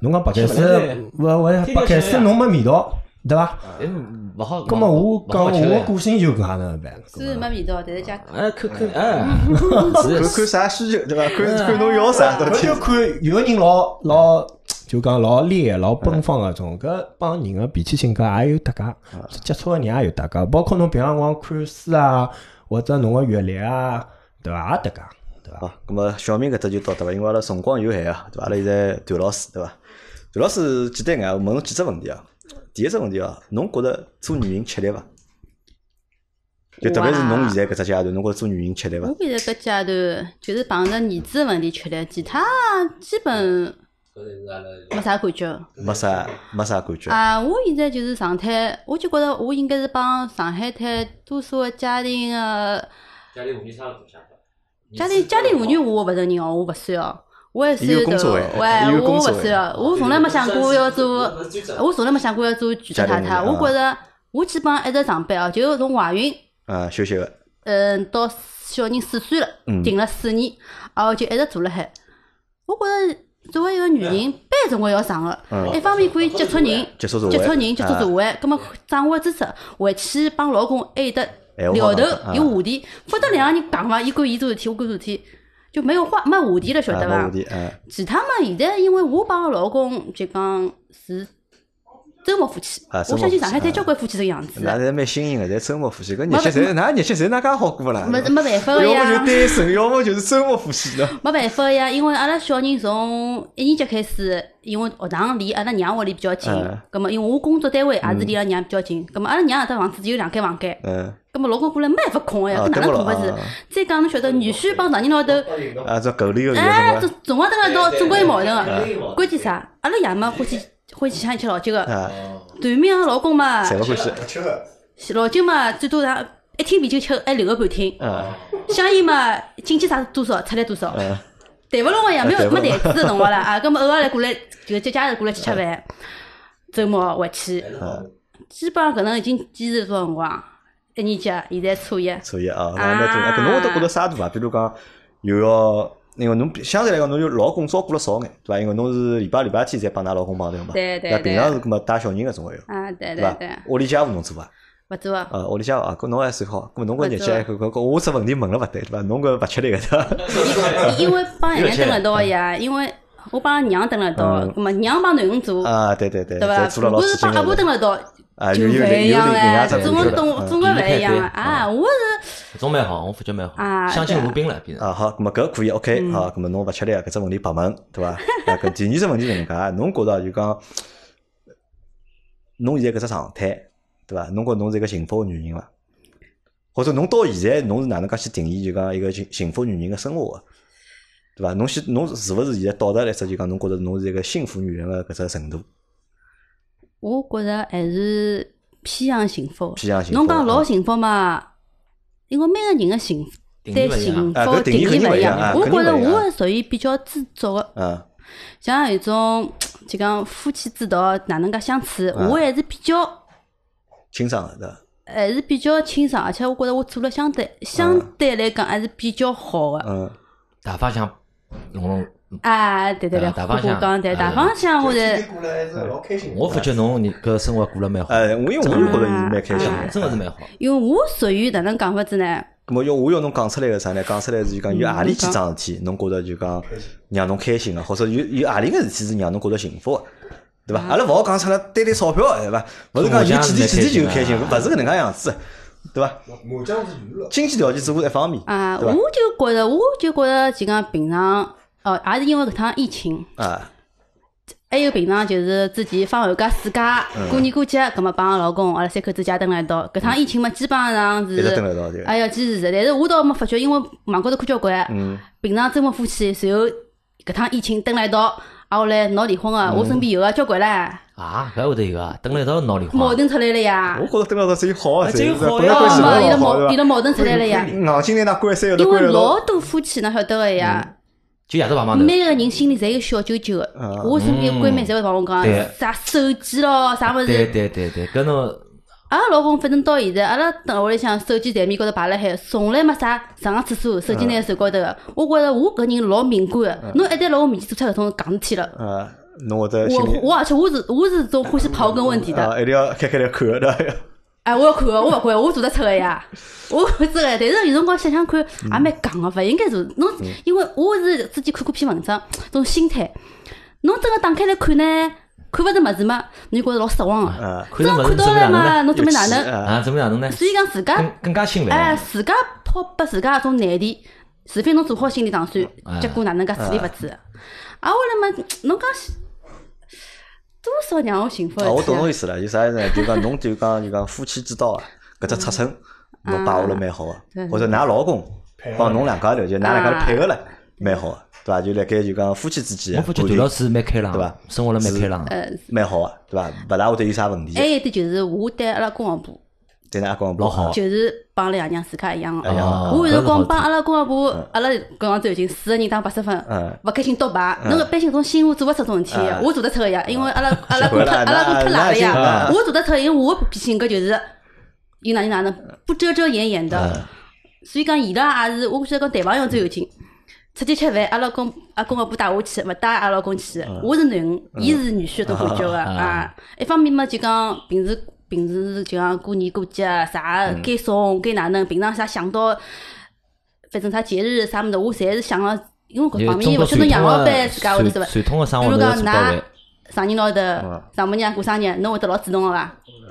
[SPEAKER 3] 侬讲白开
[SPEAKER 4] 吃勿来
[SPEAKER 3] 水，勿勿
[SPEAKER 4] 天
[SPEAKER 3] 白
[SPEAKER 4] 天
[SPEAKER 3] 开
[SPEAKER 4] 吃
[SPEAKER 3] 水
[SPEAKER 4] 呀
[SPEAKER 3] 侬没味道，对伐？
[SPEAKER 4] 嗯，勿好。
[SPEAKER 3] 葛么我
[SPEAKER 4] 勿
[SPEAKER 3] 讲
[SPEAKER 4] 好吃
[SPEAKER 3] 我
[SPEAKER 4] 呀
[SPEAKER 3] 个性就搿能样办？
[SPEAKER 2] 虽然没味道，但是加
[SPEAKER 4] 哎，看看哎， *laughs* 是
[SPEAKER 1] 看看啥需求，对伐？
[SPEAKER 2] *laughs*
[SPEAKER 1] 看看侬要啥，对
[SPEAKER 3] 搿就
[SPEAKER 1] 伐？
[SPEAKER 3] 看有个人老老就讲老烈、老奔放搿种，搿帮人个脾气性格也有搭界，接触个人也有搭界，包括侬平常辰光看书啊，或者侬个阅历啊，对伐？也搭界，对伐？
[SPEAKER 1] 好，咁么小明搿搭就到对伐？因为阿拉辰光有限啊，对伐？阿拉现在段老师对伐？段老师简单眼啊，问侬几只问题啊？第一只问题啊，侬觉着做女人吃力伐？就特别是侬现在搿只阶段，侬觉着做女人吃力伐？
[SPEAKER 2] 啊我现在搿阶段就是碰着儿子的问题吃力，其他基本
[SPEAKER 5] 搿就是阿拉
[SPEAKER 2] 没啥感觉。
[SPEAKER 1] 没啥没啥感觉，
[SPEAKER 2] 啊，我现在就是上海，我就觉得我应该是帮上海滩多数的家庭的
[SPEAKER 5] 家庭妇女差勿多啥的。
[SPEAKER 2] 家庭家庭妇女，我勿承认哦，我勿算哦，我还算
[SPEAKER 1] 有工
[SPEAKER 2] 头，
[SPEAKER 1] 作
[SPEAKER 2] 喂
[SPEAKER 1] 哎，有
[SPEAKER 2] 我
[SPEAKER 1] 工
[SPEAKER 2] 勿
[SPEAKER 1] 作
[SPEAKER 2] 算哦，我从来没想过要做。我从来没想过要做全职
[SPEAKER 1] 家
[SPEAKER 2] 太
[SPEAKER 1] 庭啊
[SPEAKER 2] 太，
[SPEAKER 1] 妇女
[SPEAKER 2] 我觉着我基本上一直上班哦，就从怀孕，
[SPEAKER 1] 啊，休息个，
[SPEAKER 2] 嗯，到小人四岁了
[SPEAKER 1] 嗯，
[SPEAKER 2] 停了四年，然后就一直做了海。我觉着作为一个女人，班总归要上个
[SPEAKER 1] 嗯，
[SPEAKER 2] 一方面可以接触人，
[SPEAKER 1] 接触社会，
[SPEAKER 2] 接触人，接触
[SPEAKER 1] 啊
[SPEAKER 2] 社会，葛么掌握知识，回去帮老公还有得
[SPEAKER 1] 哎我
[SPEAKER 2] 聊
[SPEAKER 1] 好
[SPEAKER 2] 头
[SPEAKER 1] 讲啊
[SPEAKER 2] 有话题，否则两个人讲伐，伊管伊做事体，我管做事体，就没有话没话题了，晓
[SPEAKER 1] 啊
[SPEAKER 2] 得
[SPEAKER 1] 没
[SPEAKER 2] 伐
[SPEAKER 1] 问？题，啊，
[SPEAKER 2] 其他嘛，现在因为我帮我老公就讲是周末夫妻，
[SPEAKER 1] 啊周末夫
[SPEAKER 2] 我相
[SPEAKER 1] 妻
[SPEAKER 2] 信上海滩交关夫妻这个样子
[SPEAKER 1] 那
[SPEAKER 2] 的，
[SPEAKER 1] 侪蛮新颖个，侪周末夫妻，搿日节侪，㑚日节侪哪介好过啦？
[SPEAKER 2] 没没办法个
[SPEAKER 1] 要么就
[SPEAKER 2] 哦呀，
[SPEAKER 1] 单身，要么就是周末夫妻
[SPEAKER 2] *laughs*
[SPEAKER 1] 的。
[SPEAKER 2] 没办法个呀，因为阿拉小人从一年级开始，因为学堂离阿拉娘屋里比较近
[SPEAKER 1] 嗯，
[SPEAKER 2] 葛么因为我工作单位也是离阿拉娘比较近，葛么阿拉娘搿搭房子只有两间房间，
[SPEAKER 1] 嗯，
[SPEAKER 2] 葛么老公过来没办法空个呀，
[SPEAKER 1] 啊
[SPEAKER 2] 搿哪
[SPEAKER 1] 对
[SPEAKER 2] 能
[SPEAKER 1] 不
[SPEAKER 2] 空
[SPEAKER 1] 咯
[SPEAKER 2] 法子
[SPEAKER 1] 啊？
[SPEAKER 2] 再讲侬晓得女婿帮丈人老头，
[SPEAKER 1] 啊，这狗里个
[SPEAKER 2] 哎，
[SPEAKER 1] 辰
[SPEAKER 2] 总
[SPEAKER 1] 光，
[SPEAKER 2] 总归等个到总归有矛盾个，
[SPEAKER 5] 个
[SPEAKER 2] 关键啥？阿拉爷嘛欢喜欢喜像吃老酒个，
[SPEAKER 1] 啊，
[SPEAKER 2] 对面个老公嘛。
[SPEAKER 1] 侪勿欢喜，
[SPEAKER 2] 老酒嘛，最多上一听啤酒吃，还留个半听；
[SPEAKER 1] 啊，
[SPEAKER 2] 香烟嘛，进去啥多少，出来多少
[SPEAKER 1] 嗯。
[SPEAKER 2] 谈勿拢个呀，啊没
[SPEAKER 1] 谈哎
[SPEAKER 2] 有
[SPEAKER 1] 不拢哎
[SPEAKER 2] 没谈资的辰光
[SPEAKER 1] *laughs*
[SPEAKER 2] 了啊，搿么偶尔来过来，就节假日过来去吃饭，周末回去，基本上搿能已经坚持多少辰光？一年级，啊现在初一，
[SPEAKER 1] 所以啊，蛮多。啊，搿侬会得觉得啥大啊？比如讲，又要，因为侬比相对来讲，侬就老公照顾了少眼，对伐？因为侬是礼拜礼拜天才帮㑚老公帮对嘛，
[SPEAKER 2] 对对
[SPEAKER 1] 伐？
[SPEAKER 2] 对
[SPEAKER 1] 平常是搿么带小人搿种个哟，
[SPEAKER 2] 啊，对
[SPEAKER 1] 对
[SPEAKER 2] 对
[SPEAKER 1] 伐
[SPEAKER 2] 对，？
[SPEAKER 1] 屋里家务侬做伐？
[SPEAKER 2] 勿做啊，
[SPEAKER 1] 呃，屋里家务啊，搿侬还算好，搿么侬搿日
[SPEAKER 2] 勿做
[SPEAKER 1] 节搿搿搿我只问题问了勿对，对伐？侬搿勿吃力个对
[SPEAKER 2] *laughs*
[SPEAKER 1] 伐？啊
[SPEAKER 2] 因为帮爷娘蹲了一道个呀，因为我帮阿拉娘蹲了一道，
[SPEAKER 1] 哎嗯
[SPEAKER 2] 搿么娘帮囡恩做，
[SPEAKER 1] 啊，对对对，
[SPEAKER 2] 对伐
[SPEAKER 1] 侪？做了
[SPEAKER 2] 如
[SPEAKER 1] 老
[SPEAKER 2] 果
[SPEAKER 1] 几
[SPEAKER 2] 是
[SPEAKER 1] 斤
[SPEAKER 2] 帮阿婆蹲了一道，
[SPEAKER 1] 啊，
[SPEAKER 2] 就
[SPEAKER 1] 有有有
[SPEAKER 2] 勿一
[SPEAKER 1] 有
[SPEAKER 2] 样
[SPEAKER 1] 另外
[SPEAKER 2] 唻，
[SPEAKER 1] 只
[SPEAKER 2] 总归懂，总归勿一样了
[SPEAKER 4] 嗯
[SPEAKER 2] 啊！我是
[SPEAKER 4] 总蛮好，我发觉蛮好，
[SPEAKER 2] 啊
[SPEAKER 4] 相敬
[SPEAKER 2] 对啊
[SPEAKER 4] 如宾了，变成。
[SPEAKER 1] 啊，好，咁么搿可以，OK，好，
[SPEAKER 2] 嗯
[SPEAKER 1] 咁么侬勿吃力，啊搿只问题白问，对伐？ *laughs* 啊，搿第二只问题是能介，啊侬觉得就讲，侬现在搿只状态，对伐？侬觉得侬是一个幸福个女人伐？或者侬到现在侬是哪能介去定义就讲一个幸幸福女人个生活个，对伐？侬先侬是勿是现在到达了一只就讲侬觉得侬是一个幸福女人个搿只程度？
[SPEAKER 2] 我觉着还是偏向幸福。
[SPEAKER 1] 偏向幸福啊
[SPEAKER 2] 侬讲老幸福嘛，因为每个人的幸福
[SPEAKER 4] 定义
[SPEAKER 2] 对
[SPEAKER 4] 勿一样
[SPEAKER 2] 幸福
[SPEAKER 1] 啊
[SPEAKER 2] 的
[SPEAKER 1] 搿定义肯定
[SPEAKER 2] 勿
[SPEAKER 1] 勿一样
[SPEAKER 2] 样
[SPEAKER 1] 啊。
[SPEAKER 2] 我
[SPEAKER 1] 肯定
[SPEAKER 2] 觉
[SPEAKER 1] 勿
[SPEAKER 2] 着
[SPEAKER 1] 一样
[SPEAKER 2] 我是属于比较知足的，
[SPEAKER 1] 嗯，
[SPEAKER 2] 像有种就讲夫妻之道哪能介相处，
[SPEAKER 1] 啊
[SPEAKER 2] 我还是比较。
[SPEAKER 1] 清爽的对伐，
[SPEAKER 2] 还是比较清爽，而且我觉着我做了相对
[SPEAKER 1] 啊
[SPEAKER 2] 相对来讲还是比较好的。
[SPEAKER 1] 嗯，
[SPEAKER 4] 大方向弄弄，
[SPEAKER 2] 啊，对对对，
[SPEAKER 4] 啊大方
[SPEAKER 2] 虎虎
[SPEAKER 4] 向
[SPEAKER 2] 讲对，
[SPEAKER 4] 啊
[SPEAKER 2] 大方向我是
[SPEAKER 3] 过来还是老开心
[SPEAKER 4] 我发觉侬你搿生活过了蛮好，啊
[SPEAKER 1] 呃，我因为我觉着是蛮开心
[SPEAKER 2] 啊
[SPEAKER 4] 真
[SPEAKER 1] 的。
[SPEAKER 4] 的是蛮好。
[SPEAKER 2] 因为我属于哪能讲法子呢？
[SPEAKER 1] 咁么要我要侬讲出来个啥呢？讲出来是就讲
[SPEAKER 2] 嗯
[SPEAKER 1] 有何里几桩事体，侬觉着就讲让侬开心个，或者有有何里个事体是让侬觉着幸福个，对
[SPEAKER 2] 嗯
[SPEAKER 1] 伐？阿拉勿好讲出来单单钞票，对伐？勿是讲有几点几点就开心，啊勿是搿能介样子，对伐？
[SPEAKER 3] 麻将是娱乐，
[SPEAKER 1] 经济条件只顾一方面，
[SPEAKER 2] 啊，
[SPEAKER 1] 对
[SPEAKER 2] 我就觉着，我就觉着就讲平常，哦，也是因为搿趟疫情，
[SPEAKER 1] 伐？啊，
[SPEAKER 2] 还有平常就是之前放寒假暑假，
[SPEAKER 1] 嗯
[SPEAKER 2] 过年过节，葛末帮老公阿拉三口子家蹲辣一道。搿趟疫情嘛，基本上
[SPEAKER 1] 一直蹲辣
[SPEAKER 2] 是
[SPEAKER 1] 一道对伐。
[SPEAKER 2] 哎要坚持的，但是我倒没发觉，因为网高头看交
[SPEAKER 1] 嗯
[SPEAKER 2] 关，平常周末夫妻，随后搿趟疫情蹲辣一道，挨下来闹离婚
[SPEAKER 1] 嗯
[SPEAKER 2] 个，我身边有个交关唻，
[SPEAKER 4] 啊，搿会得有啊，等了一道闹离婚啊。
[SPEAKER 2] 矛盾出来了呀
[SPEAKER 1] 我。觉着蹲辣一道只有好个，
[SPEAKER 4] 啊只有
[SPEAKER 1] 侪是
[SPEAKER 4] 好
[SPEAKER 1] 本来
[SPEAKER 4] 呀
[SPEAKER 1] 关系
[SPEAKER 2] 哦
[SPEAKER 1] 老
[SPEAKER 2] 嘛，伊拉
[SPEAKER 1] 好
[SPEAKER 2] 矛，
[SPEAKER 1] 对
[SPEAKER 2] 伊
[SPEAKER 1] 伐
[SPEAKER 2] 拉？矛盾出来
[SPEAKER 1] *laughs*
[SPEAKER 2] 了呀。
[SPEAKER 1] 硬劲拿㑚关系要得
[SPEAKER 2] 因为
[SPEAKER 1] 关系
[SPEAKER 2] 老多夫妻，㑚晓得个
[SPEAKER 1] 嗯
[SPEAKER 2] 呀。
[SPEAKER 4] 就夜到碰碰头，
[SPEAKER 2] 每个人心里侪有小九九的。
[SPEAKER 1] 啊
[SPEAKER 2] 我身边闺蜜侪会帮我讲
[SPEAKER 4] 嗯对，
[SPEAKER 2] 啥手机咯，啥物
[SPEAKER 4] 对
[SPEAKER 2] 事。
[SPEAKER 4] 对对对，搿侬
[SPEAKER 2] 阿拉老公反正到现在，阿拉等屋里向手机台面高头摆辣海，从来没啥上个厕所手机拿在手高头的。我觉着我搿人老敏感
[SPEAKER 1] 嗯
[SPEAKER 2] 的，侬一旦辣我面前做出搿种戆事体了，
[SPEAKER 1] 呃，侬会得心
[SPEAKER 2] 我
[SPEAKER 1] 里
[SPEAKER 2] 我而且我是我是种欢喜刨根问底的。
[SPEAKER 1] 啊，一定要开开来看个对伐？
[SPEAKER 2] 哎，我要看的，我勿看的，我做得出个呀，我做得出个。但是有辰光想想看，也
[SPEAKER 1] 嗯
[SPEAKER 2] 蛮戆个，勿应该做。侬因为我是之前看过篇文章，种心态，侬真个打开来看呢，看勿着物事嘛，侬就觉着老失望个。
[SPEAKER 1] 啊，
[SPEAKER 2] 真
[SPEAKER 4] 看到
[SPEAKER 2] 个
[SPEAKER 4] 物
[SPEAKER 2] 看
[SPEAKER 4] 事准
[SPEAKER 2] 到
[SPEAKER 4] 备
[SPEAKER 2] 了
[SPEAKER 4] 哪能
[SPEAKER 2] 嘛，
[SPEAKER 4] 呢？
[SPEAKER 2] 侬准备哪
[SPEAKER 1] 有气
[SPEAKER 2] 能？
[SPEAKER 1] 啊
[SPEAKER 4] 啊，准备哪能呢？
[SPEAKER 2] 所以讲自家
[SPEAKER 4] 更更加
[SPEAKER 1] 嗯
[SPEAKER 4] 心烦
[SPEAKER 2] 哎，
[SPEAKER 4] 啊。
[SPEAKER 2] 自家抛拨自家一种难题，除非侬做好心理打算，
[SPEAKER 1] 嗯
[SPEAKER 2] 结果哪能介处理勿住？
[SPEAKER 1] 哎
[SPEAKER 2] 啊，我来嘛，侬讲多少让我幸福的
[SPEAKER 1] 啊，我
[SPEAKER 2] 事体
[SPEAKER 1] 懂
[SPEAKER 2] 啊
[SPEAKER 1] 侬意思了，有啥呢？就讲侬就讲就讲夫妻之道啊，搿只尺寸侬把握了蛮好个
[SPEAKER 2] 嗯啊对，啊
[SPEAKER 1] 或者㑚老公帮侬两家头就㑚两家头配合了蛮好个，对伐？就辣盖就讲夫妻之间的
[SPEAKER 4] 我发
[SPEAKER 1] 感
[SPEAKER 4] 觉段老
[SPEAKER 1] 情
[SPEAKER 4] 师蛮开朗，
[SPEAKER 1] 啊对吧
[SPEAKER 4] 生活了蛮开朗。
[SPEAKER 2] 呃
[SPEAKER 1] 蛮好个，对伐？勿大会得有啥问题
[SPEAKER 2] 还
[SPEAKER 1] 的，
[SPEAKER 2] 有一点就是，我哎对阿拉公公婆。
[SPEAKER 1] 对㑚公老好，啊
[SPEAKER 2] 就是帮阿拉爷娘自家一样的。
[SPEAKER 1] 哦
[SPEAKER 2] 哦
[SPEAKER 1] 哎呀
[SPEAKER 2] 我有辰光
[SPEAKER 4] 搿是好
[SPEAKER 2] 帮阿拉公阿婆，阿拉搿样子已经四个人打八十
[SPEAKER 1] 嗯
[SPEAKER 2] 分，勿开心倒牌。侬一般性种新妇做勿出种事体
[SPEAKER 1] 嗯，
[SPEAKER 2] 我做得出个呀，因为阿拉阿拉公
[SPEAKER 1] 回
[SPEAKER 2] 太
[SPEAKER 1] 来
[SPEAKER 2] 阿拉公太
[SPEAKER 1] 那
[SPEAKER 2] 懒
[SPEAKER 1] 那
[SPEAKER 2] 了
[SPEAKER 1] 嗯
[SPEAKER 2] 呀，
[SPEAKER 1] 行
[SPEAKER 2] 我做得出，因为我脾性格就是有哪能哪能，不遮遮掩掩
[SPEAKER 1] 嗯
[SPEAKER 2] 的。所以讲伊拉也是，我觉得跟谈朋友最有劲。出去吃饭，阿拉公阿公阿婆带我去，勿带阿拉公去。
[SPEAKER 1] 嗯
[SPEAKER 2] 我是囡，伊是女婿，都感觉个啊。一方面嘛，就讲平时平时就讲过年过节啊啥
[SPEAKER 1] 嗯
[SPEAKER 2] 该送该哪能，平常啥想到，反正啥节日啥物事，我侪是想了，因为搿
[SPEAKER 4] 有
[SPEAKER 2] 方
[SPEAKER 4] 中
[SPEAKER 2] 面
[SPEAKER 4] 国
[SPEAKER 2] 勿晓得杨老板
[SPEAKER 4] 啊传统的
[SPEAKER 2] 自家屋里是
[SPEAKER 4] 传
[SPEAKER 2] 伐？
[SPEAKER 4] 传统的生
[SPEAKER 2] 比如
[SPEAKER 4] 活啊都要
[SPEAKER 2] 讲
[SPEAKER 4] 做
[SPEAKER 2] *laughs*
[SPEAKER 4] 到
[SPEAKER 2] 㑚
[SPEAKER 4] 位。
[SPEAKER 2] 上年老头
[SPEAKER 1] 嗯
[SPEAKER 2] 丈母娘过生日，侬会得老主动个伐？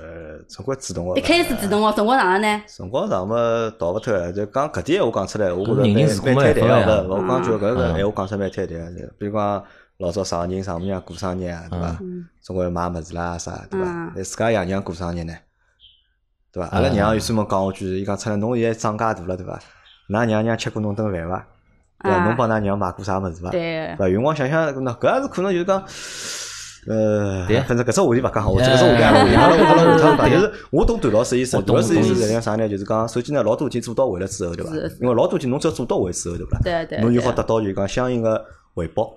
[SPEAKER 1] 呃，总归主动个
[SPEAKER 2] 一。开始主动哦，辰光长了呢？
[SPEAKER 1] 辰光长嘛，逃勿脱了。就讲搿点闲话讲出来，我觉着
[SPEAKER 4] 人人自
[SPEAKER 1] 蛮
[SPEAKER 4] 古
[SPEAKER 1] 蛮
[SPEAKER 4] 没
[SPEAKER 1] 坍
[SPEAKER 4] 办
[SPEAKER 1] 台
[SPEAKER 4] 法
[SPEAKER 1] 个。
[SPEAKER 4] 呀
[SPEAKER 1] 勿我
[SPEAKER 2] 嗯
[SPEAKER 1] 讲句搿个闲话讲出来蛮坍台个。比如讲老早上人丈母娘过生日啊，对伐？总归买物事啦啥，对伐
[SPEAKER 2] 嗯？
[SPEAKER 1] 那自家爷娘过生日呢，对伐？
[SPEAKER 4] 嗯
[SPEAKER 1] 阿拉娘有专门讲我一句，伊讲出来侬现在长介大了，对伐？㑚娘娘吃过侬顿饭伐？对伐？
[SPEAKER 2] 啊
[SPEAKER 1] 侬帮㑚娘买过啥物事伐？对
[SPEAKER 2] 对，
[SPEAKER 1] 伐？有辰光想想，喏，搿也是可能就是讲。呃，
[SPEAKER 4] 对
[SPEAKER 1] 反正搿只话题勿讲好，我
[SPEAKER 4] 哎
[SPEAKER 1] 这个是我讲的，阿拉阿拉下趟讲。
[SPEAKER 4] 对
[SPEAKER 1] 就是我懂段老师意思，
[SPEAKER 4] 我
[SPEAKER 1] 段
[SPEAKER 4] 懂
[SPEAKER 1] 老师意思
[SPEAKER 4] 我懂
[SPEAKER 1] 是讲啥呢？就是讲，首先呢，老多事体做到位了之后，对伐
[SPEAKER 2] 是是？
[SPEAKER 1] 因为老多事体侬只要做到位之后，对伐？
[SPEAKER 2] 对对
[SPEAKER 1] 侬就好
[SPEAKER 2] 对
[SPEAKER 1] 得到就是讲相应个回报，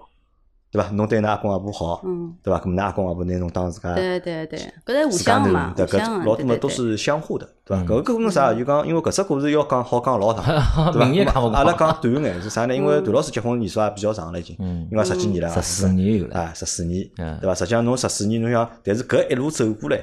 [SPEAKER 1] 对伐？侬对㑚阿公阿婆好，
[SPEAKER 2] 嗯，
[SPEAKER 1] 对伐？咁㑚阿公阿婆拿侬当自家
[SPEAKER 2] 对对对，搿是
[SPEAKER 1] 啊
[SPEAKER 2] 互
[SPEAKER 1] 自家
[SPEAKER 2] 相的
[SPEAKER 1] 囡
[SPEAKER 2] 嘛，
[SPEAKER 1] 对
[SPEAKER 2] 互
[SPEAKER 1] 搿
[SPEAKER 2] 相的，啊
[SPEAKER 1] 老
[SPEAKER 2] 对
[SPEAKER 1] 多嘛
[SPEAKER 2] 对
[SPEAKER 1] 都
[SPEAKER 2] 对
[SPEAKER 1] 是相互的，对伐？
[SPEAKER 4] 嗯
[SPEAKER 1] 搿个侬啥？就讲，因为搿只故事要讲好讲老长，
[SPEAKER 4] *laughs*
[SPEAKER 1] 对伐？
[SPEAKER 4] 明年
[SPEAKER 1] 咁
[SPEAKER 4] 看勿
[SPEAKER 1] 阿拉
[SPEAKER 4] 到
[SPEAKER 1] 讲短眼是啥呢？因
[SPEAKER 2] 嗯
[SPEAKER 1] 为段老师结婚年数也比较长了已经，
[SPEAKER 4] 嗯
[SPEAKER 1] 应该十几年了啊，
[SPEAKER 4] 十四年有了，
[SPEAKER 1] 啊，十四年，
[SPEAKER 4] 嗯
[SPEAKER 1] 对伐？实际上侬十四年，侬想，但是搿一路走过来，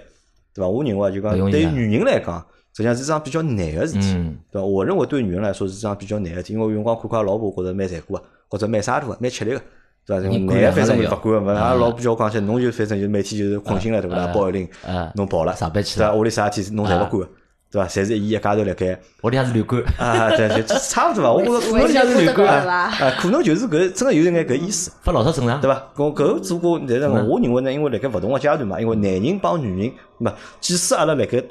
[SPEAKER 1] 对伐？我认为就讲
[SPEAKER 4] 勿容易
[SPEAKER 1] 对于
[SPEAKER 4] 啊
[SPEAKER 1] 女人来讲，实际上是桩比较难个事体，
[SPEAKER 4] 嗯
[SPEAKER 1] 对伐？我认为对女人来说是桩比较难个事体，因为有辰光看看老婆觉着蛮残酷个，或者蛮啥个，蛮吃力个。对伐？
[SPEAKER 4] 人
[SPEAKER 1] 男
[SPEAKER 4] 管
[SPEAKER 1] 个
[SPEAKER 4] 两
[SPEAKER 1] 反正
[SPEAKER 4] 下
[SPEAKER 1] 勿
[SPEAKER 4] 子
[SPEAKER 1] 管个，勿阿拉老婆叫我讲起，侬就反正就每天就是困醒了，对勿啦？
[SPEAKER 4] 嗯
[SPEAKER 1] 包一拎，
[SPEAKER 4] 啊，
[SPEAKER 1] 侬跑了，
[SPEAKER 4] 上班去
[SPEAKER 1] 对伐？
[SPEAKER 4] 了
[SPEAKER 1] 屋里啥事体侬侪勿管
[SPEAKER 4] 啊
[SPEAKER 1] 个， *laughs* 对伐？侪是伊一家头辣盖。
[SPEAKER 4] 屋里向是
[SPEAKER 1] *laughs*
[SPEAKER 4] 旅馆，
[SPEAKER 1] 啊，对，就就差勿多伐？我觉着可能
[SPEAKER 2] 回去
[SPEAKER 1] 就是
[SPEAKER 2] 就
[SPEAKER 1] 有
[SPEAKER 2] 不得
[SPEAKER 1] 啊
[SPEAKER 2] 了吧
[SPEAKER 1] 啊，可能就是搿真个有眼搿意思。
[SPEAKER 4] 发老早正常，
[SPEAKER 1] 对
[SPEAKER 4] 吧？
[SPEAKER 1] 伐？搿搿只不过，但是
[SPEAKER 4] 嗯
[SPEAKER 1] 我认为呢，因为辣盖勿同个阶段嘛，因为男人帮女人，嘛，即使阿拉辣盖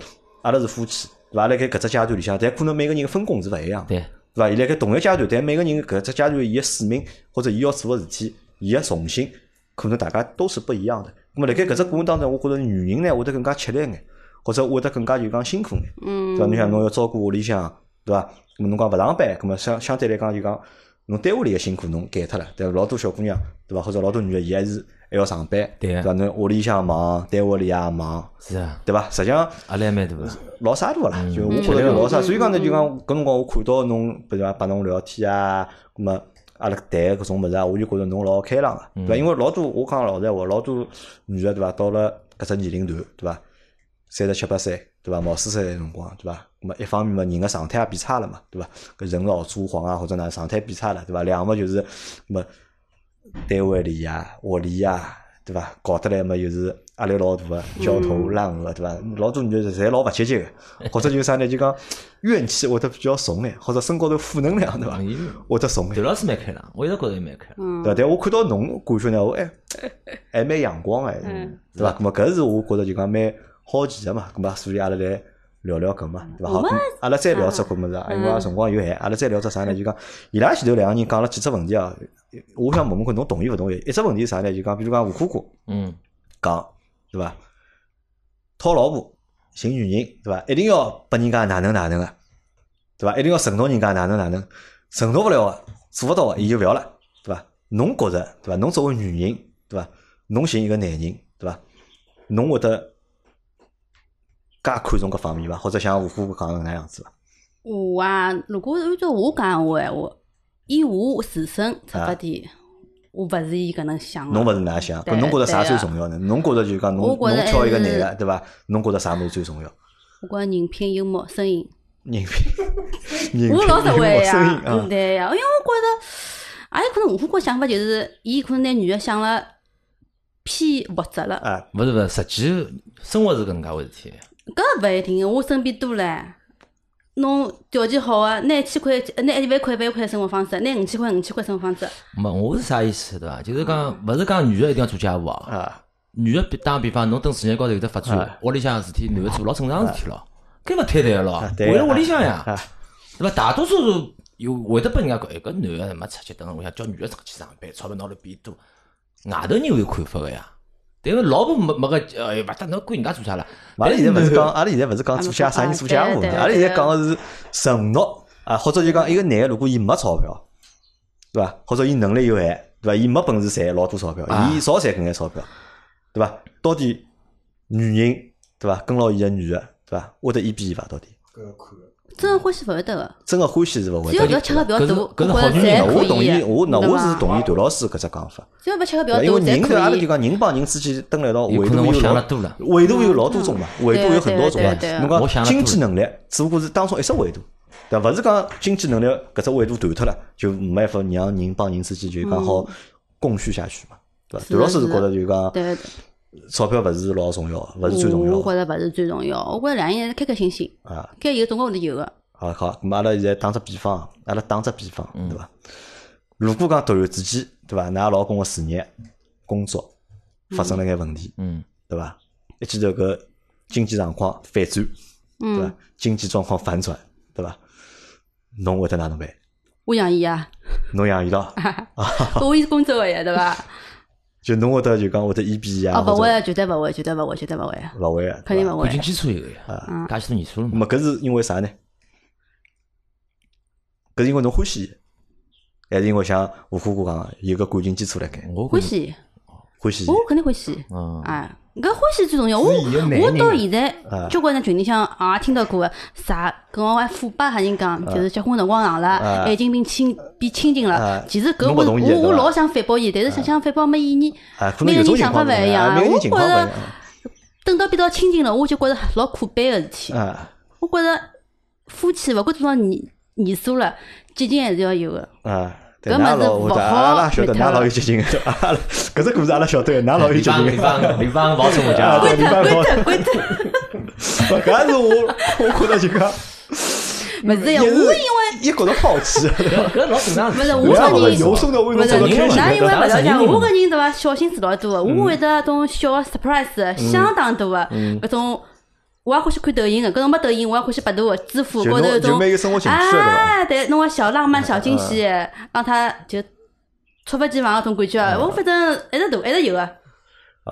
[SPEAKER 1] 阿拉是夫妻，对伐？辣盖搿只阶段里向，但可能每个人分工是勿一样的，
[SPEAKER 4] 对，
[SPEAKER 1] 对伐？伊辣盖同一阶段，但每个人搿只阶段伊个使命或者伊要做个事体，伊个重心，可能大家都是不一样的。咾啊么辣盖搿只过程当中，我觉着女人呢会得更加吃力眼，或者会得更加就讲辛苦眼。
[SPEAKER 2] 嗯
[SPEAKER 1] 对伐？侬想侬要照顾屋里向，对伐？咁侬讲勿上班，咁么相相对来讲就讲侬单位里个辛苦侬减脱了，对伐？老多小姑娘，对伐？或者老多女个，伊还是还要哎上班，
[SPEAKER 4] 对
[SPEAKER 1] 对
[SPEAKER 4] 啊
[SPEAKER 1] 伐？侬屋里向忙，单位里也忙，
[SPEAKER 4] 是啊，
[SPEAKER 1] 对伐？实际上
[SPEAKER 4] 压力还蛮大的。
[SPEAKER 1] 老啥大个啦，就我觉着就老啥，所以讲呢，就讲搿辰光我看到侬，比如讲帮侬聊天啊，咁么阿拉谈搿种物事啊，我就觉着侬老开朗啊个，对伐？因为老多我讲老实闲话，老多女个对伐，到了搿只年龄段，对伐？三十七八岁，对伐？毛四岁个辰光，对伐？咁么一方面嘛，人个状态也变差了嘛，对伐？搿人老珠黄啊，或者哪状态变差了，对伐？两个就是，咁么单位里呀、屋里呀，对伐？搞得来嘛，就是压力老大个，焦头烂额，啊对伐？老多女的侪老勿积极个，或者就是啥呢？就讲怨气会得比较重眼，或者身高头负能量，对伐
[SPEAKER 4] 嗯？伊
[SPEAKER 1] 会得重眼
[SPEAKER 4] 刘。老师蛮开朗，我一直觉着伊蛮开朗。
[SPEAKER 2] 嗯
[SPEAKER 1] 对伐？但我看到侬感觉呢，我哎还蛮阳光哎，对伐？咁么搿是我觉着就讲蛮好奇个嘛，咁么所以阿拉来聊聊搿嘛，对伐？好，咁阿拉再聊只搿物事啊，因为辰光有限，阿拉再聊只啥呢？就讲伊拉前头两个人讲了几只问题啊，我想问问看侬同意勿同意？一只问题是啥呢？就讲比如讲吴哥哥
[SPEAKER 4] 嗯，
[SPEAKER 1] 讲对伐？讨老婆寻女人对伐？一定要拨人家哪能哪能个，对伐？一定要承诺人家哪能哪能，承诺勿了个，做勿到个，伊就勿要了，对伐？侬觉着对伐？侬作为女人对伐？侬寻一个男人对伐？侬会得介看重搿方面伐？或者像吴哥讲个那样子伐？
[SPEAKER 2] 我啊，如果按照我讲个闲话，以我自身出发点，我勿是伊搿能想啊
[SPEAKER 1] 侬
[SPEAKER 2] 个。
[SPEAKER 1] 勿是哪能想？
[SPEAKER 2] 对
[SPEAKER 1] 搿侬觉着啥
[SPEAKER 2] 对
[SPEAKER 1] 最
[SPEAKER 2] 啊
[SPEAKER 1] 重要呢？侬觉着就是讲侬
[SPEAKER 2] 我觉
[SPEAKER 1] 侬
[SPEAKER 2] 着嗯
[SPEAKER 1] 挑一个
[SPEAKER 2] 还
[SPEAKER 1] 男
[SPEAKER 2] 是
[SPEAKER 1] 个对伐？侬觉着啥物事最重要？
[SPEAKER 2] 我觉着人品、幽默、声音，
[SPEAKER 1] 人品，人品，
[SPEAKER 2] *laughs* 我老实
[SPEAKER 1] 幽
[SPEAKER 2] 惠
[SPEAKER 1] 默声音
[SPEAKER 2] 呀，
[SPEAKER 1] 啊
[SPEAKER 2] 嗯， *laughs* 对呀，因为我觉着，也哎有可能我哥想法就是，伊可能拿女个想了偏物质了。
[SPEAKER 1] 啊，
[SPEAKER 4] 勿是勿是，实际生活是搿能介回事体。
[SPEAKER 2] 搿勿一定，我身边多唻。侬条件好个，拿一千块，拿一万块，一万块生活方式，拿五千块，五千块生活方式。
[SPEAKER 4] 没，我是啥意思对伐？就是讲，勿是讲女个一定要做家务啊。
[SPEAKER 1] 啊，
[SPEAKER 4] 女个比打个比方，侬等事业高头有得发展，屋里向的事体男个做老正常的事体咯，搿勿推脱咯，
[SPEAKER 1] 对啊
[SPEAKER 4] 为了屋里向呀
[SPEAKER 1] 啊，
[SPEAKER 4] 对伐？大多数有会得拨人家讲，哎，搿男个没出去等，我想叫女个出去上班，钞票拿了变多，外头人会有看法个呀。但是老婆没没个，哎，勿搭侬管人家做啥啦？
[SPEAKER 1] 阿拉
[SPEAKER 4] 但
[SPEAKER 1] 现在勿是
[SPEAKER 4] 男
[SPEAKER 1] 讲，
[SPEAKER 2] *laughs*
[SPEAKER 4] 的
[SPEAKER 1] 阿拉现在勿是讲做家啥人做家务问题，
[SPEAKER 2] 啊
[SPEAKER 1] 阿拉
[SPEAKER 2] 对
[SPEAKER 1] 现
[SPEAKER 2] 对
[SPEAKER 1] 在讲个是承诺啊，或者就讲一个男个如果伊没钞票，对伐？或者伊能力有限，对伐？伊没本事赚老多钞票
[SPEAKER 4] 啊，
[SPEAKER 1] 伊少赚搿眼钞票，对伐？到底女人对伐？跟牢伊个女个对伐？会得一比一伐？到底
[SPEAKER 3] 搿要看个。
[SPEAKER 2] 真个欢喜勿会得个，
[SPEAKER 1] 真个欢喜是勿会
[SPEAKER 2] 只要
[SPEAKER 1] 得
[SPEAKER 2] 勿要
[SPEAKER 1] 的。
[SPEAKER 2] 吃喝勿要
[SPEAKER 4] 搿是
[SPEAKER 2] 赌，
[SPEAKER 4] 搿是
[SPEAKER 2] 觉
[SPEAKER 4] 好
[SPEAKER 2] 着
[SPEAKER 4] 女人
[SPEAKER 2] 侪
[SPEAKER 4] 要
[SPEAKER 2] 可
[SPEAKER 1] 我
[SPEAKER 2] 以
[SPEAKER 1] 同意，
[SPEAKER 2] 的。
[SPEAKER 1] 我那
[SPEAKER 2] 对
[SPEAKER 1] 我
[SPEAKER 2] 伐
[SPEAKER 1] 是同意段老师搿只讲法，
[SPEAKER 2] 只要勿吃喝勿
[SPEAKER 1] 对
[SPEAKER 2] 要
[SPEAKER 1] 伐因为
[SPEAKER 2] 赌，
[SPEAKER 1] 人对阿拉
[SPEAKER 2] 侪可
[SPEAKER 1] 就
[SPEAKER 2] 以。
[SPEAKER 1] 讲人帮人之间登来到
[SPEAKER 4] 有
[SPEAKER 1] 维
[SPEAKER 4] 可能
[SPEAKER 1] 度
[SPEAKER 4] 我
[SPEAKER 1] 有
[SPEAKER 4] 想了
[SPEAKER 1] 老
[SPEAKER 4] 多了。
[SPEAKER 1] 维度有老多种嘛，维度有很多种嘛。
[SPEAKER 2] 嗯对啊对啊对啊
[SPEAKER 1] 侬
[SPEAKER 4] 我
[SPEAKER 1] 讲
[SPEAKER 4] 想了多
[SPEAKER 1] 经济能力只不过是当中一只维度，对伐？勿是讲经济能力搿只维度断脱了，就没办法让人帮人之间就讲好共续下去嘛，对伐？
[SPEAKER 2] 嗯是的
[SPEAKER 1] 段老师是
[SPEAKER 2] 是
[SPEAKER 1] 觉
[SPEAKER 2] 的
[SPEAKER 1] 得就讲
[SPEAKER 2] 对，嗯
[SPEAKER 1] 钞票勿是老重要的，勿是最重要
[SPEAKER 2] 我觉
[SPEAKER 1] 的
[SPEAKER 2] 着勿是最重要，我觉着两个人是开开心心，
[SPEAKER 1] 啊。
[SPEAKER 2] 该有总归会得有啊个。
[SPEAKER 1] 好好，咁阿拉现在打只比方，阿拉打只比方，
[SPEAKER 4] 嗯
[SPEAKER 1] 对伐？如果讲突然之间，对伐？㑚老公个事业、工作发生了眼问题，
[SPEAKER 4] 嗯，
[SPEAKER 1] 对伐？一记头搿经济状况反转，对伐
[SPEAKER 2] 嗯，？
[SPEAKER 1] 经济状况反转，对伐？侬会得哪能办？
[SPEAKER 2] 我养伊啊，
[SPEAKER 1] 侬养伊
[SPEAKER 2] *laughs*
[SPEAKER 1] 咯，
[SPEAKER 2] 我伊是工作个呀，
[SPEAKER 1] *laughs*
[SPEAKER 2] 对伐？
[SPEAKER 1] 就侬会得就讲会得一比一啊，
[SPEAKER 2] 哦，勿
[SPEAKER 1] 或
[SPEAKER 2] 会
[SPEAKER 1] 者
[SPEAKER 2] 的，绝对勿会，绝对勿会，绝对勿会，
[SPEAKER 1] 勿会啊，
[SPEAKER 2] 肯定
[SPEAKER 1] 对伐
[SPEAKER 2] 勿会
[SPEAKER 4] 感。情基础有个呀，介许多年数了
[SPEAKER 1] 那
[SPEAKER 4] 嘛。
[SPEAKER 1] 么搿是因为啥呢？搿是因为侬欢喜伊，还是因为像吴哥哥讲的有个感情基础辣盖，
[SPEAKER 4] 我
[SPEAKER 2] 欢
[SPEAKER 4] 感觉，
[SPEAKER 2] 喜，
[SPEAKER 1] 欢喜伊
[SPEAKER 2] 我肯定欢喜。
[SPEAKER 4] 嗯，
[SPEAKER 2] 啊，搿欢喜最重要。我
[SPEAKER 3] 是伊个男人
[SPEAKER 2] 我到现在
[SPEAKER 1] 啊
[SPEAKER 2] 交关人群里向也听到过个啥，跟我还腐败哈人讲，就是结婚辰光长
[SPEAKER 1] 啊
[SPEAKER 2] 了，爱情变亲变亲近
[SPEAKER 1] 啊
[SPEAKER 2] 了。其实搿
[SPEAKER 1] 侬
[SPEAKER 2] 我
[SPEAKER 1] 勿同意
[SPEAKER 2] 我
[SPEAKER 1] 对啊
[SPEAKER 2] 我
[SPEAKER 1] 伐
[SPEAKER 2] 老想反驳伊，但是想想反驳没意义。
[SPEAKER 1] 啊，可能
[SPEAKER 2] 每个
[SPEAKER 1] 有种
[SPEAKER 2] 人
[SPEAKER 1] 情
[SPEAKER 2] 想法
[SPEAKER 1] 况
[SPEAKER 2] 勿
[SPEAKER 1] 勿一
[SPEAKER 2] 一
[SPEAKER 1] 样
[SPEAKER 2] 样
[SPEAKER 1] 啊，
[SPEAKER 2] 啊，
[SPEAKER 1] 每个
[SPEAKER 2] 我
[SPEAKER 1] 人情
[SPEAKER 2] 觉
[SPEAKER 1] 况勿一样
[SPEAKER 2] 着等到变到亲近了，我就觉着老可悲个事体。
[SPEAKER 1] 啊
[SPEAKER 2] 我觉着夫妻勿管多少年年数了，激情还是要有个。
[SPEAKER 1] 啊。对
[SPEAKER 2] 搿
[SPEAKER 1] 㑚
[SPEAKER 2] 物事
[SPEAKER 1] 老
[SPEAKER 2] 勿
[SPEAKER 1] 会得
[SPEAKER 2] 好
[SPEAKER 1] 阿拉也晓得，㑚
[SPEAKER 2] 没
[SPEAKER 1] 老
[SPEAKER 2] 脱了
[SPEAKER 1] 有激情的，阿拉搿只故事阿拉晓得，㑚老有
[SPEAKER 4] 李
[SPEAKER 1] 激情
[SPEAKER 4] 芳，
[SPEAKER 1] 的
[SPEAKER 4] 李。芳，李芳，老师我
[SPEAKER 1] 啊，
[SPEAKER 4] 家。
[SPEAKER 1] 对，你办好，
[SPEAKER 2] 滚脱！
[SPEAKER 1] 不搿是 *laughs* 我，我觉得就讲，
[SPEAKER 2] 勿是
[SPEAKER 1] 也
[SPEAKER 2] 哎呀，
[SPEAKER 1] 是
[SPEAKER 2] 我因为
[SPEAKER 1] 也觉得好奇，啊
[SPEAKER 4] 搿老正常。
[SPEAKER 2] 勿是
[SPEAKER 1] 不
[SPEAKER 2] 我
[SPEAKER 1] 要
[SPEAKER 2] 个
[SPEAKER 1] 问
[SPEAKER 2] 人。
[SPEAKER 1] 有生的为侬
[SPEAKER 2] 勿
[SPEAKER 1] 觉
[SPEAKER 2] 是，
[SPEAKER 1] 得
[SPEAKER 2] 㑚因
[SPEAKER 1] 开
[SPEAKER 2] 为勿
[SPEAKER 1] 心
[SPEAKER 4] 哪有
[SPEAKER 1] 的，
[SPEAKER 4] 啊
[SPEAKER 2] 是
[SPEAKER 4] 啥
[SPEAKER 2] 讲，
[SPEAKER 4] 人
[SPEAKER 2] 我搿人对伐，小心思老多个，我会得种小的 surprise，相当多个，搿种我也欢喜看抖音个，搿种没抖音我也欢喜百度、知乎
[SPEAKER 1] 就
[SPEAKER 2] 高头
[SPEAKER 1] 侬
[SPEAKER 2] 有
[SPEAKER 1] 就
[SPEAKER 2] 种
[SPEAKER 1] 蛮有生活情趣的，对伐？
[SPEAKER 2] 啊，对，弄个小浪漫、小惊喜，让他就猝不及防搿种感觉，我反正一直都一直有个，
[SPEAKER 1] 啊，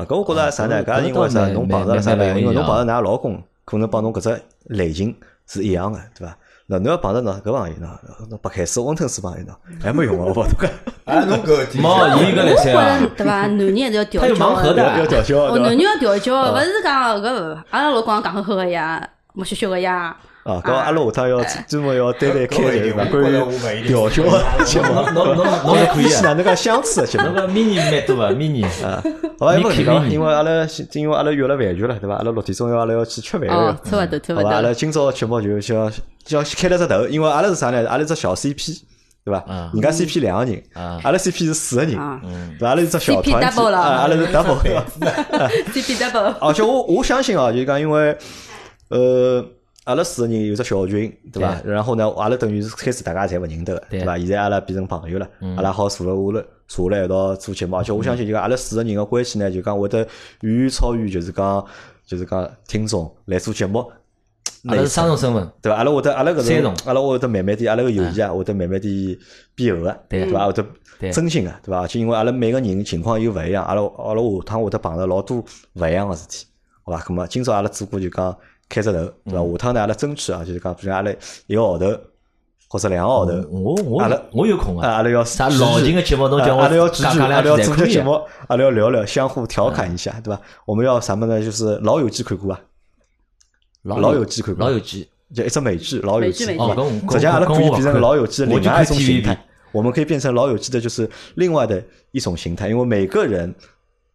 [SPEAKER 1] 搿我觉着啥呢？搿也因为啥？侬碰着了啥呢？因为侬碰着㑚老公，可能帮侬搿只类型是一样的，对伐？那侬要碰着喏搿朋友喏，侬白开水、温吞水朋友喏，还没用啊！我讲侬
[SPEAKER 2] *laughs*
[SPEAKER 6] 哎，侬搿
[SPEAKER 4] 毛伊搿来
[SPEAKER 2] 我觉
[SPEAKER 4] 塞啊
[SPEAKER 2] 着，对伐？男人还是要调
[SPEAKER 4] 他有盲盒
[SPEAKER 2] 教
[SPEAKER 4] 的
[SPEAKER 1] 要调笑啊
[SPEAKER 2] 哦，
[SPEAKER 1] 对伐？
[SPEAKER 2] 男人要调教，勿是讲搿勿，阿拉老公讲呵呵个呀，木羞羞个呀。
[SPEAKER 1] 啊，搿阿拉下趟要专门要单单开一个关
[SPEAKER 6] 我觉着我勿一定
[SPEAKER 1] 于调教的节目，
[SPEAKER 4] 侬侬侬侬是可以
[SPEAKER 1] 是 *laughs*
[SPEAKER 4] 啊，
[SPEAKER 1] 哪能介相处的节目
[SPEAKER 4] 侬？个 mini 蛮多啊，mini
[SPEAKER 1] 啊，好，因为
[SPEAKER 4] 你
[SPEAKER 1] 搿个
[SPEAKER 4] 肯定
[SPEAKER 1] 因为阿拉因为阿拉约了饭局了，对伐？阿拉六点钟要阿拉要去吃饭了
[SPEAKER 2] 哦，差勿多差勿
[SPEAKER 1] 好
[SPEAKER 2] 多
[SPEAKER 1] 伐？阿拉今朝节目就像像开了只头，因为阿拉是啥呢？阿拉只小 CP，对伐
[SPEAKER 4] 啊？
[SPEAKER 1] 人家 CP 两个人，
[SPEAKER 4] 啊
[SPEAKER 1] 阿拉 CP 是四个人，
[SPEAKER 2] 啊
[SPEAKER 1] 对伐？阿拉是只小
[SPEAKER 2] CP
[SPEAKER 1] 团体，
[SPEAKER 2] double 了
[SPEAKER 1] 啊阿拉是 double。*laughs*
[SPEAKER 2] ，CP double。
[SPEAKER 1] 而且哦我我相信啊，就是讲因为呃。阿拉四个人有只小群，对伐？然后呢，阿拉等于是开始大家侪勿认得个，
[SPEAKER 4] 对
[SPEAKER 1] 对
[SPEAKER 4] 嗯
[SPEAKER 1] 伐？现在阿拉变成朋友了，阿拉好坐了下来，坐了一道做节目。而且我相信，就讲阿拉四个人个关系呢，就讲会得远远超于，就是讲，就是讲听众来做节目，
[SPEAKER 4] 阿拉是三种身份，
[SPEAKER 1] 对伐？阿拉会得，阿拉搿
[SPEAKER 4] 三
[SPEAKER 1] 种
[SPEAKER 4] 种，嗯
[SPEAKER 1] 阿拉会得慢慢点，阿拉个友谊啊，会得慢慢点变厚个，
[SPEAKER 4] 对
[SPEAKER 1] 对伐？会得
[SPEAKER 4] 对
[SPEAKER 1] 真心个，对伐？而且因为阿拉每个人情况又勿一样，阿拉阿拉下趟会得碰着老多勿一样个事体，好伐？咁么今朝阿拉只顾就讲开只头，对
[SPEAKER 4] 嗯
[SPEAKER 1] 伐？下趟呢，阿拉争取啊，就是讲，比如讲阿拉一个号头或者两个号头，
[SPEAKER 4] 我
[SPEAKER 1] 阿拉
[SPEAKER 4] 我我有空
[SPEAKER 1] 啊，
[SPEAKER 4] 啊，
[SPEAKER 1] 阿拉要
[SPEAKER 4] 嗯啥
[SPEAKER 1] 继续
[SPEAKER 4] 老型的节目侬叫我
[SPEAKER 1] 啊阿拉要继
[SPEAKER 4] 讲
[SPEAKER 1] 续，
[SPEAKER 4] 讲
[SPEAKER 1] 阿
[SPEAKER 4] 两
[SPEAKER 1] 拉要
[SPEAKER 4] 句
[SPEAKER 1] 做
[SPEAKER 4] 才
[SPEAKER 1] 些
[SPEAKER 4] 可以啊
[SPEAKER 1] 节目，阿拉要聊聊，相互调侃一下，对伐？我们要什么呢？就是老友记看过伐？老友记看过
[SPEAKER 4] 老友记，
[SPEAKER 1] 就一只美剧《老友记》
[SPEAKER 2] 美剧
[SPEAKER 1] 对吧
[SPEAKER 4] 美剧哦跟我
[SPEAKER 1] 实际上阿拉可
[SPEAKER 4] 跟
[SPEAKER 1] 以
[SPEAKER 4] 我
[SPEAKER 1] 变成《老友记》
[SPEAKER 4] 我
[SPEAKER 1] 另
[SPEAKER 4] 就看
[SPEAKER 1] 外一种形
[SPEAKER 4] TVB
[SPEAKER 1] 态，我们可以变成《老友记》的就是另外的一种形态，因为每个人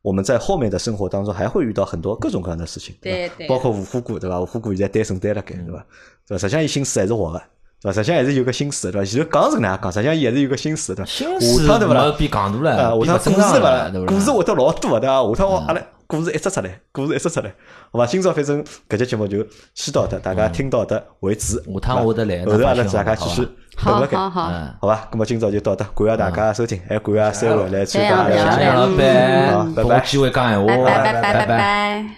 [SPEAKER 1] 我们在后面的生活当中还会遇到很多各种各样的事情，
[SPEAKER 2] 对
[SPEAKER 1] 吧
[SPEAKER 2] 对
[SPEAKER 1] 包括吴虎哥对吧？吴虎哥现在单身单了该对吧？对吧？实际上伊心思还是活的。对吧？实际上还是有个心思的，对吧？前头讲是搿能样讲，实际上伊还是有个心呃思的，对吧？
[SPEAKER 4] 心
[SPEAKER 1] 下
[SPEAKER 4] 思
[SPEAKER 1] 趟对不啦
[SPEAKER 4] 没？变戆大
[SPEAKER 1] 啊，
[SPEAKER 4] 了，
[SPEAKER 1] 下趟
[SPEAKER 4] 变勿
[SPEAKER 1] 故
[SPEAKER 4] 正
[SPEAKER 1] 事
[SPEAKER 4] 常
[SPEAKER 1] 对伐
[SPEAKER 4] 了，对
[SPEAKER 1] 啦？
[SPEAKER 4] 不
[SPEAKER 1] 故事
[SPEAKER 4] 啦？
[SPEAKER 1] 会得老多的啊！下趟我阿拉故事一只出来，故事一只出来，好伐？今朝反正搿节节目就先到的，大家听到的为止。
[SPEAKER 4] 下趟我得来
[SPEAKER 1] 后头阿拉
[SPEAKER 4] 那
[SPEAKER 1] 大家
[SPEAKER 4] 好
[SPEAKER 1] 继
[SPEAKER 4] 吧
[SPEAKER 1] 续等
[SPEAKER 2] *laughs* 好
[SPEAKER 1] 辣盖，
[SPEAKER 2] 好好，
[SPEAKER 4] 嗯，
[SPEAKER 1] *laughs* 好伐？那么今朝就到这，感谢大家的收听，还感谢三位来参
[SPEAKER 2] 这
[SPEAKER 1] 加阿拉
[SPEAKER 2] 样
[SPEAKER 1] 的
[SPEAKER 2] 这
[SPEAKER 1] 节
[SPEAKER 2] 样
[SPEAKER 1] 目
[SPEAKER 4] 嗯谢谢老
[SPEAKER 1] 好
[SPEAKER 2] 嗯
[SPEAKER 4] 板，
[SPEAKER 1] 拜
[SPEAKER 4] 拨
[SPEAKER 1] 拜
[SPEAKER 4] 我机会讲闲话，
[SPEAKER 2] 拜拜拜
[SPEAKER 4] 拜
[SPEAKER 2] 拜。